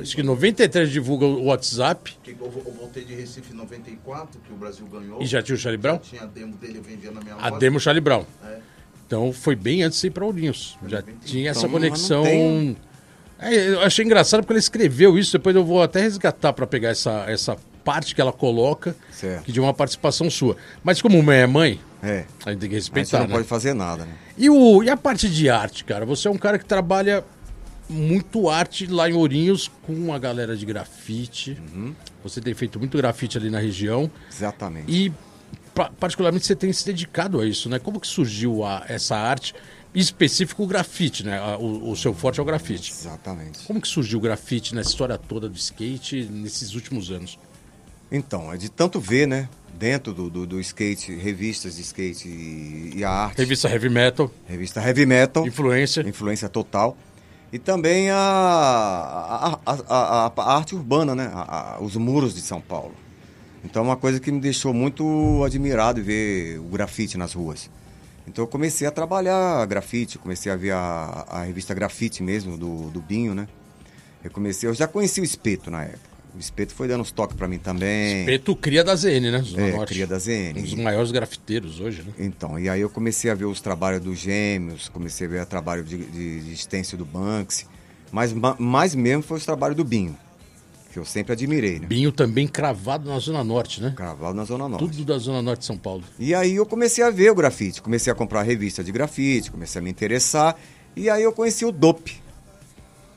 [SPEAKER 1] Acho que 93 divulga o WhatsApp.
[SPEAKER 7] Que eu, vo- eu voltei de Recife em 94, que o Brasil ganhou.
[SPEAKER 1] E já tinha o Charlie Brown?
[SPEAKER 7] Tinha a demo dele, eu vendia na minha
[SPEAKER 1] A
[SPEAKER 7] loja.
[SPEAKER 1] demo Charlie Brown. Então foi bem antes de ir para Ourinhos. Já tinha essa
[SPEAKER 3] Então, mas não
[SPEAKER 1] conexão.
[SPEAKER 3] tem-
[SPEAKER 1] É, eu achei engraçado porque ele escreveu isso, depois eu vou até resgatar para pegar essa, essa parte que ela coloca,
[SPEAKER 3] Certo.
[SPEAKER 1] que de uma participação sua. Mas como mãe é mãe,
[SPEAKER 3] É.
[SPEAKER 1] a gente tem que
[SPEAKER 3] A gente
[SPEAKER 1] respeitar.
[SPEAKER 3] não
[SPEAKER 1] né?
[SPEAKER 3] pode fazer nada, né?
[SPEAKER 1] E, o, e a parte de arte, cara? Você é um cara que trabalha muito arte lá em Ourinhos com a galera de grafite.
[SPEAKER 3] Uhum.
[SPEAKER 1] Você tem feito muito grafite ali na região.
[SPEAKER 3] Exatamente.
[SPEAKER 1] E pa- particularmente você tem se dedicado a isso, né? Como que surgiu a- essa arte, em específico o grafite, né? A- O, o seu forte é o grafite.
[SPEAKER 3] Exatamente.
[SPEAKER 1] Como que surgiu o grafite nessa história toda do skate nesses últimos anos?
[SPEAKER 3] Então, é de tanto ver, né? Dentro do, do, do skate, revistas de skate e, e a arte.
[SPEAKER 1] Revista Heavy Metal,
[SPEAKER 3] Revista Heavy Metal.
[SPEAKER 1] influência.
[SPEAKER 3] Influência total. E também a, a, a, a- a- a arte urbana, né? A- a- os muros de São Paulo. Então é uma coisa que me deixou muito admirado ver o grafite nas ruas. Então eu comecei a trabalhar grafite, comecei a ver a, a revista Grafite mesmo, do, do Binho, né? Eu comecei, eu já conheci o Espeto na época. O Espeto foi dando uns toques pra mim também.
[SPEAKER 1] Peto cria da ZN, né? Zona
[SPEAKER 3] É,
[SPEAKER 1] Norte.
[SPEAKER 3] cria da ZN.
[SPEAKER 1] Um dos maiores grafiteiros hoje, né?
[SPEAKER 3] Então, e aí eu comecei a ver os trabalhos dos gêmeos, comecei a ver o trabalho de, de, de stencil do Banksy, mas ma- mais mesmo foi os trabalhos do Binho, que eu sempre admirei, né?
[SPEAKER 1] Binho também cravado na Zona Norte, né?
[SPEAKER 3] Cravado na Zona Norte.
[SPEAKER 1] Tudo da Zona Norte de São Paulo.
[SPEAKER 3] E aí eu comecei a ver o grafite, comecei a comprar revista de grafite, comecei a me interessar, e aí eu conheci o Dope,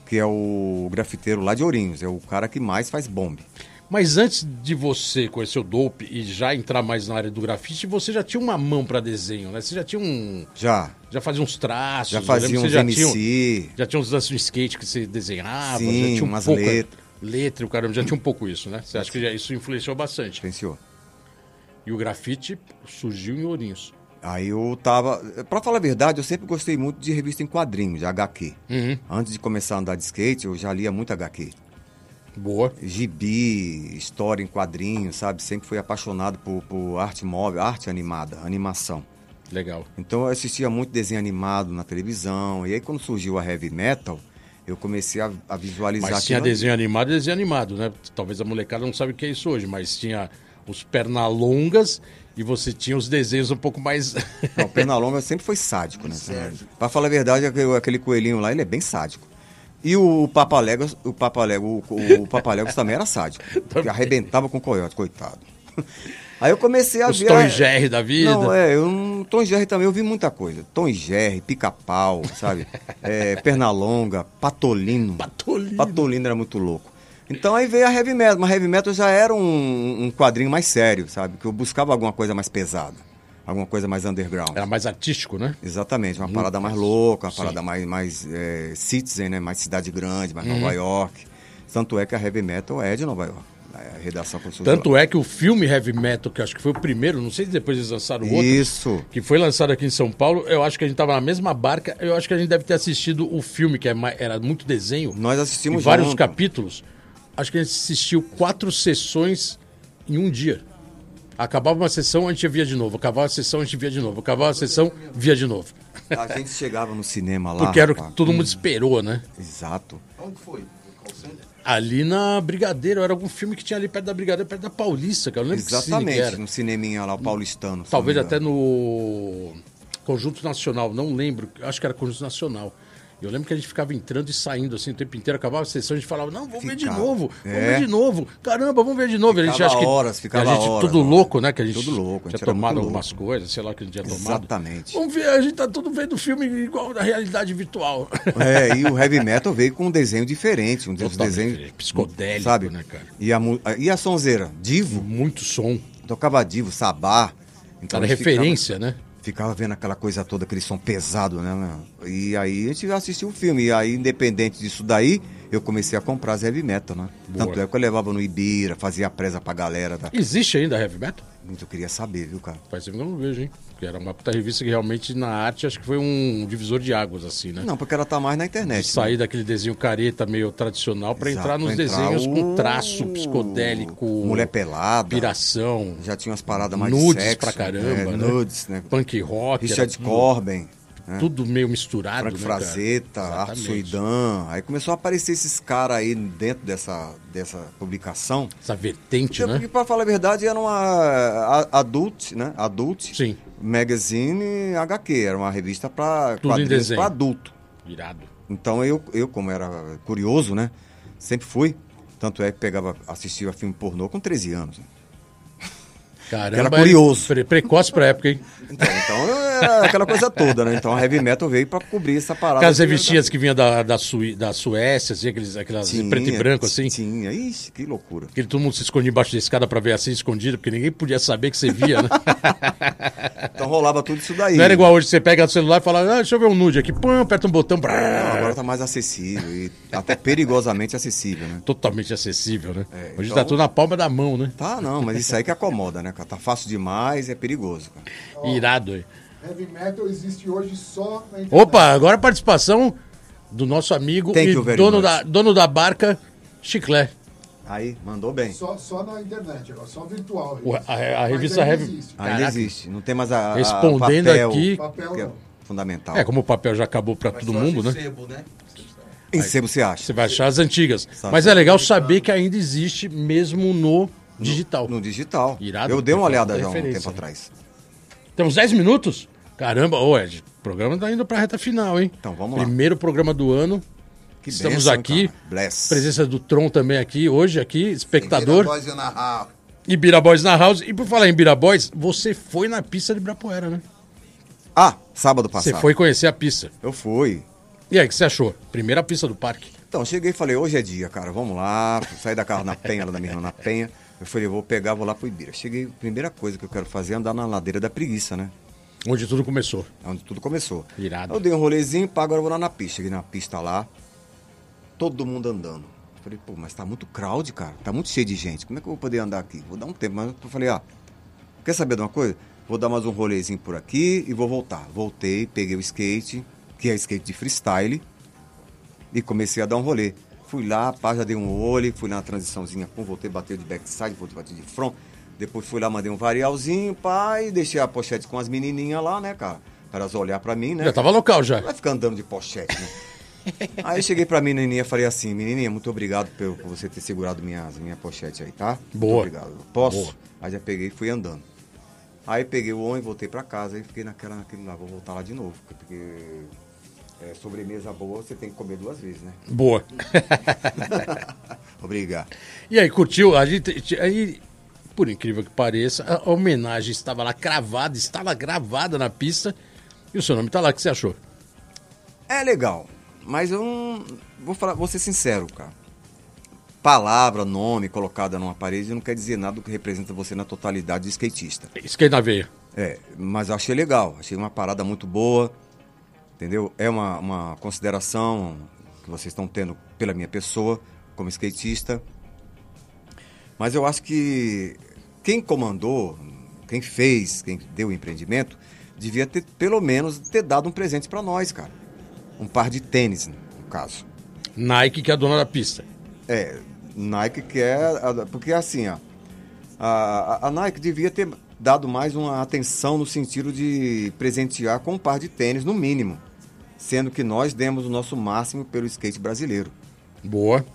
[SPEAKER 3] que é o grafiteiro lá de Ourinhos, é o cara que mais faz bombe.
[SPEAKER 1] Mas antes de você conhecer o Dope e já entrar mais na área do grafite, você já tinha uma mão pra desenho, né? Você já tinha um.
[SPEAKER 3] Já,
[SPEAKER 1] Já fazia uns traços.
[SPEAKER 3] já
[SPEAKER 1] eu lembro
[SPEAKER 3] fazia
[SPEAKER 1] que
[SPEAKER 3] uns
[SPEAKER 1] você
[SPEAKER 3] MC...
[SPEAKER 1] já Tinha, já tinha um- uns lances de skate que você desenhava,
[SPEAKER 3] Sim,
[SPEAKER 1] já tinha um
[SPEAKER 3] umas
[SPEAKER 1] pouco.
[SPEAKER 3] letras.
[SPEAKER 1] Letra, o caramba, já tinha um pouco isso, né? Você acha que já- isso influenciou bastante.
[SPEAKER 3] Pensou?
[SPEAKER 1] E o grafite surgiu em Ourinhos.
[SPEAKER 3] Aí eu tava. Pra falar a verdade, eu sempre gostei muito de revista em quadrinhos, de HQ.
[SPEAKER 1] Uhum.
[SPEAKER 3] Antes de começar a andar de skate, eu já lia muito HQ.
[SPEAKER 1] Boa.
[SPEAKER 3] Gibi, história em quadrinhos, sabe? Sempre fui apaixonado por, por arte móvel, arte animada, animação.
[SPEAKER 1] Legal.
[SPEAKER 3] Então eu assistia muito desenho animado na televisão. E aí quando surgiu a heavy metal, eu comecei a, a visualizar.
[SPEAKER 1] Mas tinha
[SPEAKER 3] aquilo ali.
[SPEAKER 1] desenho animado e desenho animado, né? Talvez a molecada não sabe o que é isso hoje, mas tinha os pernalongas e você tinha os desenhos um pouco mais. *laughs*
[SPEAKER 3] Não, o Pernalonga sempre foi sádico, né? Pra falar a verdade, aquele, aquele coelhinho lá, ele é bem sádico. E o Papalegos, o Papalego, o, o Papalegos também
[SPEAKER 1] *laughs*
[SPEAKER 3] era sádico. Que arrebentava com o coiote, coitado. Aí eu comecei a
[SPEAKER 1] os
[SPEAKER 3] ver.
[SPEAKER 1] Tom
[SPEAKER 3] a-
[SPEAKER 1] e Jerry da vida.
[SPEAKER 3] Não, é, eu não- Tom e Jerry também, eu vi muita coisa. Tom e Jerry, pica-pau,
[SPEAKER 1] *laughs*
[SPEAKER 3] sabe? É, Pernalonga, Patolino.
[SPEAKER 1] Patolino.
[SPEAKER 3] Patolino era muito louco. Então aí veio a Heavy Metal, mas Heavy Metal já era um, um quadrinho mais sério, sabe? Que eu buscava alguma coisa mais pesada, alguma coisa mais underground.
[SPEAKER 1] Era mais artístico, né?
[SPEAKER 3] Exatamente, uma
[SPEAKER 1] Muito
[SPEAKER 3] parada mais
[SPEAKER 1] fácil.
[SPEAKER 3] louca, uma
[SPEAKER 1] Sim.
[SPEAKER 3] parada mais, mais é, citizen, né? Mais cidade grande, mais
[SPEAKER 1] Uhum.
[SPEAKER 3] Nova York. Tanto é que a heavy metal é de Nova York. A redação que eu sou de
[SPEAKER 1] Tanto
[SPEAKER 3] lá.
[SPEAKER 1] é que o filme Heavy Metal, que eu acho que foi o primeiro, não sei se depois eles lançaram um outro,
[SPEAKER 3] Isso.
[SPEAKER 1] que foi lançado aqui em São Paulo, eu acho que a gente tava na mesma barca, eu acho que a gente deve ter assistido o filme, que é mai- era muito desenho,
[SPEAKER 3] Nós
[SPEAKER 1] em
[SPEAKER 3] assistimos
[SPEAKER 1] vários
[SPEAKER 3] junto.
[SPEAKER 1] capítulos. Acho que a gente assistiu quatro sessões em um dia. Acabava uma sessão, a gente via de novo. Acabava a sessão, a gente via de novo. Acabava a sessão, via de novo.
[SPEAKER 3] A gente chegava no cinema lá.
[SPEAKER 1] Porque era o que
[SPEAKER 3] rapaz.
[SPEAKER 1] todo mundo esperou, né?
[SPEAKER 3] Exato.
[SPEAKER 7] Onde foi? No call center?
[SPEAKER 1] Ali na Brigadeiro, era algum filme que tinha ali perto da Brigadeiro, perto da Paulista, que eu não lembro que cine que
[SPEAKER 3] Exatamente.
[SPEAKER 1] era.
[SPEAKER 3] No cineminha lá, o paulistano. se
[SPEAKER 1] Talvez
[SPEAKER 3] não me
[SPEAKER 1] até
[SPEAKER 3] engano.
[SPEAKER 1] no Conjunto Nacional, não lembro, acho que era Conjunto Nacional. Eu lembro que a gente ficava entrando e saindo assim o tempo inteiro, acabava a sessão, a gente falava, não, vamos ver de
[SPEAKER 3] Ficava.
[SPEAKER 1] novo, vamos
[SPEAKER 3] É.
[SPEAKER 1] ver de novo, caramba, vamos ver de novo. a gente
[SPEAKER 3] Ficava
[SPEAKER 1] acha que,
[SPEAKER 3] horas, ficava
[SPEAKER 1] que a gente
[SPEAKER 3] horas,
[SPEAKER 1] tudo
[SPEAKER 3] mano.
[SPEAKER 1] louco, né? Que a gente,
[SPEAKER 3] Tudo louco, a gente
[SPEAKER 1] tinha
[SPEAKER 3] era
[SPEAKER 1] tomado
[SPEAKER 3] muito
[SPEAKER 1] algumas coisas, sei lá, que a gente tinha tomado.
[SPEAKER 3] Exatamente.
[SPEAKER 1] Vamos ver, a gente tá tudo vendo filme igual na realidade virtual.
[SPEAKER 3] É, e o heavy metal veio com um desenho diferente, um dos
[SPEAKER 1] Totalmente
[SPEAKER 3] desenhos
[SPEAKER 1] diferente, psicodélico,
[SPEAKER 3] sabe?
[SPEAKER 1] né, cara?
[SPEAKER 3] E a, mu- e a sonzeira,
[SPEAKER 1] *laughs*
[SPEAKER 3] Divo,
[SPEAKER 1] Muito som,
[SPEAKER 3] tocava Divo, Sabá. Então
[SPEAKER 1] era
[SPEAKER 3] a gente ficava-
[SPEAKER 1] referência, né?
[SPEAKER 3] ficava vendo aquela coisa toda, aquele som pesado, né? meu? E aí a gente assistia o filme. E aí, independente disso daí, eu comecei a comprar as heavy metal, né?
[SPEAKER 1] Boa.
[SPEAKER 3] Tanto é que eu levava no Ibira, fazia presa pra galera. Tá?
[SPEAKER 1] Existe ainda heavy metal?
[SPEAKER 3] Muito eu queria saber, viu, cara?
[SPEAKER 1] Faz tempo que eu não vejo, hein? Porque era uma puta revista que realmente na arte acho que foi um divisor de águas, assim, né?
[SPEAKER 3] Não, porque ela tá mais na
[SPEAKER 1] De
[SPEAKER 3] internet.
[SPEAKER 1] sair daquele desenho careta meio tradicional pra
[SPEAKER 3] Exato,
[SPEAKER 1] entrar nos
[SPEAKER 3] pra entrar
[SPEAKER 1] desenhos com
[SPEAKER 3] o-
[SPEAKER 1] traço psicodélico,
[SPEAKER 3] Mulher pelada.
[SPEAKER 1] piração,
[SPEAKER 3] Já tinha umas paradas mais de
[SPEAKER 1] Nudes
[SPEAKER 3] sexo.
[SPEAKER 1] pra caramba, né?
[SPEAKER 3] Nudes, né?
[SPEAKER 1] punk rock, era
[SPEAKER 3] Richard
[SPEAKER 1] tudo-
[SPEAKER 3] Corben, né?
[SPEAKER 1] tudo meio misturado,
[SPEAKER 3] Frank
[SPEAKER 1] né, cara?
[SPEAKER 3] Frazetta, Arthur
[SPEAKER 1] Exatamente.
[SPEAKER 3] Suidan. Aí começou a aparecer esses caras aí dentro dessa, dessa publicação.
[SPEAKER 1] Essa vertente,
[SPEAKER 3] Porque,
[SPEAKER 1] né?
[SPEAKER 3] pra falar a verdade, era uma a- adult, né? Adult
[SPEAKER 1] Sim,
[SPEAKER 3] Magazine HQ. Era uma revista pra
[SPEAKER 1] Tudo em
[SPEAKER 3] quadrinhos
[SPEAKER 1] desenho.
[SPEAKER 3] pra adulto.
[SPEAKER 1] virado.
[SPEAKER 3] Então eu, eu, como era curioso, né? Sempre fui. Tanto é que pegava, assistia filme pornô com 13 anos. né?
[SPEAKER 1] Caramba,
[SPEAKER 3] Era curioso.
[SPEAKER 1] Pre precoce pra época, hein?
[SPEAKER 3] Então, então era aquela coisa toda, né? Então a heavy metal veio pra cobrir essa parada.
[SPEAKER 1] Aquelas
[SPEAKER 3] que-
[SPEAKER 1] revistinhas que vinha da, da, Sui- da Suécia, assim, aqueles, aquelas em
[SPEAKER 3] Tinha,
[SPEAKER 1] preto e branco, assim.
[SPEAKER 3] Tinha, ixi, é que loucura.
[SPEAKER 1] Que todo mundo se escondia embaixo da escada pra ver assim, escondido, porque ninguém podia saber que você via,
[SPEAKER 3] *laughs*
[SPEAKER 1] né?
[SPEAKER 3] Então rolava tudo isso daí.
[SPEAKER 1] Não era igual hoje, você pega o celular e fala, ah, deixa eu ver um nude aqui, pum, aperta um botão,
[SPEAKER 3] Não,
[SPEAKER 1] brá,
[SPEAKER 3] agora tá mais acessível e até perigosamente acessível, né?
[SPEAKER 1] totalmente acessível, né?
[SPEAKER 3] É,
[SPEAKER 1] hoje
[SPEAKER 3] então-
[SPEAKER 1] tá tudo na palma da mão, né?
[SPEAKER 3] Tá, não, mas isso aí que acomoda, né, cara? Tá fácil demais, é perigoso, cara.
[SPEAKER 1] Irado aí.
[SPEAKER 8] Heavy metal existe hoje só na internet.
[SPEAKER 1] Opa, agora a participação do nosso amigo
[SPEAKER 3] Thank
[SPEAKER 1] e
[SPEAKER 3] you very
[SPEAKER 1] dono
[SPEAKER 3] much.
[SPEAKER 1] da, dono da barca, Chiclé.
[SPEAKER 3] Aí, mandou bem.
[SPEAKER 8] Só, só na internet agora, só virtual.
[SPEAKER 1] O- a- a
[SPEAKER 8] Mas
[SPEAKER 1] revista
[SPEAKER 8] ainda
[SPEAKER 1] Heavy-
[SPEAKER 8] existe.
[SPEAKER 3] Ainda
[SPEAKER 1] Caraca.
[SPEAKER 3] existe, não tem mais a, a
[SPEAKER 1] Respondendo
[SPEAKER 3] papel,
[SPEAKER 1] aqui-
[SPEAKER 8] Papel
[SPEAKER 3] que é
[SPEAKER 8] não.
[SPEAKER 3] fundamental.
[SPEAKER 1] É, como o papel já acabou pra todo mundo, né?
[SPEAKER 7] Sebo, né?
[SPEAKER 3] Em sebo você acha?
[SPEAKER 1] Você vai achar as antigas.
[SPEAKER 3] Sabe.
[SPEAKER 1] Mas é legal saber que ainda existe mesmo no digital.
[SPEAKER 3] No digital.
[SPEAKER 1] Irado,
[SPEAKER 3] eu dei uma
[SPEAKER 1] porque é
[SPEAKER 3] olhada já há um
[SPEAKER 1] referência,
[SPEAKER 3] tempo
[SPEAKER 1] né?
[SPEAKER 3] atrás.
[SPEAKER 1] Temos 10 minutos? Caramba, ô Ed, o programa tá indo pra reta final, hein?
[SPEAKER 3] Então, vamos lá.
[SPEAKER 1] Primeiro programa do ano.
[SPEAKER 3] Que
[SPEAKER 1] Estamos
[SPEAKER 3] bênção,
[SPEAKER 1] aqui.
[SPEAKER 3] cara. Bless.
[SPEAKER 1] Presença do Tron também aqui, hoje aqui,
[SPEAKER 7] Vira
[SPEAKER 1] espectador.
[SPEAKER 7] voz e narrar.
[SPEAKER 1] E Bira Boys na house. E por falar em Bira Boys, você foi na pista de Ibirapuera, né?
[SPEAKER 3] Ah, sábado passado.
[SPEAKER 1] Você foi conhecer a pista.
[SPEAKER 3] Eu fui.
[SPEAKER 1] E aí, o que você achou? Primeira pista do parque.
[SPEAKER 3] Então, cheguei e falei, hoje é dia, cara, vamos lá. Saí da casa na penha, lá da minha irmã na penha. Eu falei, eu vou pegar, vou lá pro Ibira. Cheguei, primeira coisa que eu quero fazer é andar na ladeira da preguiça, né?
[SPEAKER 1] Onde tudo começou.
[SPEAKER 3] É onde tudo começou.
[SPEAKER 1] Irado.
[SPEAKER 3] Eu dei um rolezinho, pá, agora eu vou lá na pista. Cheguei na pista lá, todo mundo andando. Falei, pô, mas tá muito crowd, cara. Tá muito cheio de gente. Como é que eu vou poder andar aqui? Vou dar um tempo. Mas eu falei, ah, quer saber de uma coisa? Vou dar mais um rolezinho por aqui e vou voltar. Voltei, peguei o skate, que é skate de freestyle, e comecei a dar um rolê. Fui lá, pá, já dei um olho, fui na transiçãozinha, pum, voltei, bateu de backside, voltei, bati de front. Depois fui lá, mandei um varialzinho, pá, e deixei a pochete com as menininhas lá, né, cara? Pra elas olhar pra mim, né?
[SPEAKER 1] Já tá tava local já.
[SPEAKER 3] Vai ficar andando de
[SPEAKER 1] *laughs*
[SPEAKER 3] pochete, né? aí eu cheguei pra menininha e falei assim, menininha, muito obrigado pelo- por você ter segurado minha, minha pochete aí, tá?
[SPEAKER 1] Boa.
[SPEAKER 3] Muito obrigado. Posso?
[SPEAKER 1] Boa.
[SPEAKER 3] Aí já peguei e fui andando. Aí peguei o ônibus, voltei pra casa e fiquei naquela, naquele lá, vou voltar lá de novo, porque é, sobremesa boa você tem que comer duas vezes,
[SPEAKER 1] *laughs*
[SPEAKER 3] né?
[SPEAKER 1] Boa.
[SPEAKER 3] Obrigado.
[SPEAKER 1] E aí, curtiu? A gente, te- aí, por incrível que pareça, a homenagem estava lá cravada, estava gravada na pista. E o seu nome tá lá, o que você achou?
[SPEAKER 3] É legal, mas eu não. Vou, falar, vou ser sincero, cara. Palavra, nome colocada numa parede não quer dizer nada do que representa você na totalidade de skatista.
[SPEAKER 1] Skate na veia.
[SPEAKER 3] É, mas eu achei legal, achei uma parada muito boa, entendeu? É uma, uma consideração que vocês estão tendo pela minha pessoa, como skatista. Mas eu acho que quem comandou, quem fez, quem deu o empreendimento, devia ter, pelo menos, ter dado um presente pra nós, cara. Um par de tênis, no caso.
[SPEAKER 1] Nike, que é a dona da pista.
[SPEAKER 3] É, Nike que é. a- Porque assim, ó. A, a- a Nike devia ter dado mais uma atenção no sentido de presentear com um par de tênis, no mínimo. Sendo que nós demos o nosso máximo pelo skate brasileiro.
[SPEAKER 1] Boa.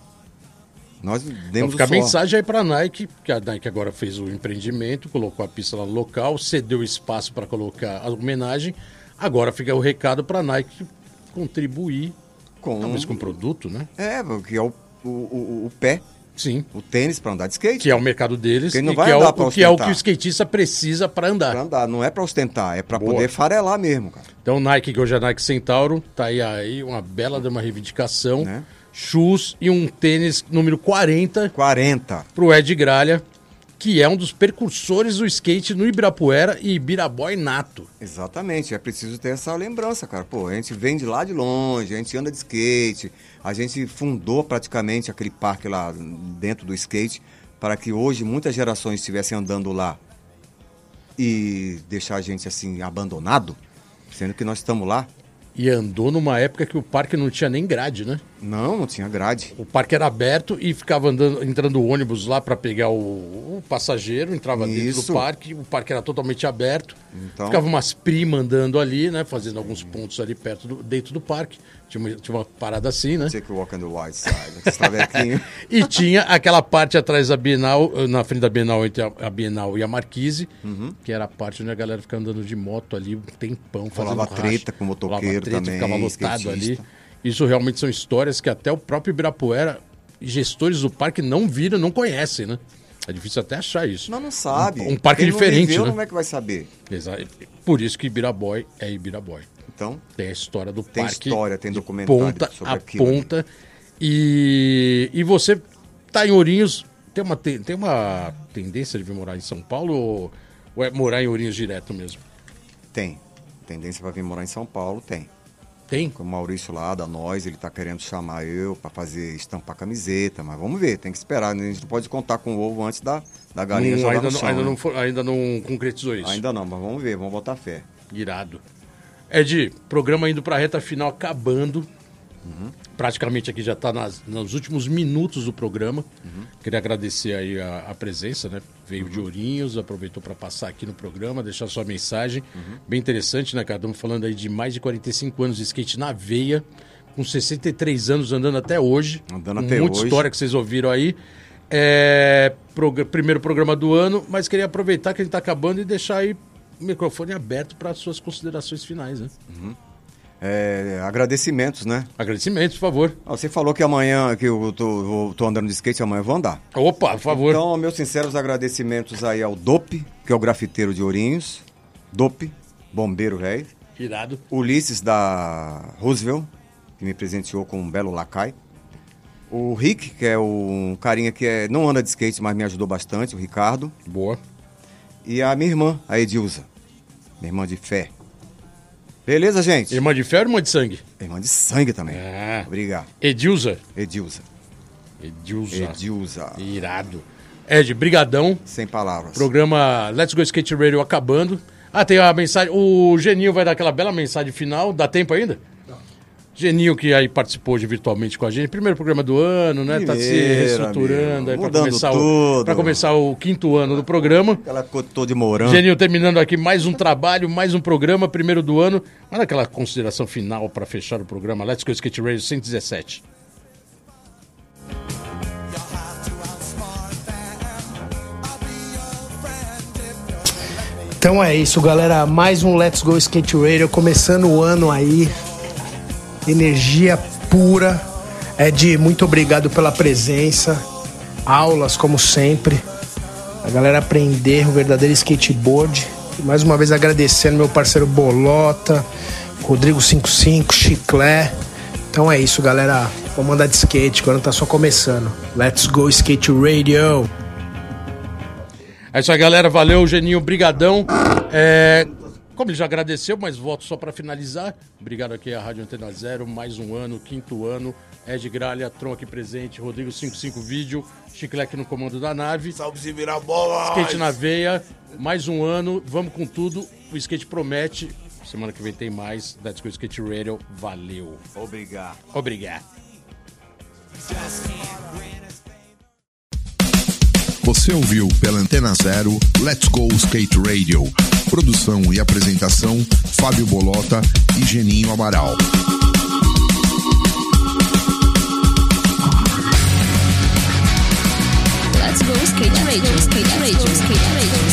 [SPEAKER 3] Nós
[SPEAKER 1] Então
[SPEAKER 3] demos
[SPEAKER 1] fica a
[SPEAKER 3] o só.
[SPEAKER 1] mensagem aí pra Nike, que a Nike agora fez o empreendimento, colocou a pista lá no local, cedeu espaço para colocar a homenagem. Agora fica o recado pra Nike contribuir,
[SPEAKER 3] Com,
[SPEAKER 1] talvez com produto, né?
[SPEAKER 3] É, que é o, o, o, o pé,
[SPEAKER 1] Sim.
[SPEAKER 3] o tênis pra andar de skate.
[SPEAKER 1] Que é o mercado deles
[SPEAKER 3] Porque não
[SPEAKER 1] e
[SPEAKER 3] vai
[SPEAKER 1] que, é
[SPEAKER 3] andar
[SPEAKER 1] o,
[SPEAKER 3] pra
[SPEAKER 1] o que é o que
[SPEAKER 3] ostentar.
[SPEAKER 1] o skatista precisa pra andar.
[SPEAKER 3] Pra andar, não é pra ostentar, é pra
[SPEAKER 1] Boa.
[SPEAKER 3] poder farelar mesmo, cara.
[SPEAKER 1] Então, Nike, que hoje é Nike Centauro, tá aí, aí uma bela de uma reivindicação.
[SPEAKER 3] Né?
[SPEAKER 1] Shoes e um tênis número 40
[SPEAKER 3] 40.
[SPEAKER 1] pro Ed Gralha, que é um dos precursores do skate no Ibirapuera e Ibirabói nato.
[SPEAKER 3] Exatamente, é preciso ter essa lembrança, cara. Pô, a gente vem de lá de longe, a gente anda de skate, a gente fundou praticamente aquele parque lá dentro do skate para que hoje muitas gerações estivessem andando lá. e deixar a gente assim abandonado, sendo que nós estamos lá.
[SPEAKER 1] E andou numa época que o parque não tinha nem grade, né?
[SPEAKER 3] Não, não tinha grade.
[SPEAKER 1] O parque era aberto e ficava andando, entrando ônibus lá para pegar o, o passageiro, entrava dentro do
[SPEAKER 3] Isso.
[SPEAKER 1] parque, o parque era totalmente aberto.
[SPEAKER 3] Então.
[SPEAKER 1] Ficava umas primas andando ali, né? Fazendo alguns pontos ali perto do, dentro do parque. Tinha uma, tinha uma parada assim, né?
[SPEAKER 3] Take a walk on the wild side, que
[SPEAKER 1] *laughs*
[SPEAKER 3] está velhinho.
[SPEAKER 1] E tinha aquela parte atrás da Bienal, na frente da Bienal, entre a a Bienal e a Marquise,
[SPEAKER 3] Uhum.
[SPEAKER 1] que era a parte onde a galera ficava andando de moto ali um tempão, fazendo
[SPEAKER 3] Rolava
[SPEAKER 1] racha.
[SPEAKER 3] treta com o motoqueiro
[SPEAKER 1] Rolava
[SPEAKER 3] também,
[SPEAKER 1] ficava lotado ali.
[SPEAKER 3] skatista.
[SPEAKER 1] Isso realmente são histórias que até o próprio Ibirapuera, gestores do parque, não viram, não conhecem, né? É difícil até achar isso.
[SPEAKER 3] Não, não sabe.
[SPEAKER 1] Um, um parque
[SPEAKER 3] Quem
[SPEAKER 1] diferente,
[SPEAKER 3] não viveu,
[SPEAKER 1] né?
[SPEAKER 3] como é que vai saber?
[SPEAKER 1] Exa- Por isso que Ibiraboy é Ibiraboy.
[SPEAKER 3] Então,
[SPEAKER 1] Tem a história do
[SPEAKER 3] Tem
[SPEAKER 1] parque.
[SPEAKER 3] história, tem
[SPEAKER 1] de
[SPEAKER 3] documentário
[SPEAKER 1] Ponta
[SPEAKER 3] sobre
[SPEAKER 1] a
[SPEAKER 3] aquilo.
[SPEAKER 1] ponta. E, e você tá em Ourinhos, tem uma, ten- tem uma tendência de vir morar em São Paulo ou, ou é morar em Ourinhos direto mesmo?
[SPEAKER 3] tem. Tendência para vir morar em São Paulo, tem.
[SPEAKER 1] Tem?
[SPEAKER 3] Com o Maurício lá da Nós, ele tá querendo chamar eu para fazer estampar camiseta, mas vamos ver, tem que esperar. né? A gente não pode contar com o ovo antes da, da galinha
[SPEAKER 1] Não,
[SPEAKER 3] jogar
[SPEAKER 1] Hum, ainda,
[SPEAKER 3] no
[SPEAKER 1] não,
[SPEAKER 3] chão,
[SPEAKER 1] ainda,
[SPEAKER 3] né?
[SPEAKER 1] não for- ainda não concretizou isso.
[SPEAKER 3] Ainda não, mas vamos ver, vamos botar fé.
[SPEAKER 1] Irado. Ed, programa indo para a reta final, acabando. Praticamente aqui já está nos últimos minutos do programa.
[SPEAKER 3] Uhum.
[SPEAKER 1] Queria agradecer aí a, a presença, né? Veio de Ourinhos, aproveitou para passar aqui no programa, deixar sua mensagem.
[SPEAKER 3] Uhum.
[SPEAKER 1] Bem interessante, né, cara? Estamos falando aí de mais de 45 anos de skate na veia, com 63 anos andando até hoje.
[SPEAKER 3] Andando
[SPEAKER 1] Com
[SPEAKER 3] até
[SPEAKER 1] muita
[SPEAKER 3] hoje.
[SPEAKER 1] história que vocês ouviram aí. É, prog- primeiro programa do ano, mas queria aproveitar que a gente está acabando e deixar aí o microfone aberto para suas considerações finais, né?
[SPEAKER 3] É, agradecimentos, né?
[SPEAKER 1] Agradecimentos, por favor.
[SPEAKER 3] Ah, Você falou que amanhã, que eu tô, vou- tô andando de skate, amanhã eu vou andar.
[SPEAKER 1] Opa, por favor.
[SPEAKER 3] Então, meus sinceros agradecimentos aí ao Dope, que é o grafiteiro de Ourinhos. Dope, bombeiro velho.
[SPEAKER 1] Irado.
[SPEAKER 3] Ulisses da Roosevelt, que me presenteou com um belo lacai. O Rick, que é um carinha que é, não anda de skate, mas me ajudou bastante, o Ricardo.
[SPEAKER 1] Boa.
[SPEAKER 3] E a minha irmã, a Edilza. Minha irmã de fé. Beleza, gente?
[SPEAKER 1] Irmã de ferro ou irmã de sangue?
[SPEAKER 3] Irmã de sangue também.
[SPEAKER 1] Ah.
[SPEAKER 3] Obrigado.
[SPEAKER 1] Edilza. Edilza.
[SPEAKER 3] Edilza.
[SPEAKER 1] Edilza.
[SPEAKER 3] Edilza.
[SPEAKER 1] Irado. Ed, brigadão.
[SPEAKER 3] Sem palavras.
[SPEAKER 1] Programa Let's Go Skate Radio acabando. Ah, tem a mensagem. O Geninho vai dar aquela bela mensagem final. Dá tempo ainda? Geninho, que aí participou hoje virtualmente com a gente. Primeiro programa do ano, né? tá se
[SPEAKER 3] Primeiro,
[SPEAKER 1] reestruturando
[SPEAKER 3] amigo.
[SPEAKER 1] aí pra
[SPEAKER 3] Mudando
[SPEAKER 1] começar, o,
[SPEAKER 3] tudo.
[SPEAKER 1] pra começar o quinto ano do programa.
[SPEAKER 3] Aquela cotô de morango.
[SPEAKER 1] Geninho terminando aqui mais um trabalho, mais um programa, primeiro do ano. Olha aquela consideração final para fechar o programa Let's Go Skate Radio 117.
[SPEAKER 2] Então é isso, galera. Mais um Let's Go Skate Radio começando o ano aí. Energia pura. Ed, muito obrigado pela presença. Aulas, como sempre. A galera aprender o verdadeiro skateboard. E mais uma vez agradecendo meu parceiro Bolota, Rodrigo55, Chiclé. Então é isso, galera. Vamos andar de skate, quando tá só começando. Let's go skate radio.
[SPEAKER 1] É isso aí, galera. Valeu, Geninho. Brigadão. É, como ele já agradeceu, mas volto só para finalizar. Obrigado aqui à Rádio Antena Zero. Mais um ano, quinto ano. Ed Gralha, Tron aqui presente, Rodrigo 55 Vídeo, Chiclete no comando da nave.
[SPEAKER 7] Salve se virar bola!
[SPEAKER 1] Skate na veia, mais um ano, vamos com tudo. O skate promete. Semana que vem tem mais. Let's Go Skate Radio. Valeu.
[SPEAKER 3] Obrigado.
[SPEAKER 1] Obrigado.
[SPEAKER 9] Você ouviu pela Antena Zero Let's Go Skate Radio. Produção e apresentação: Fábio Bolota e Geninho Amaral.
[SPEAKER 10] Let's go skate radio, skate radio, skate radio.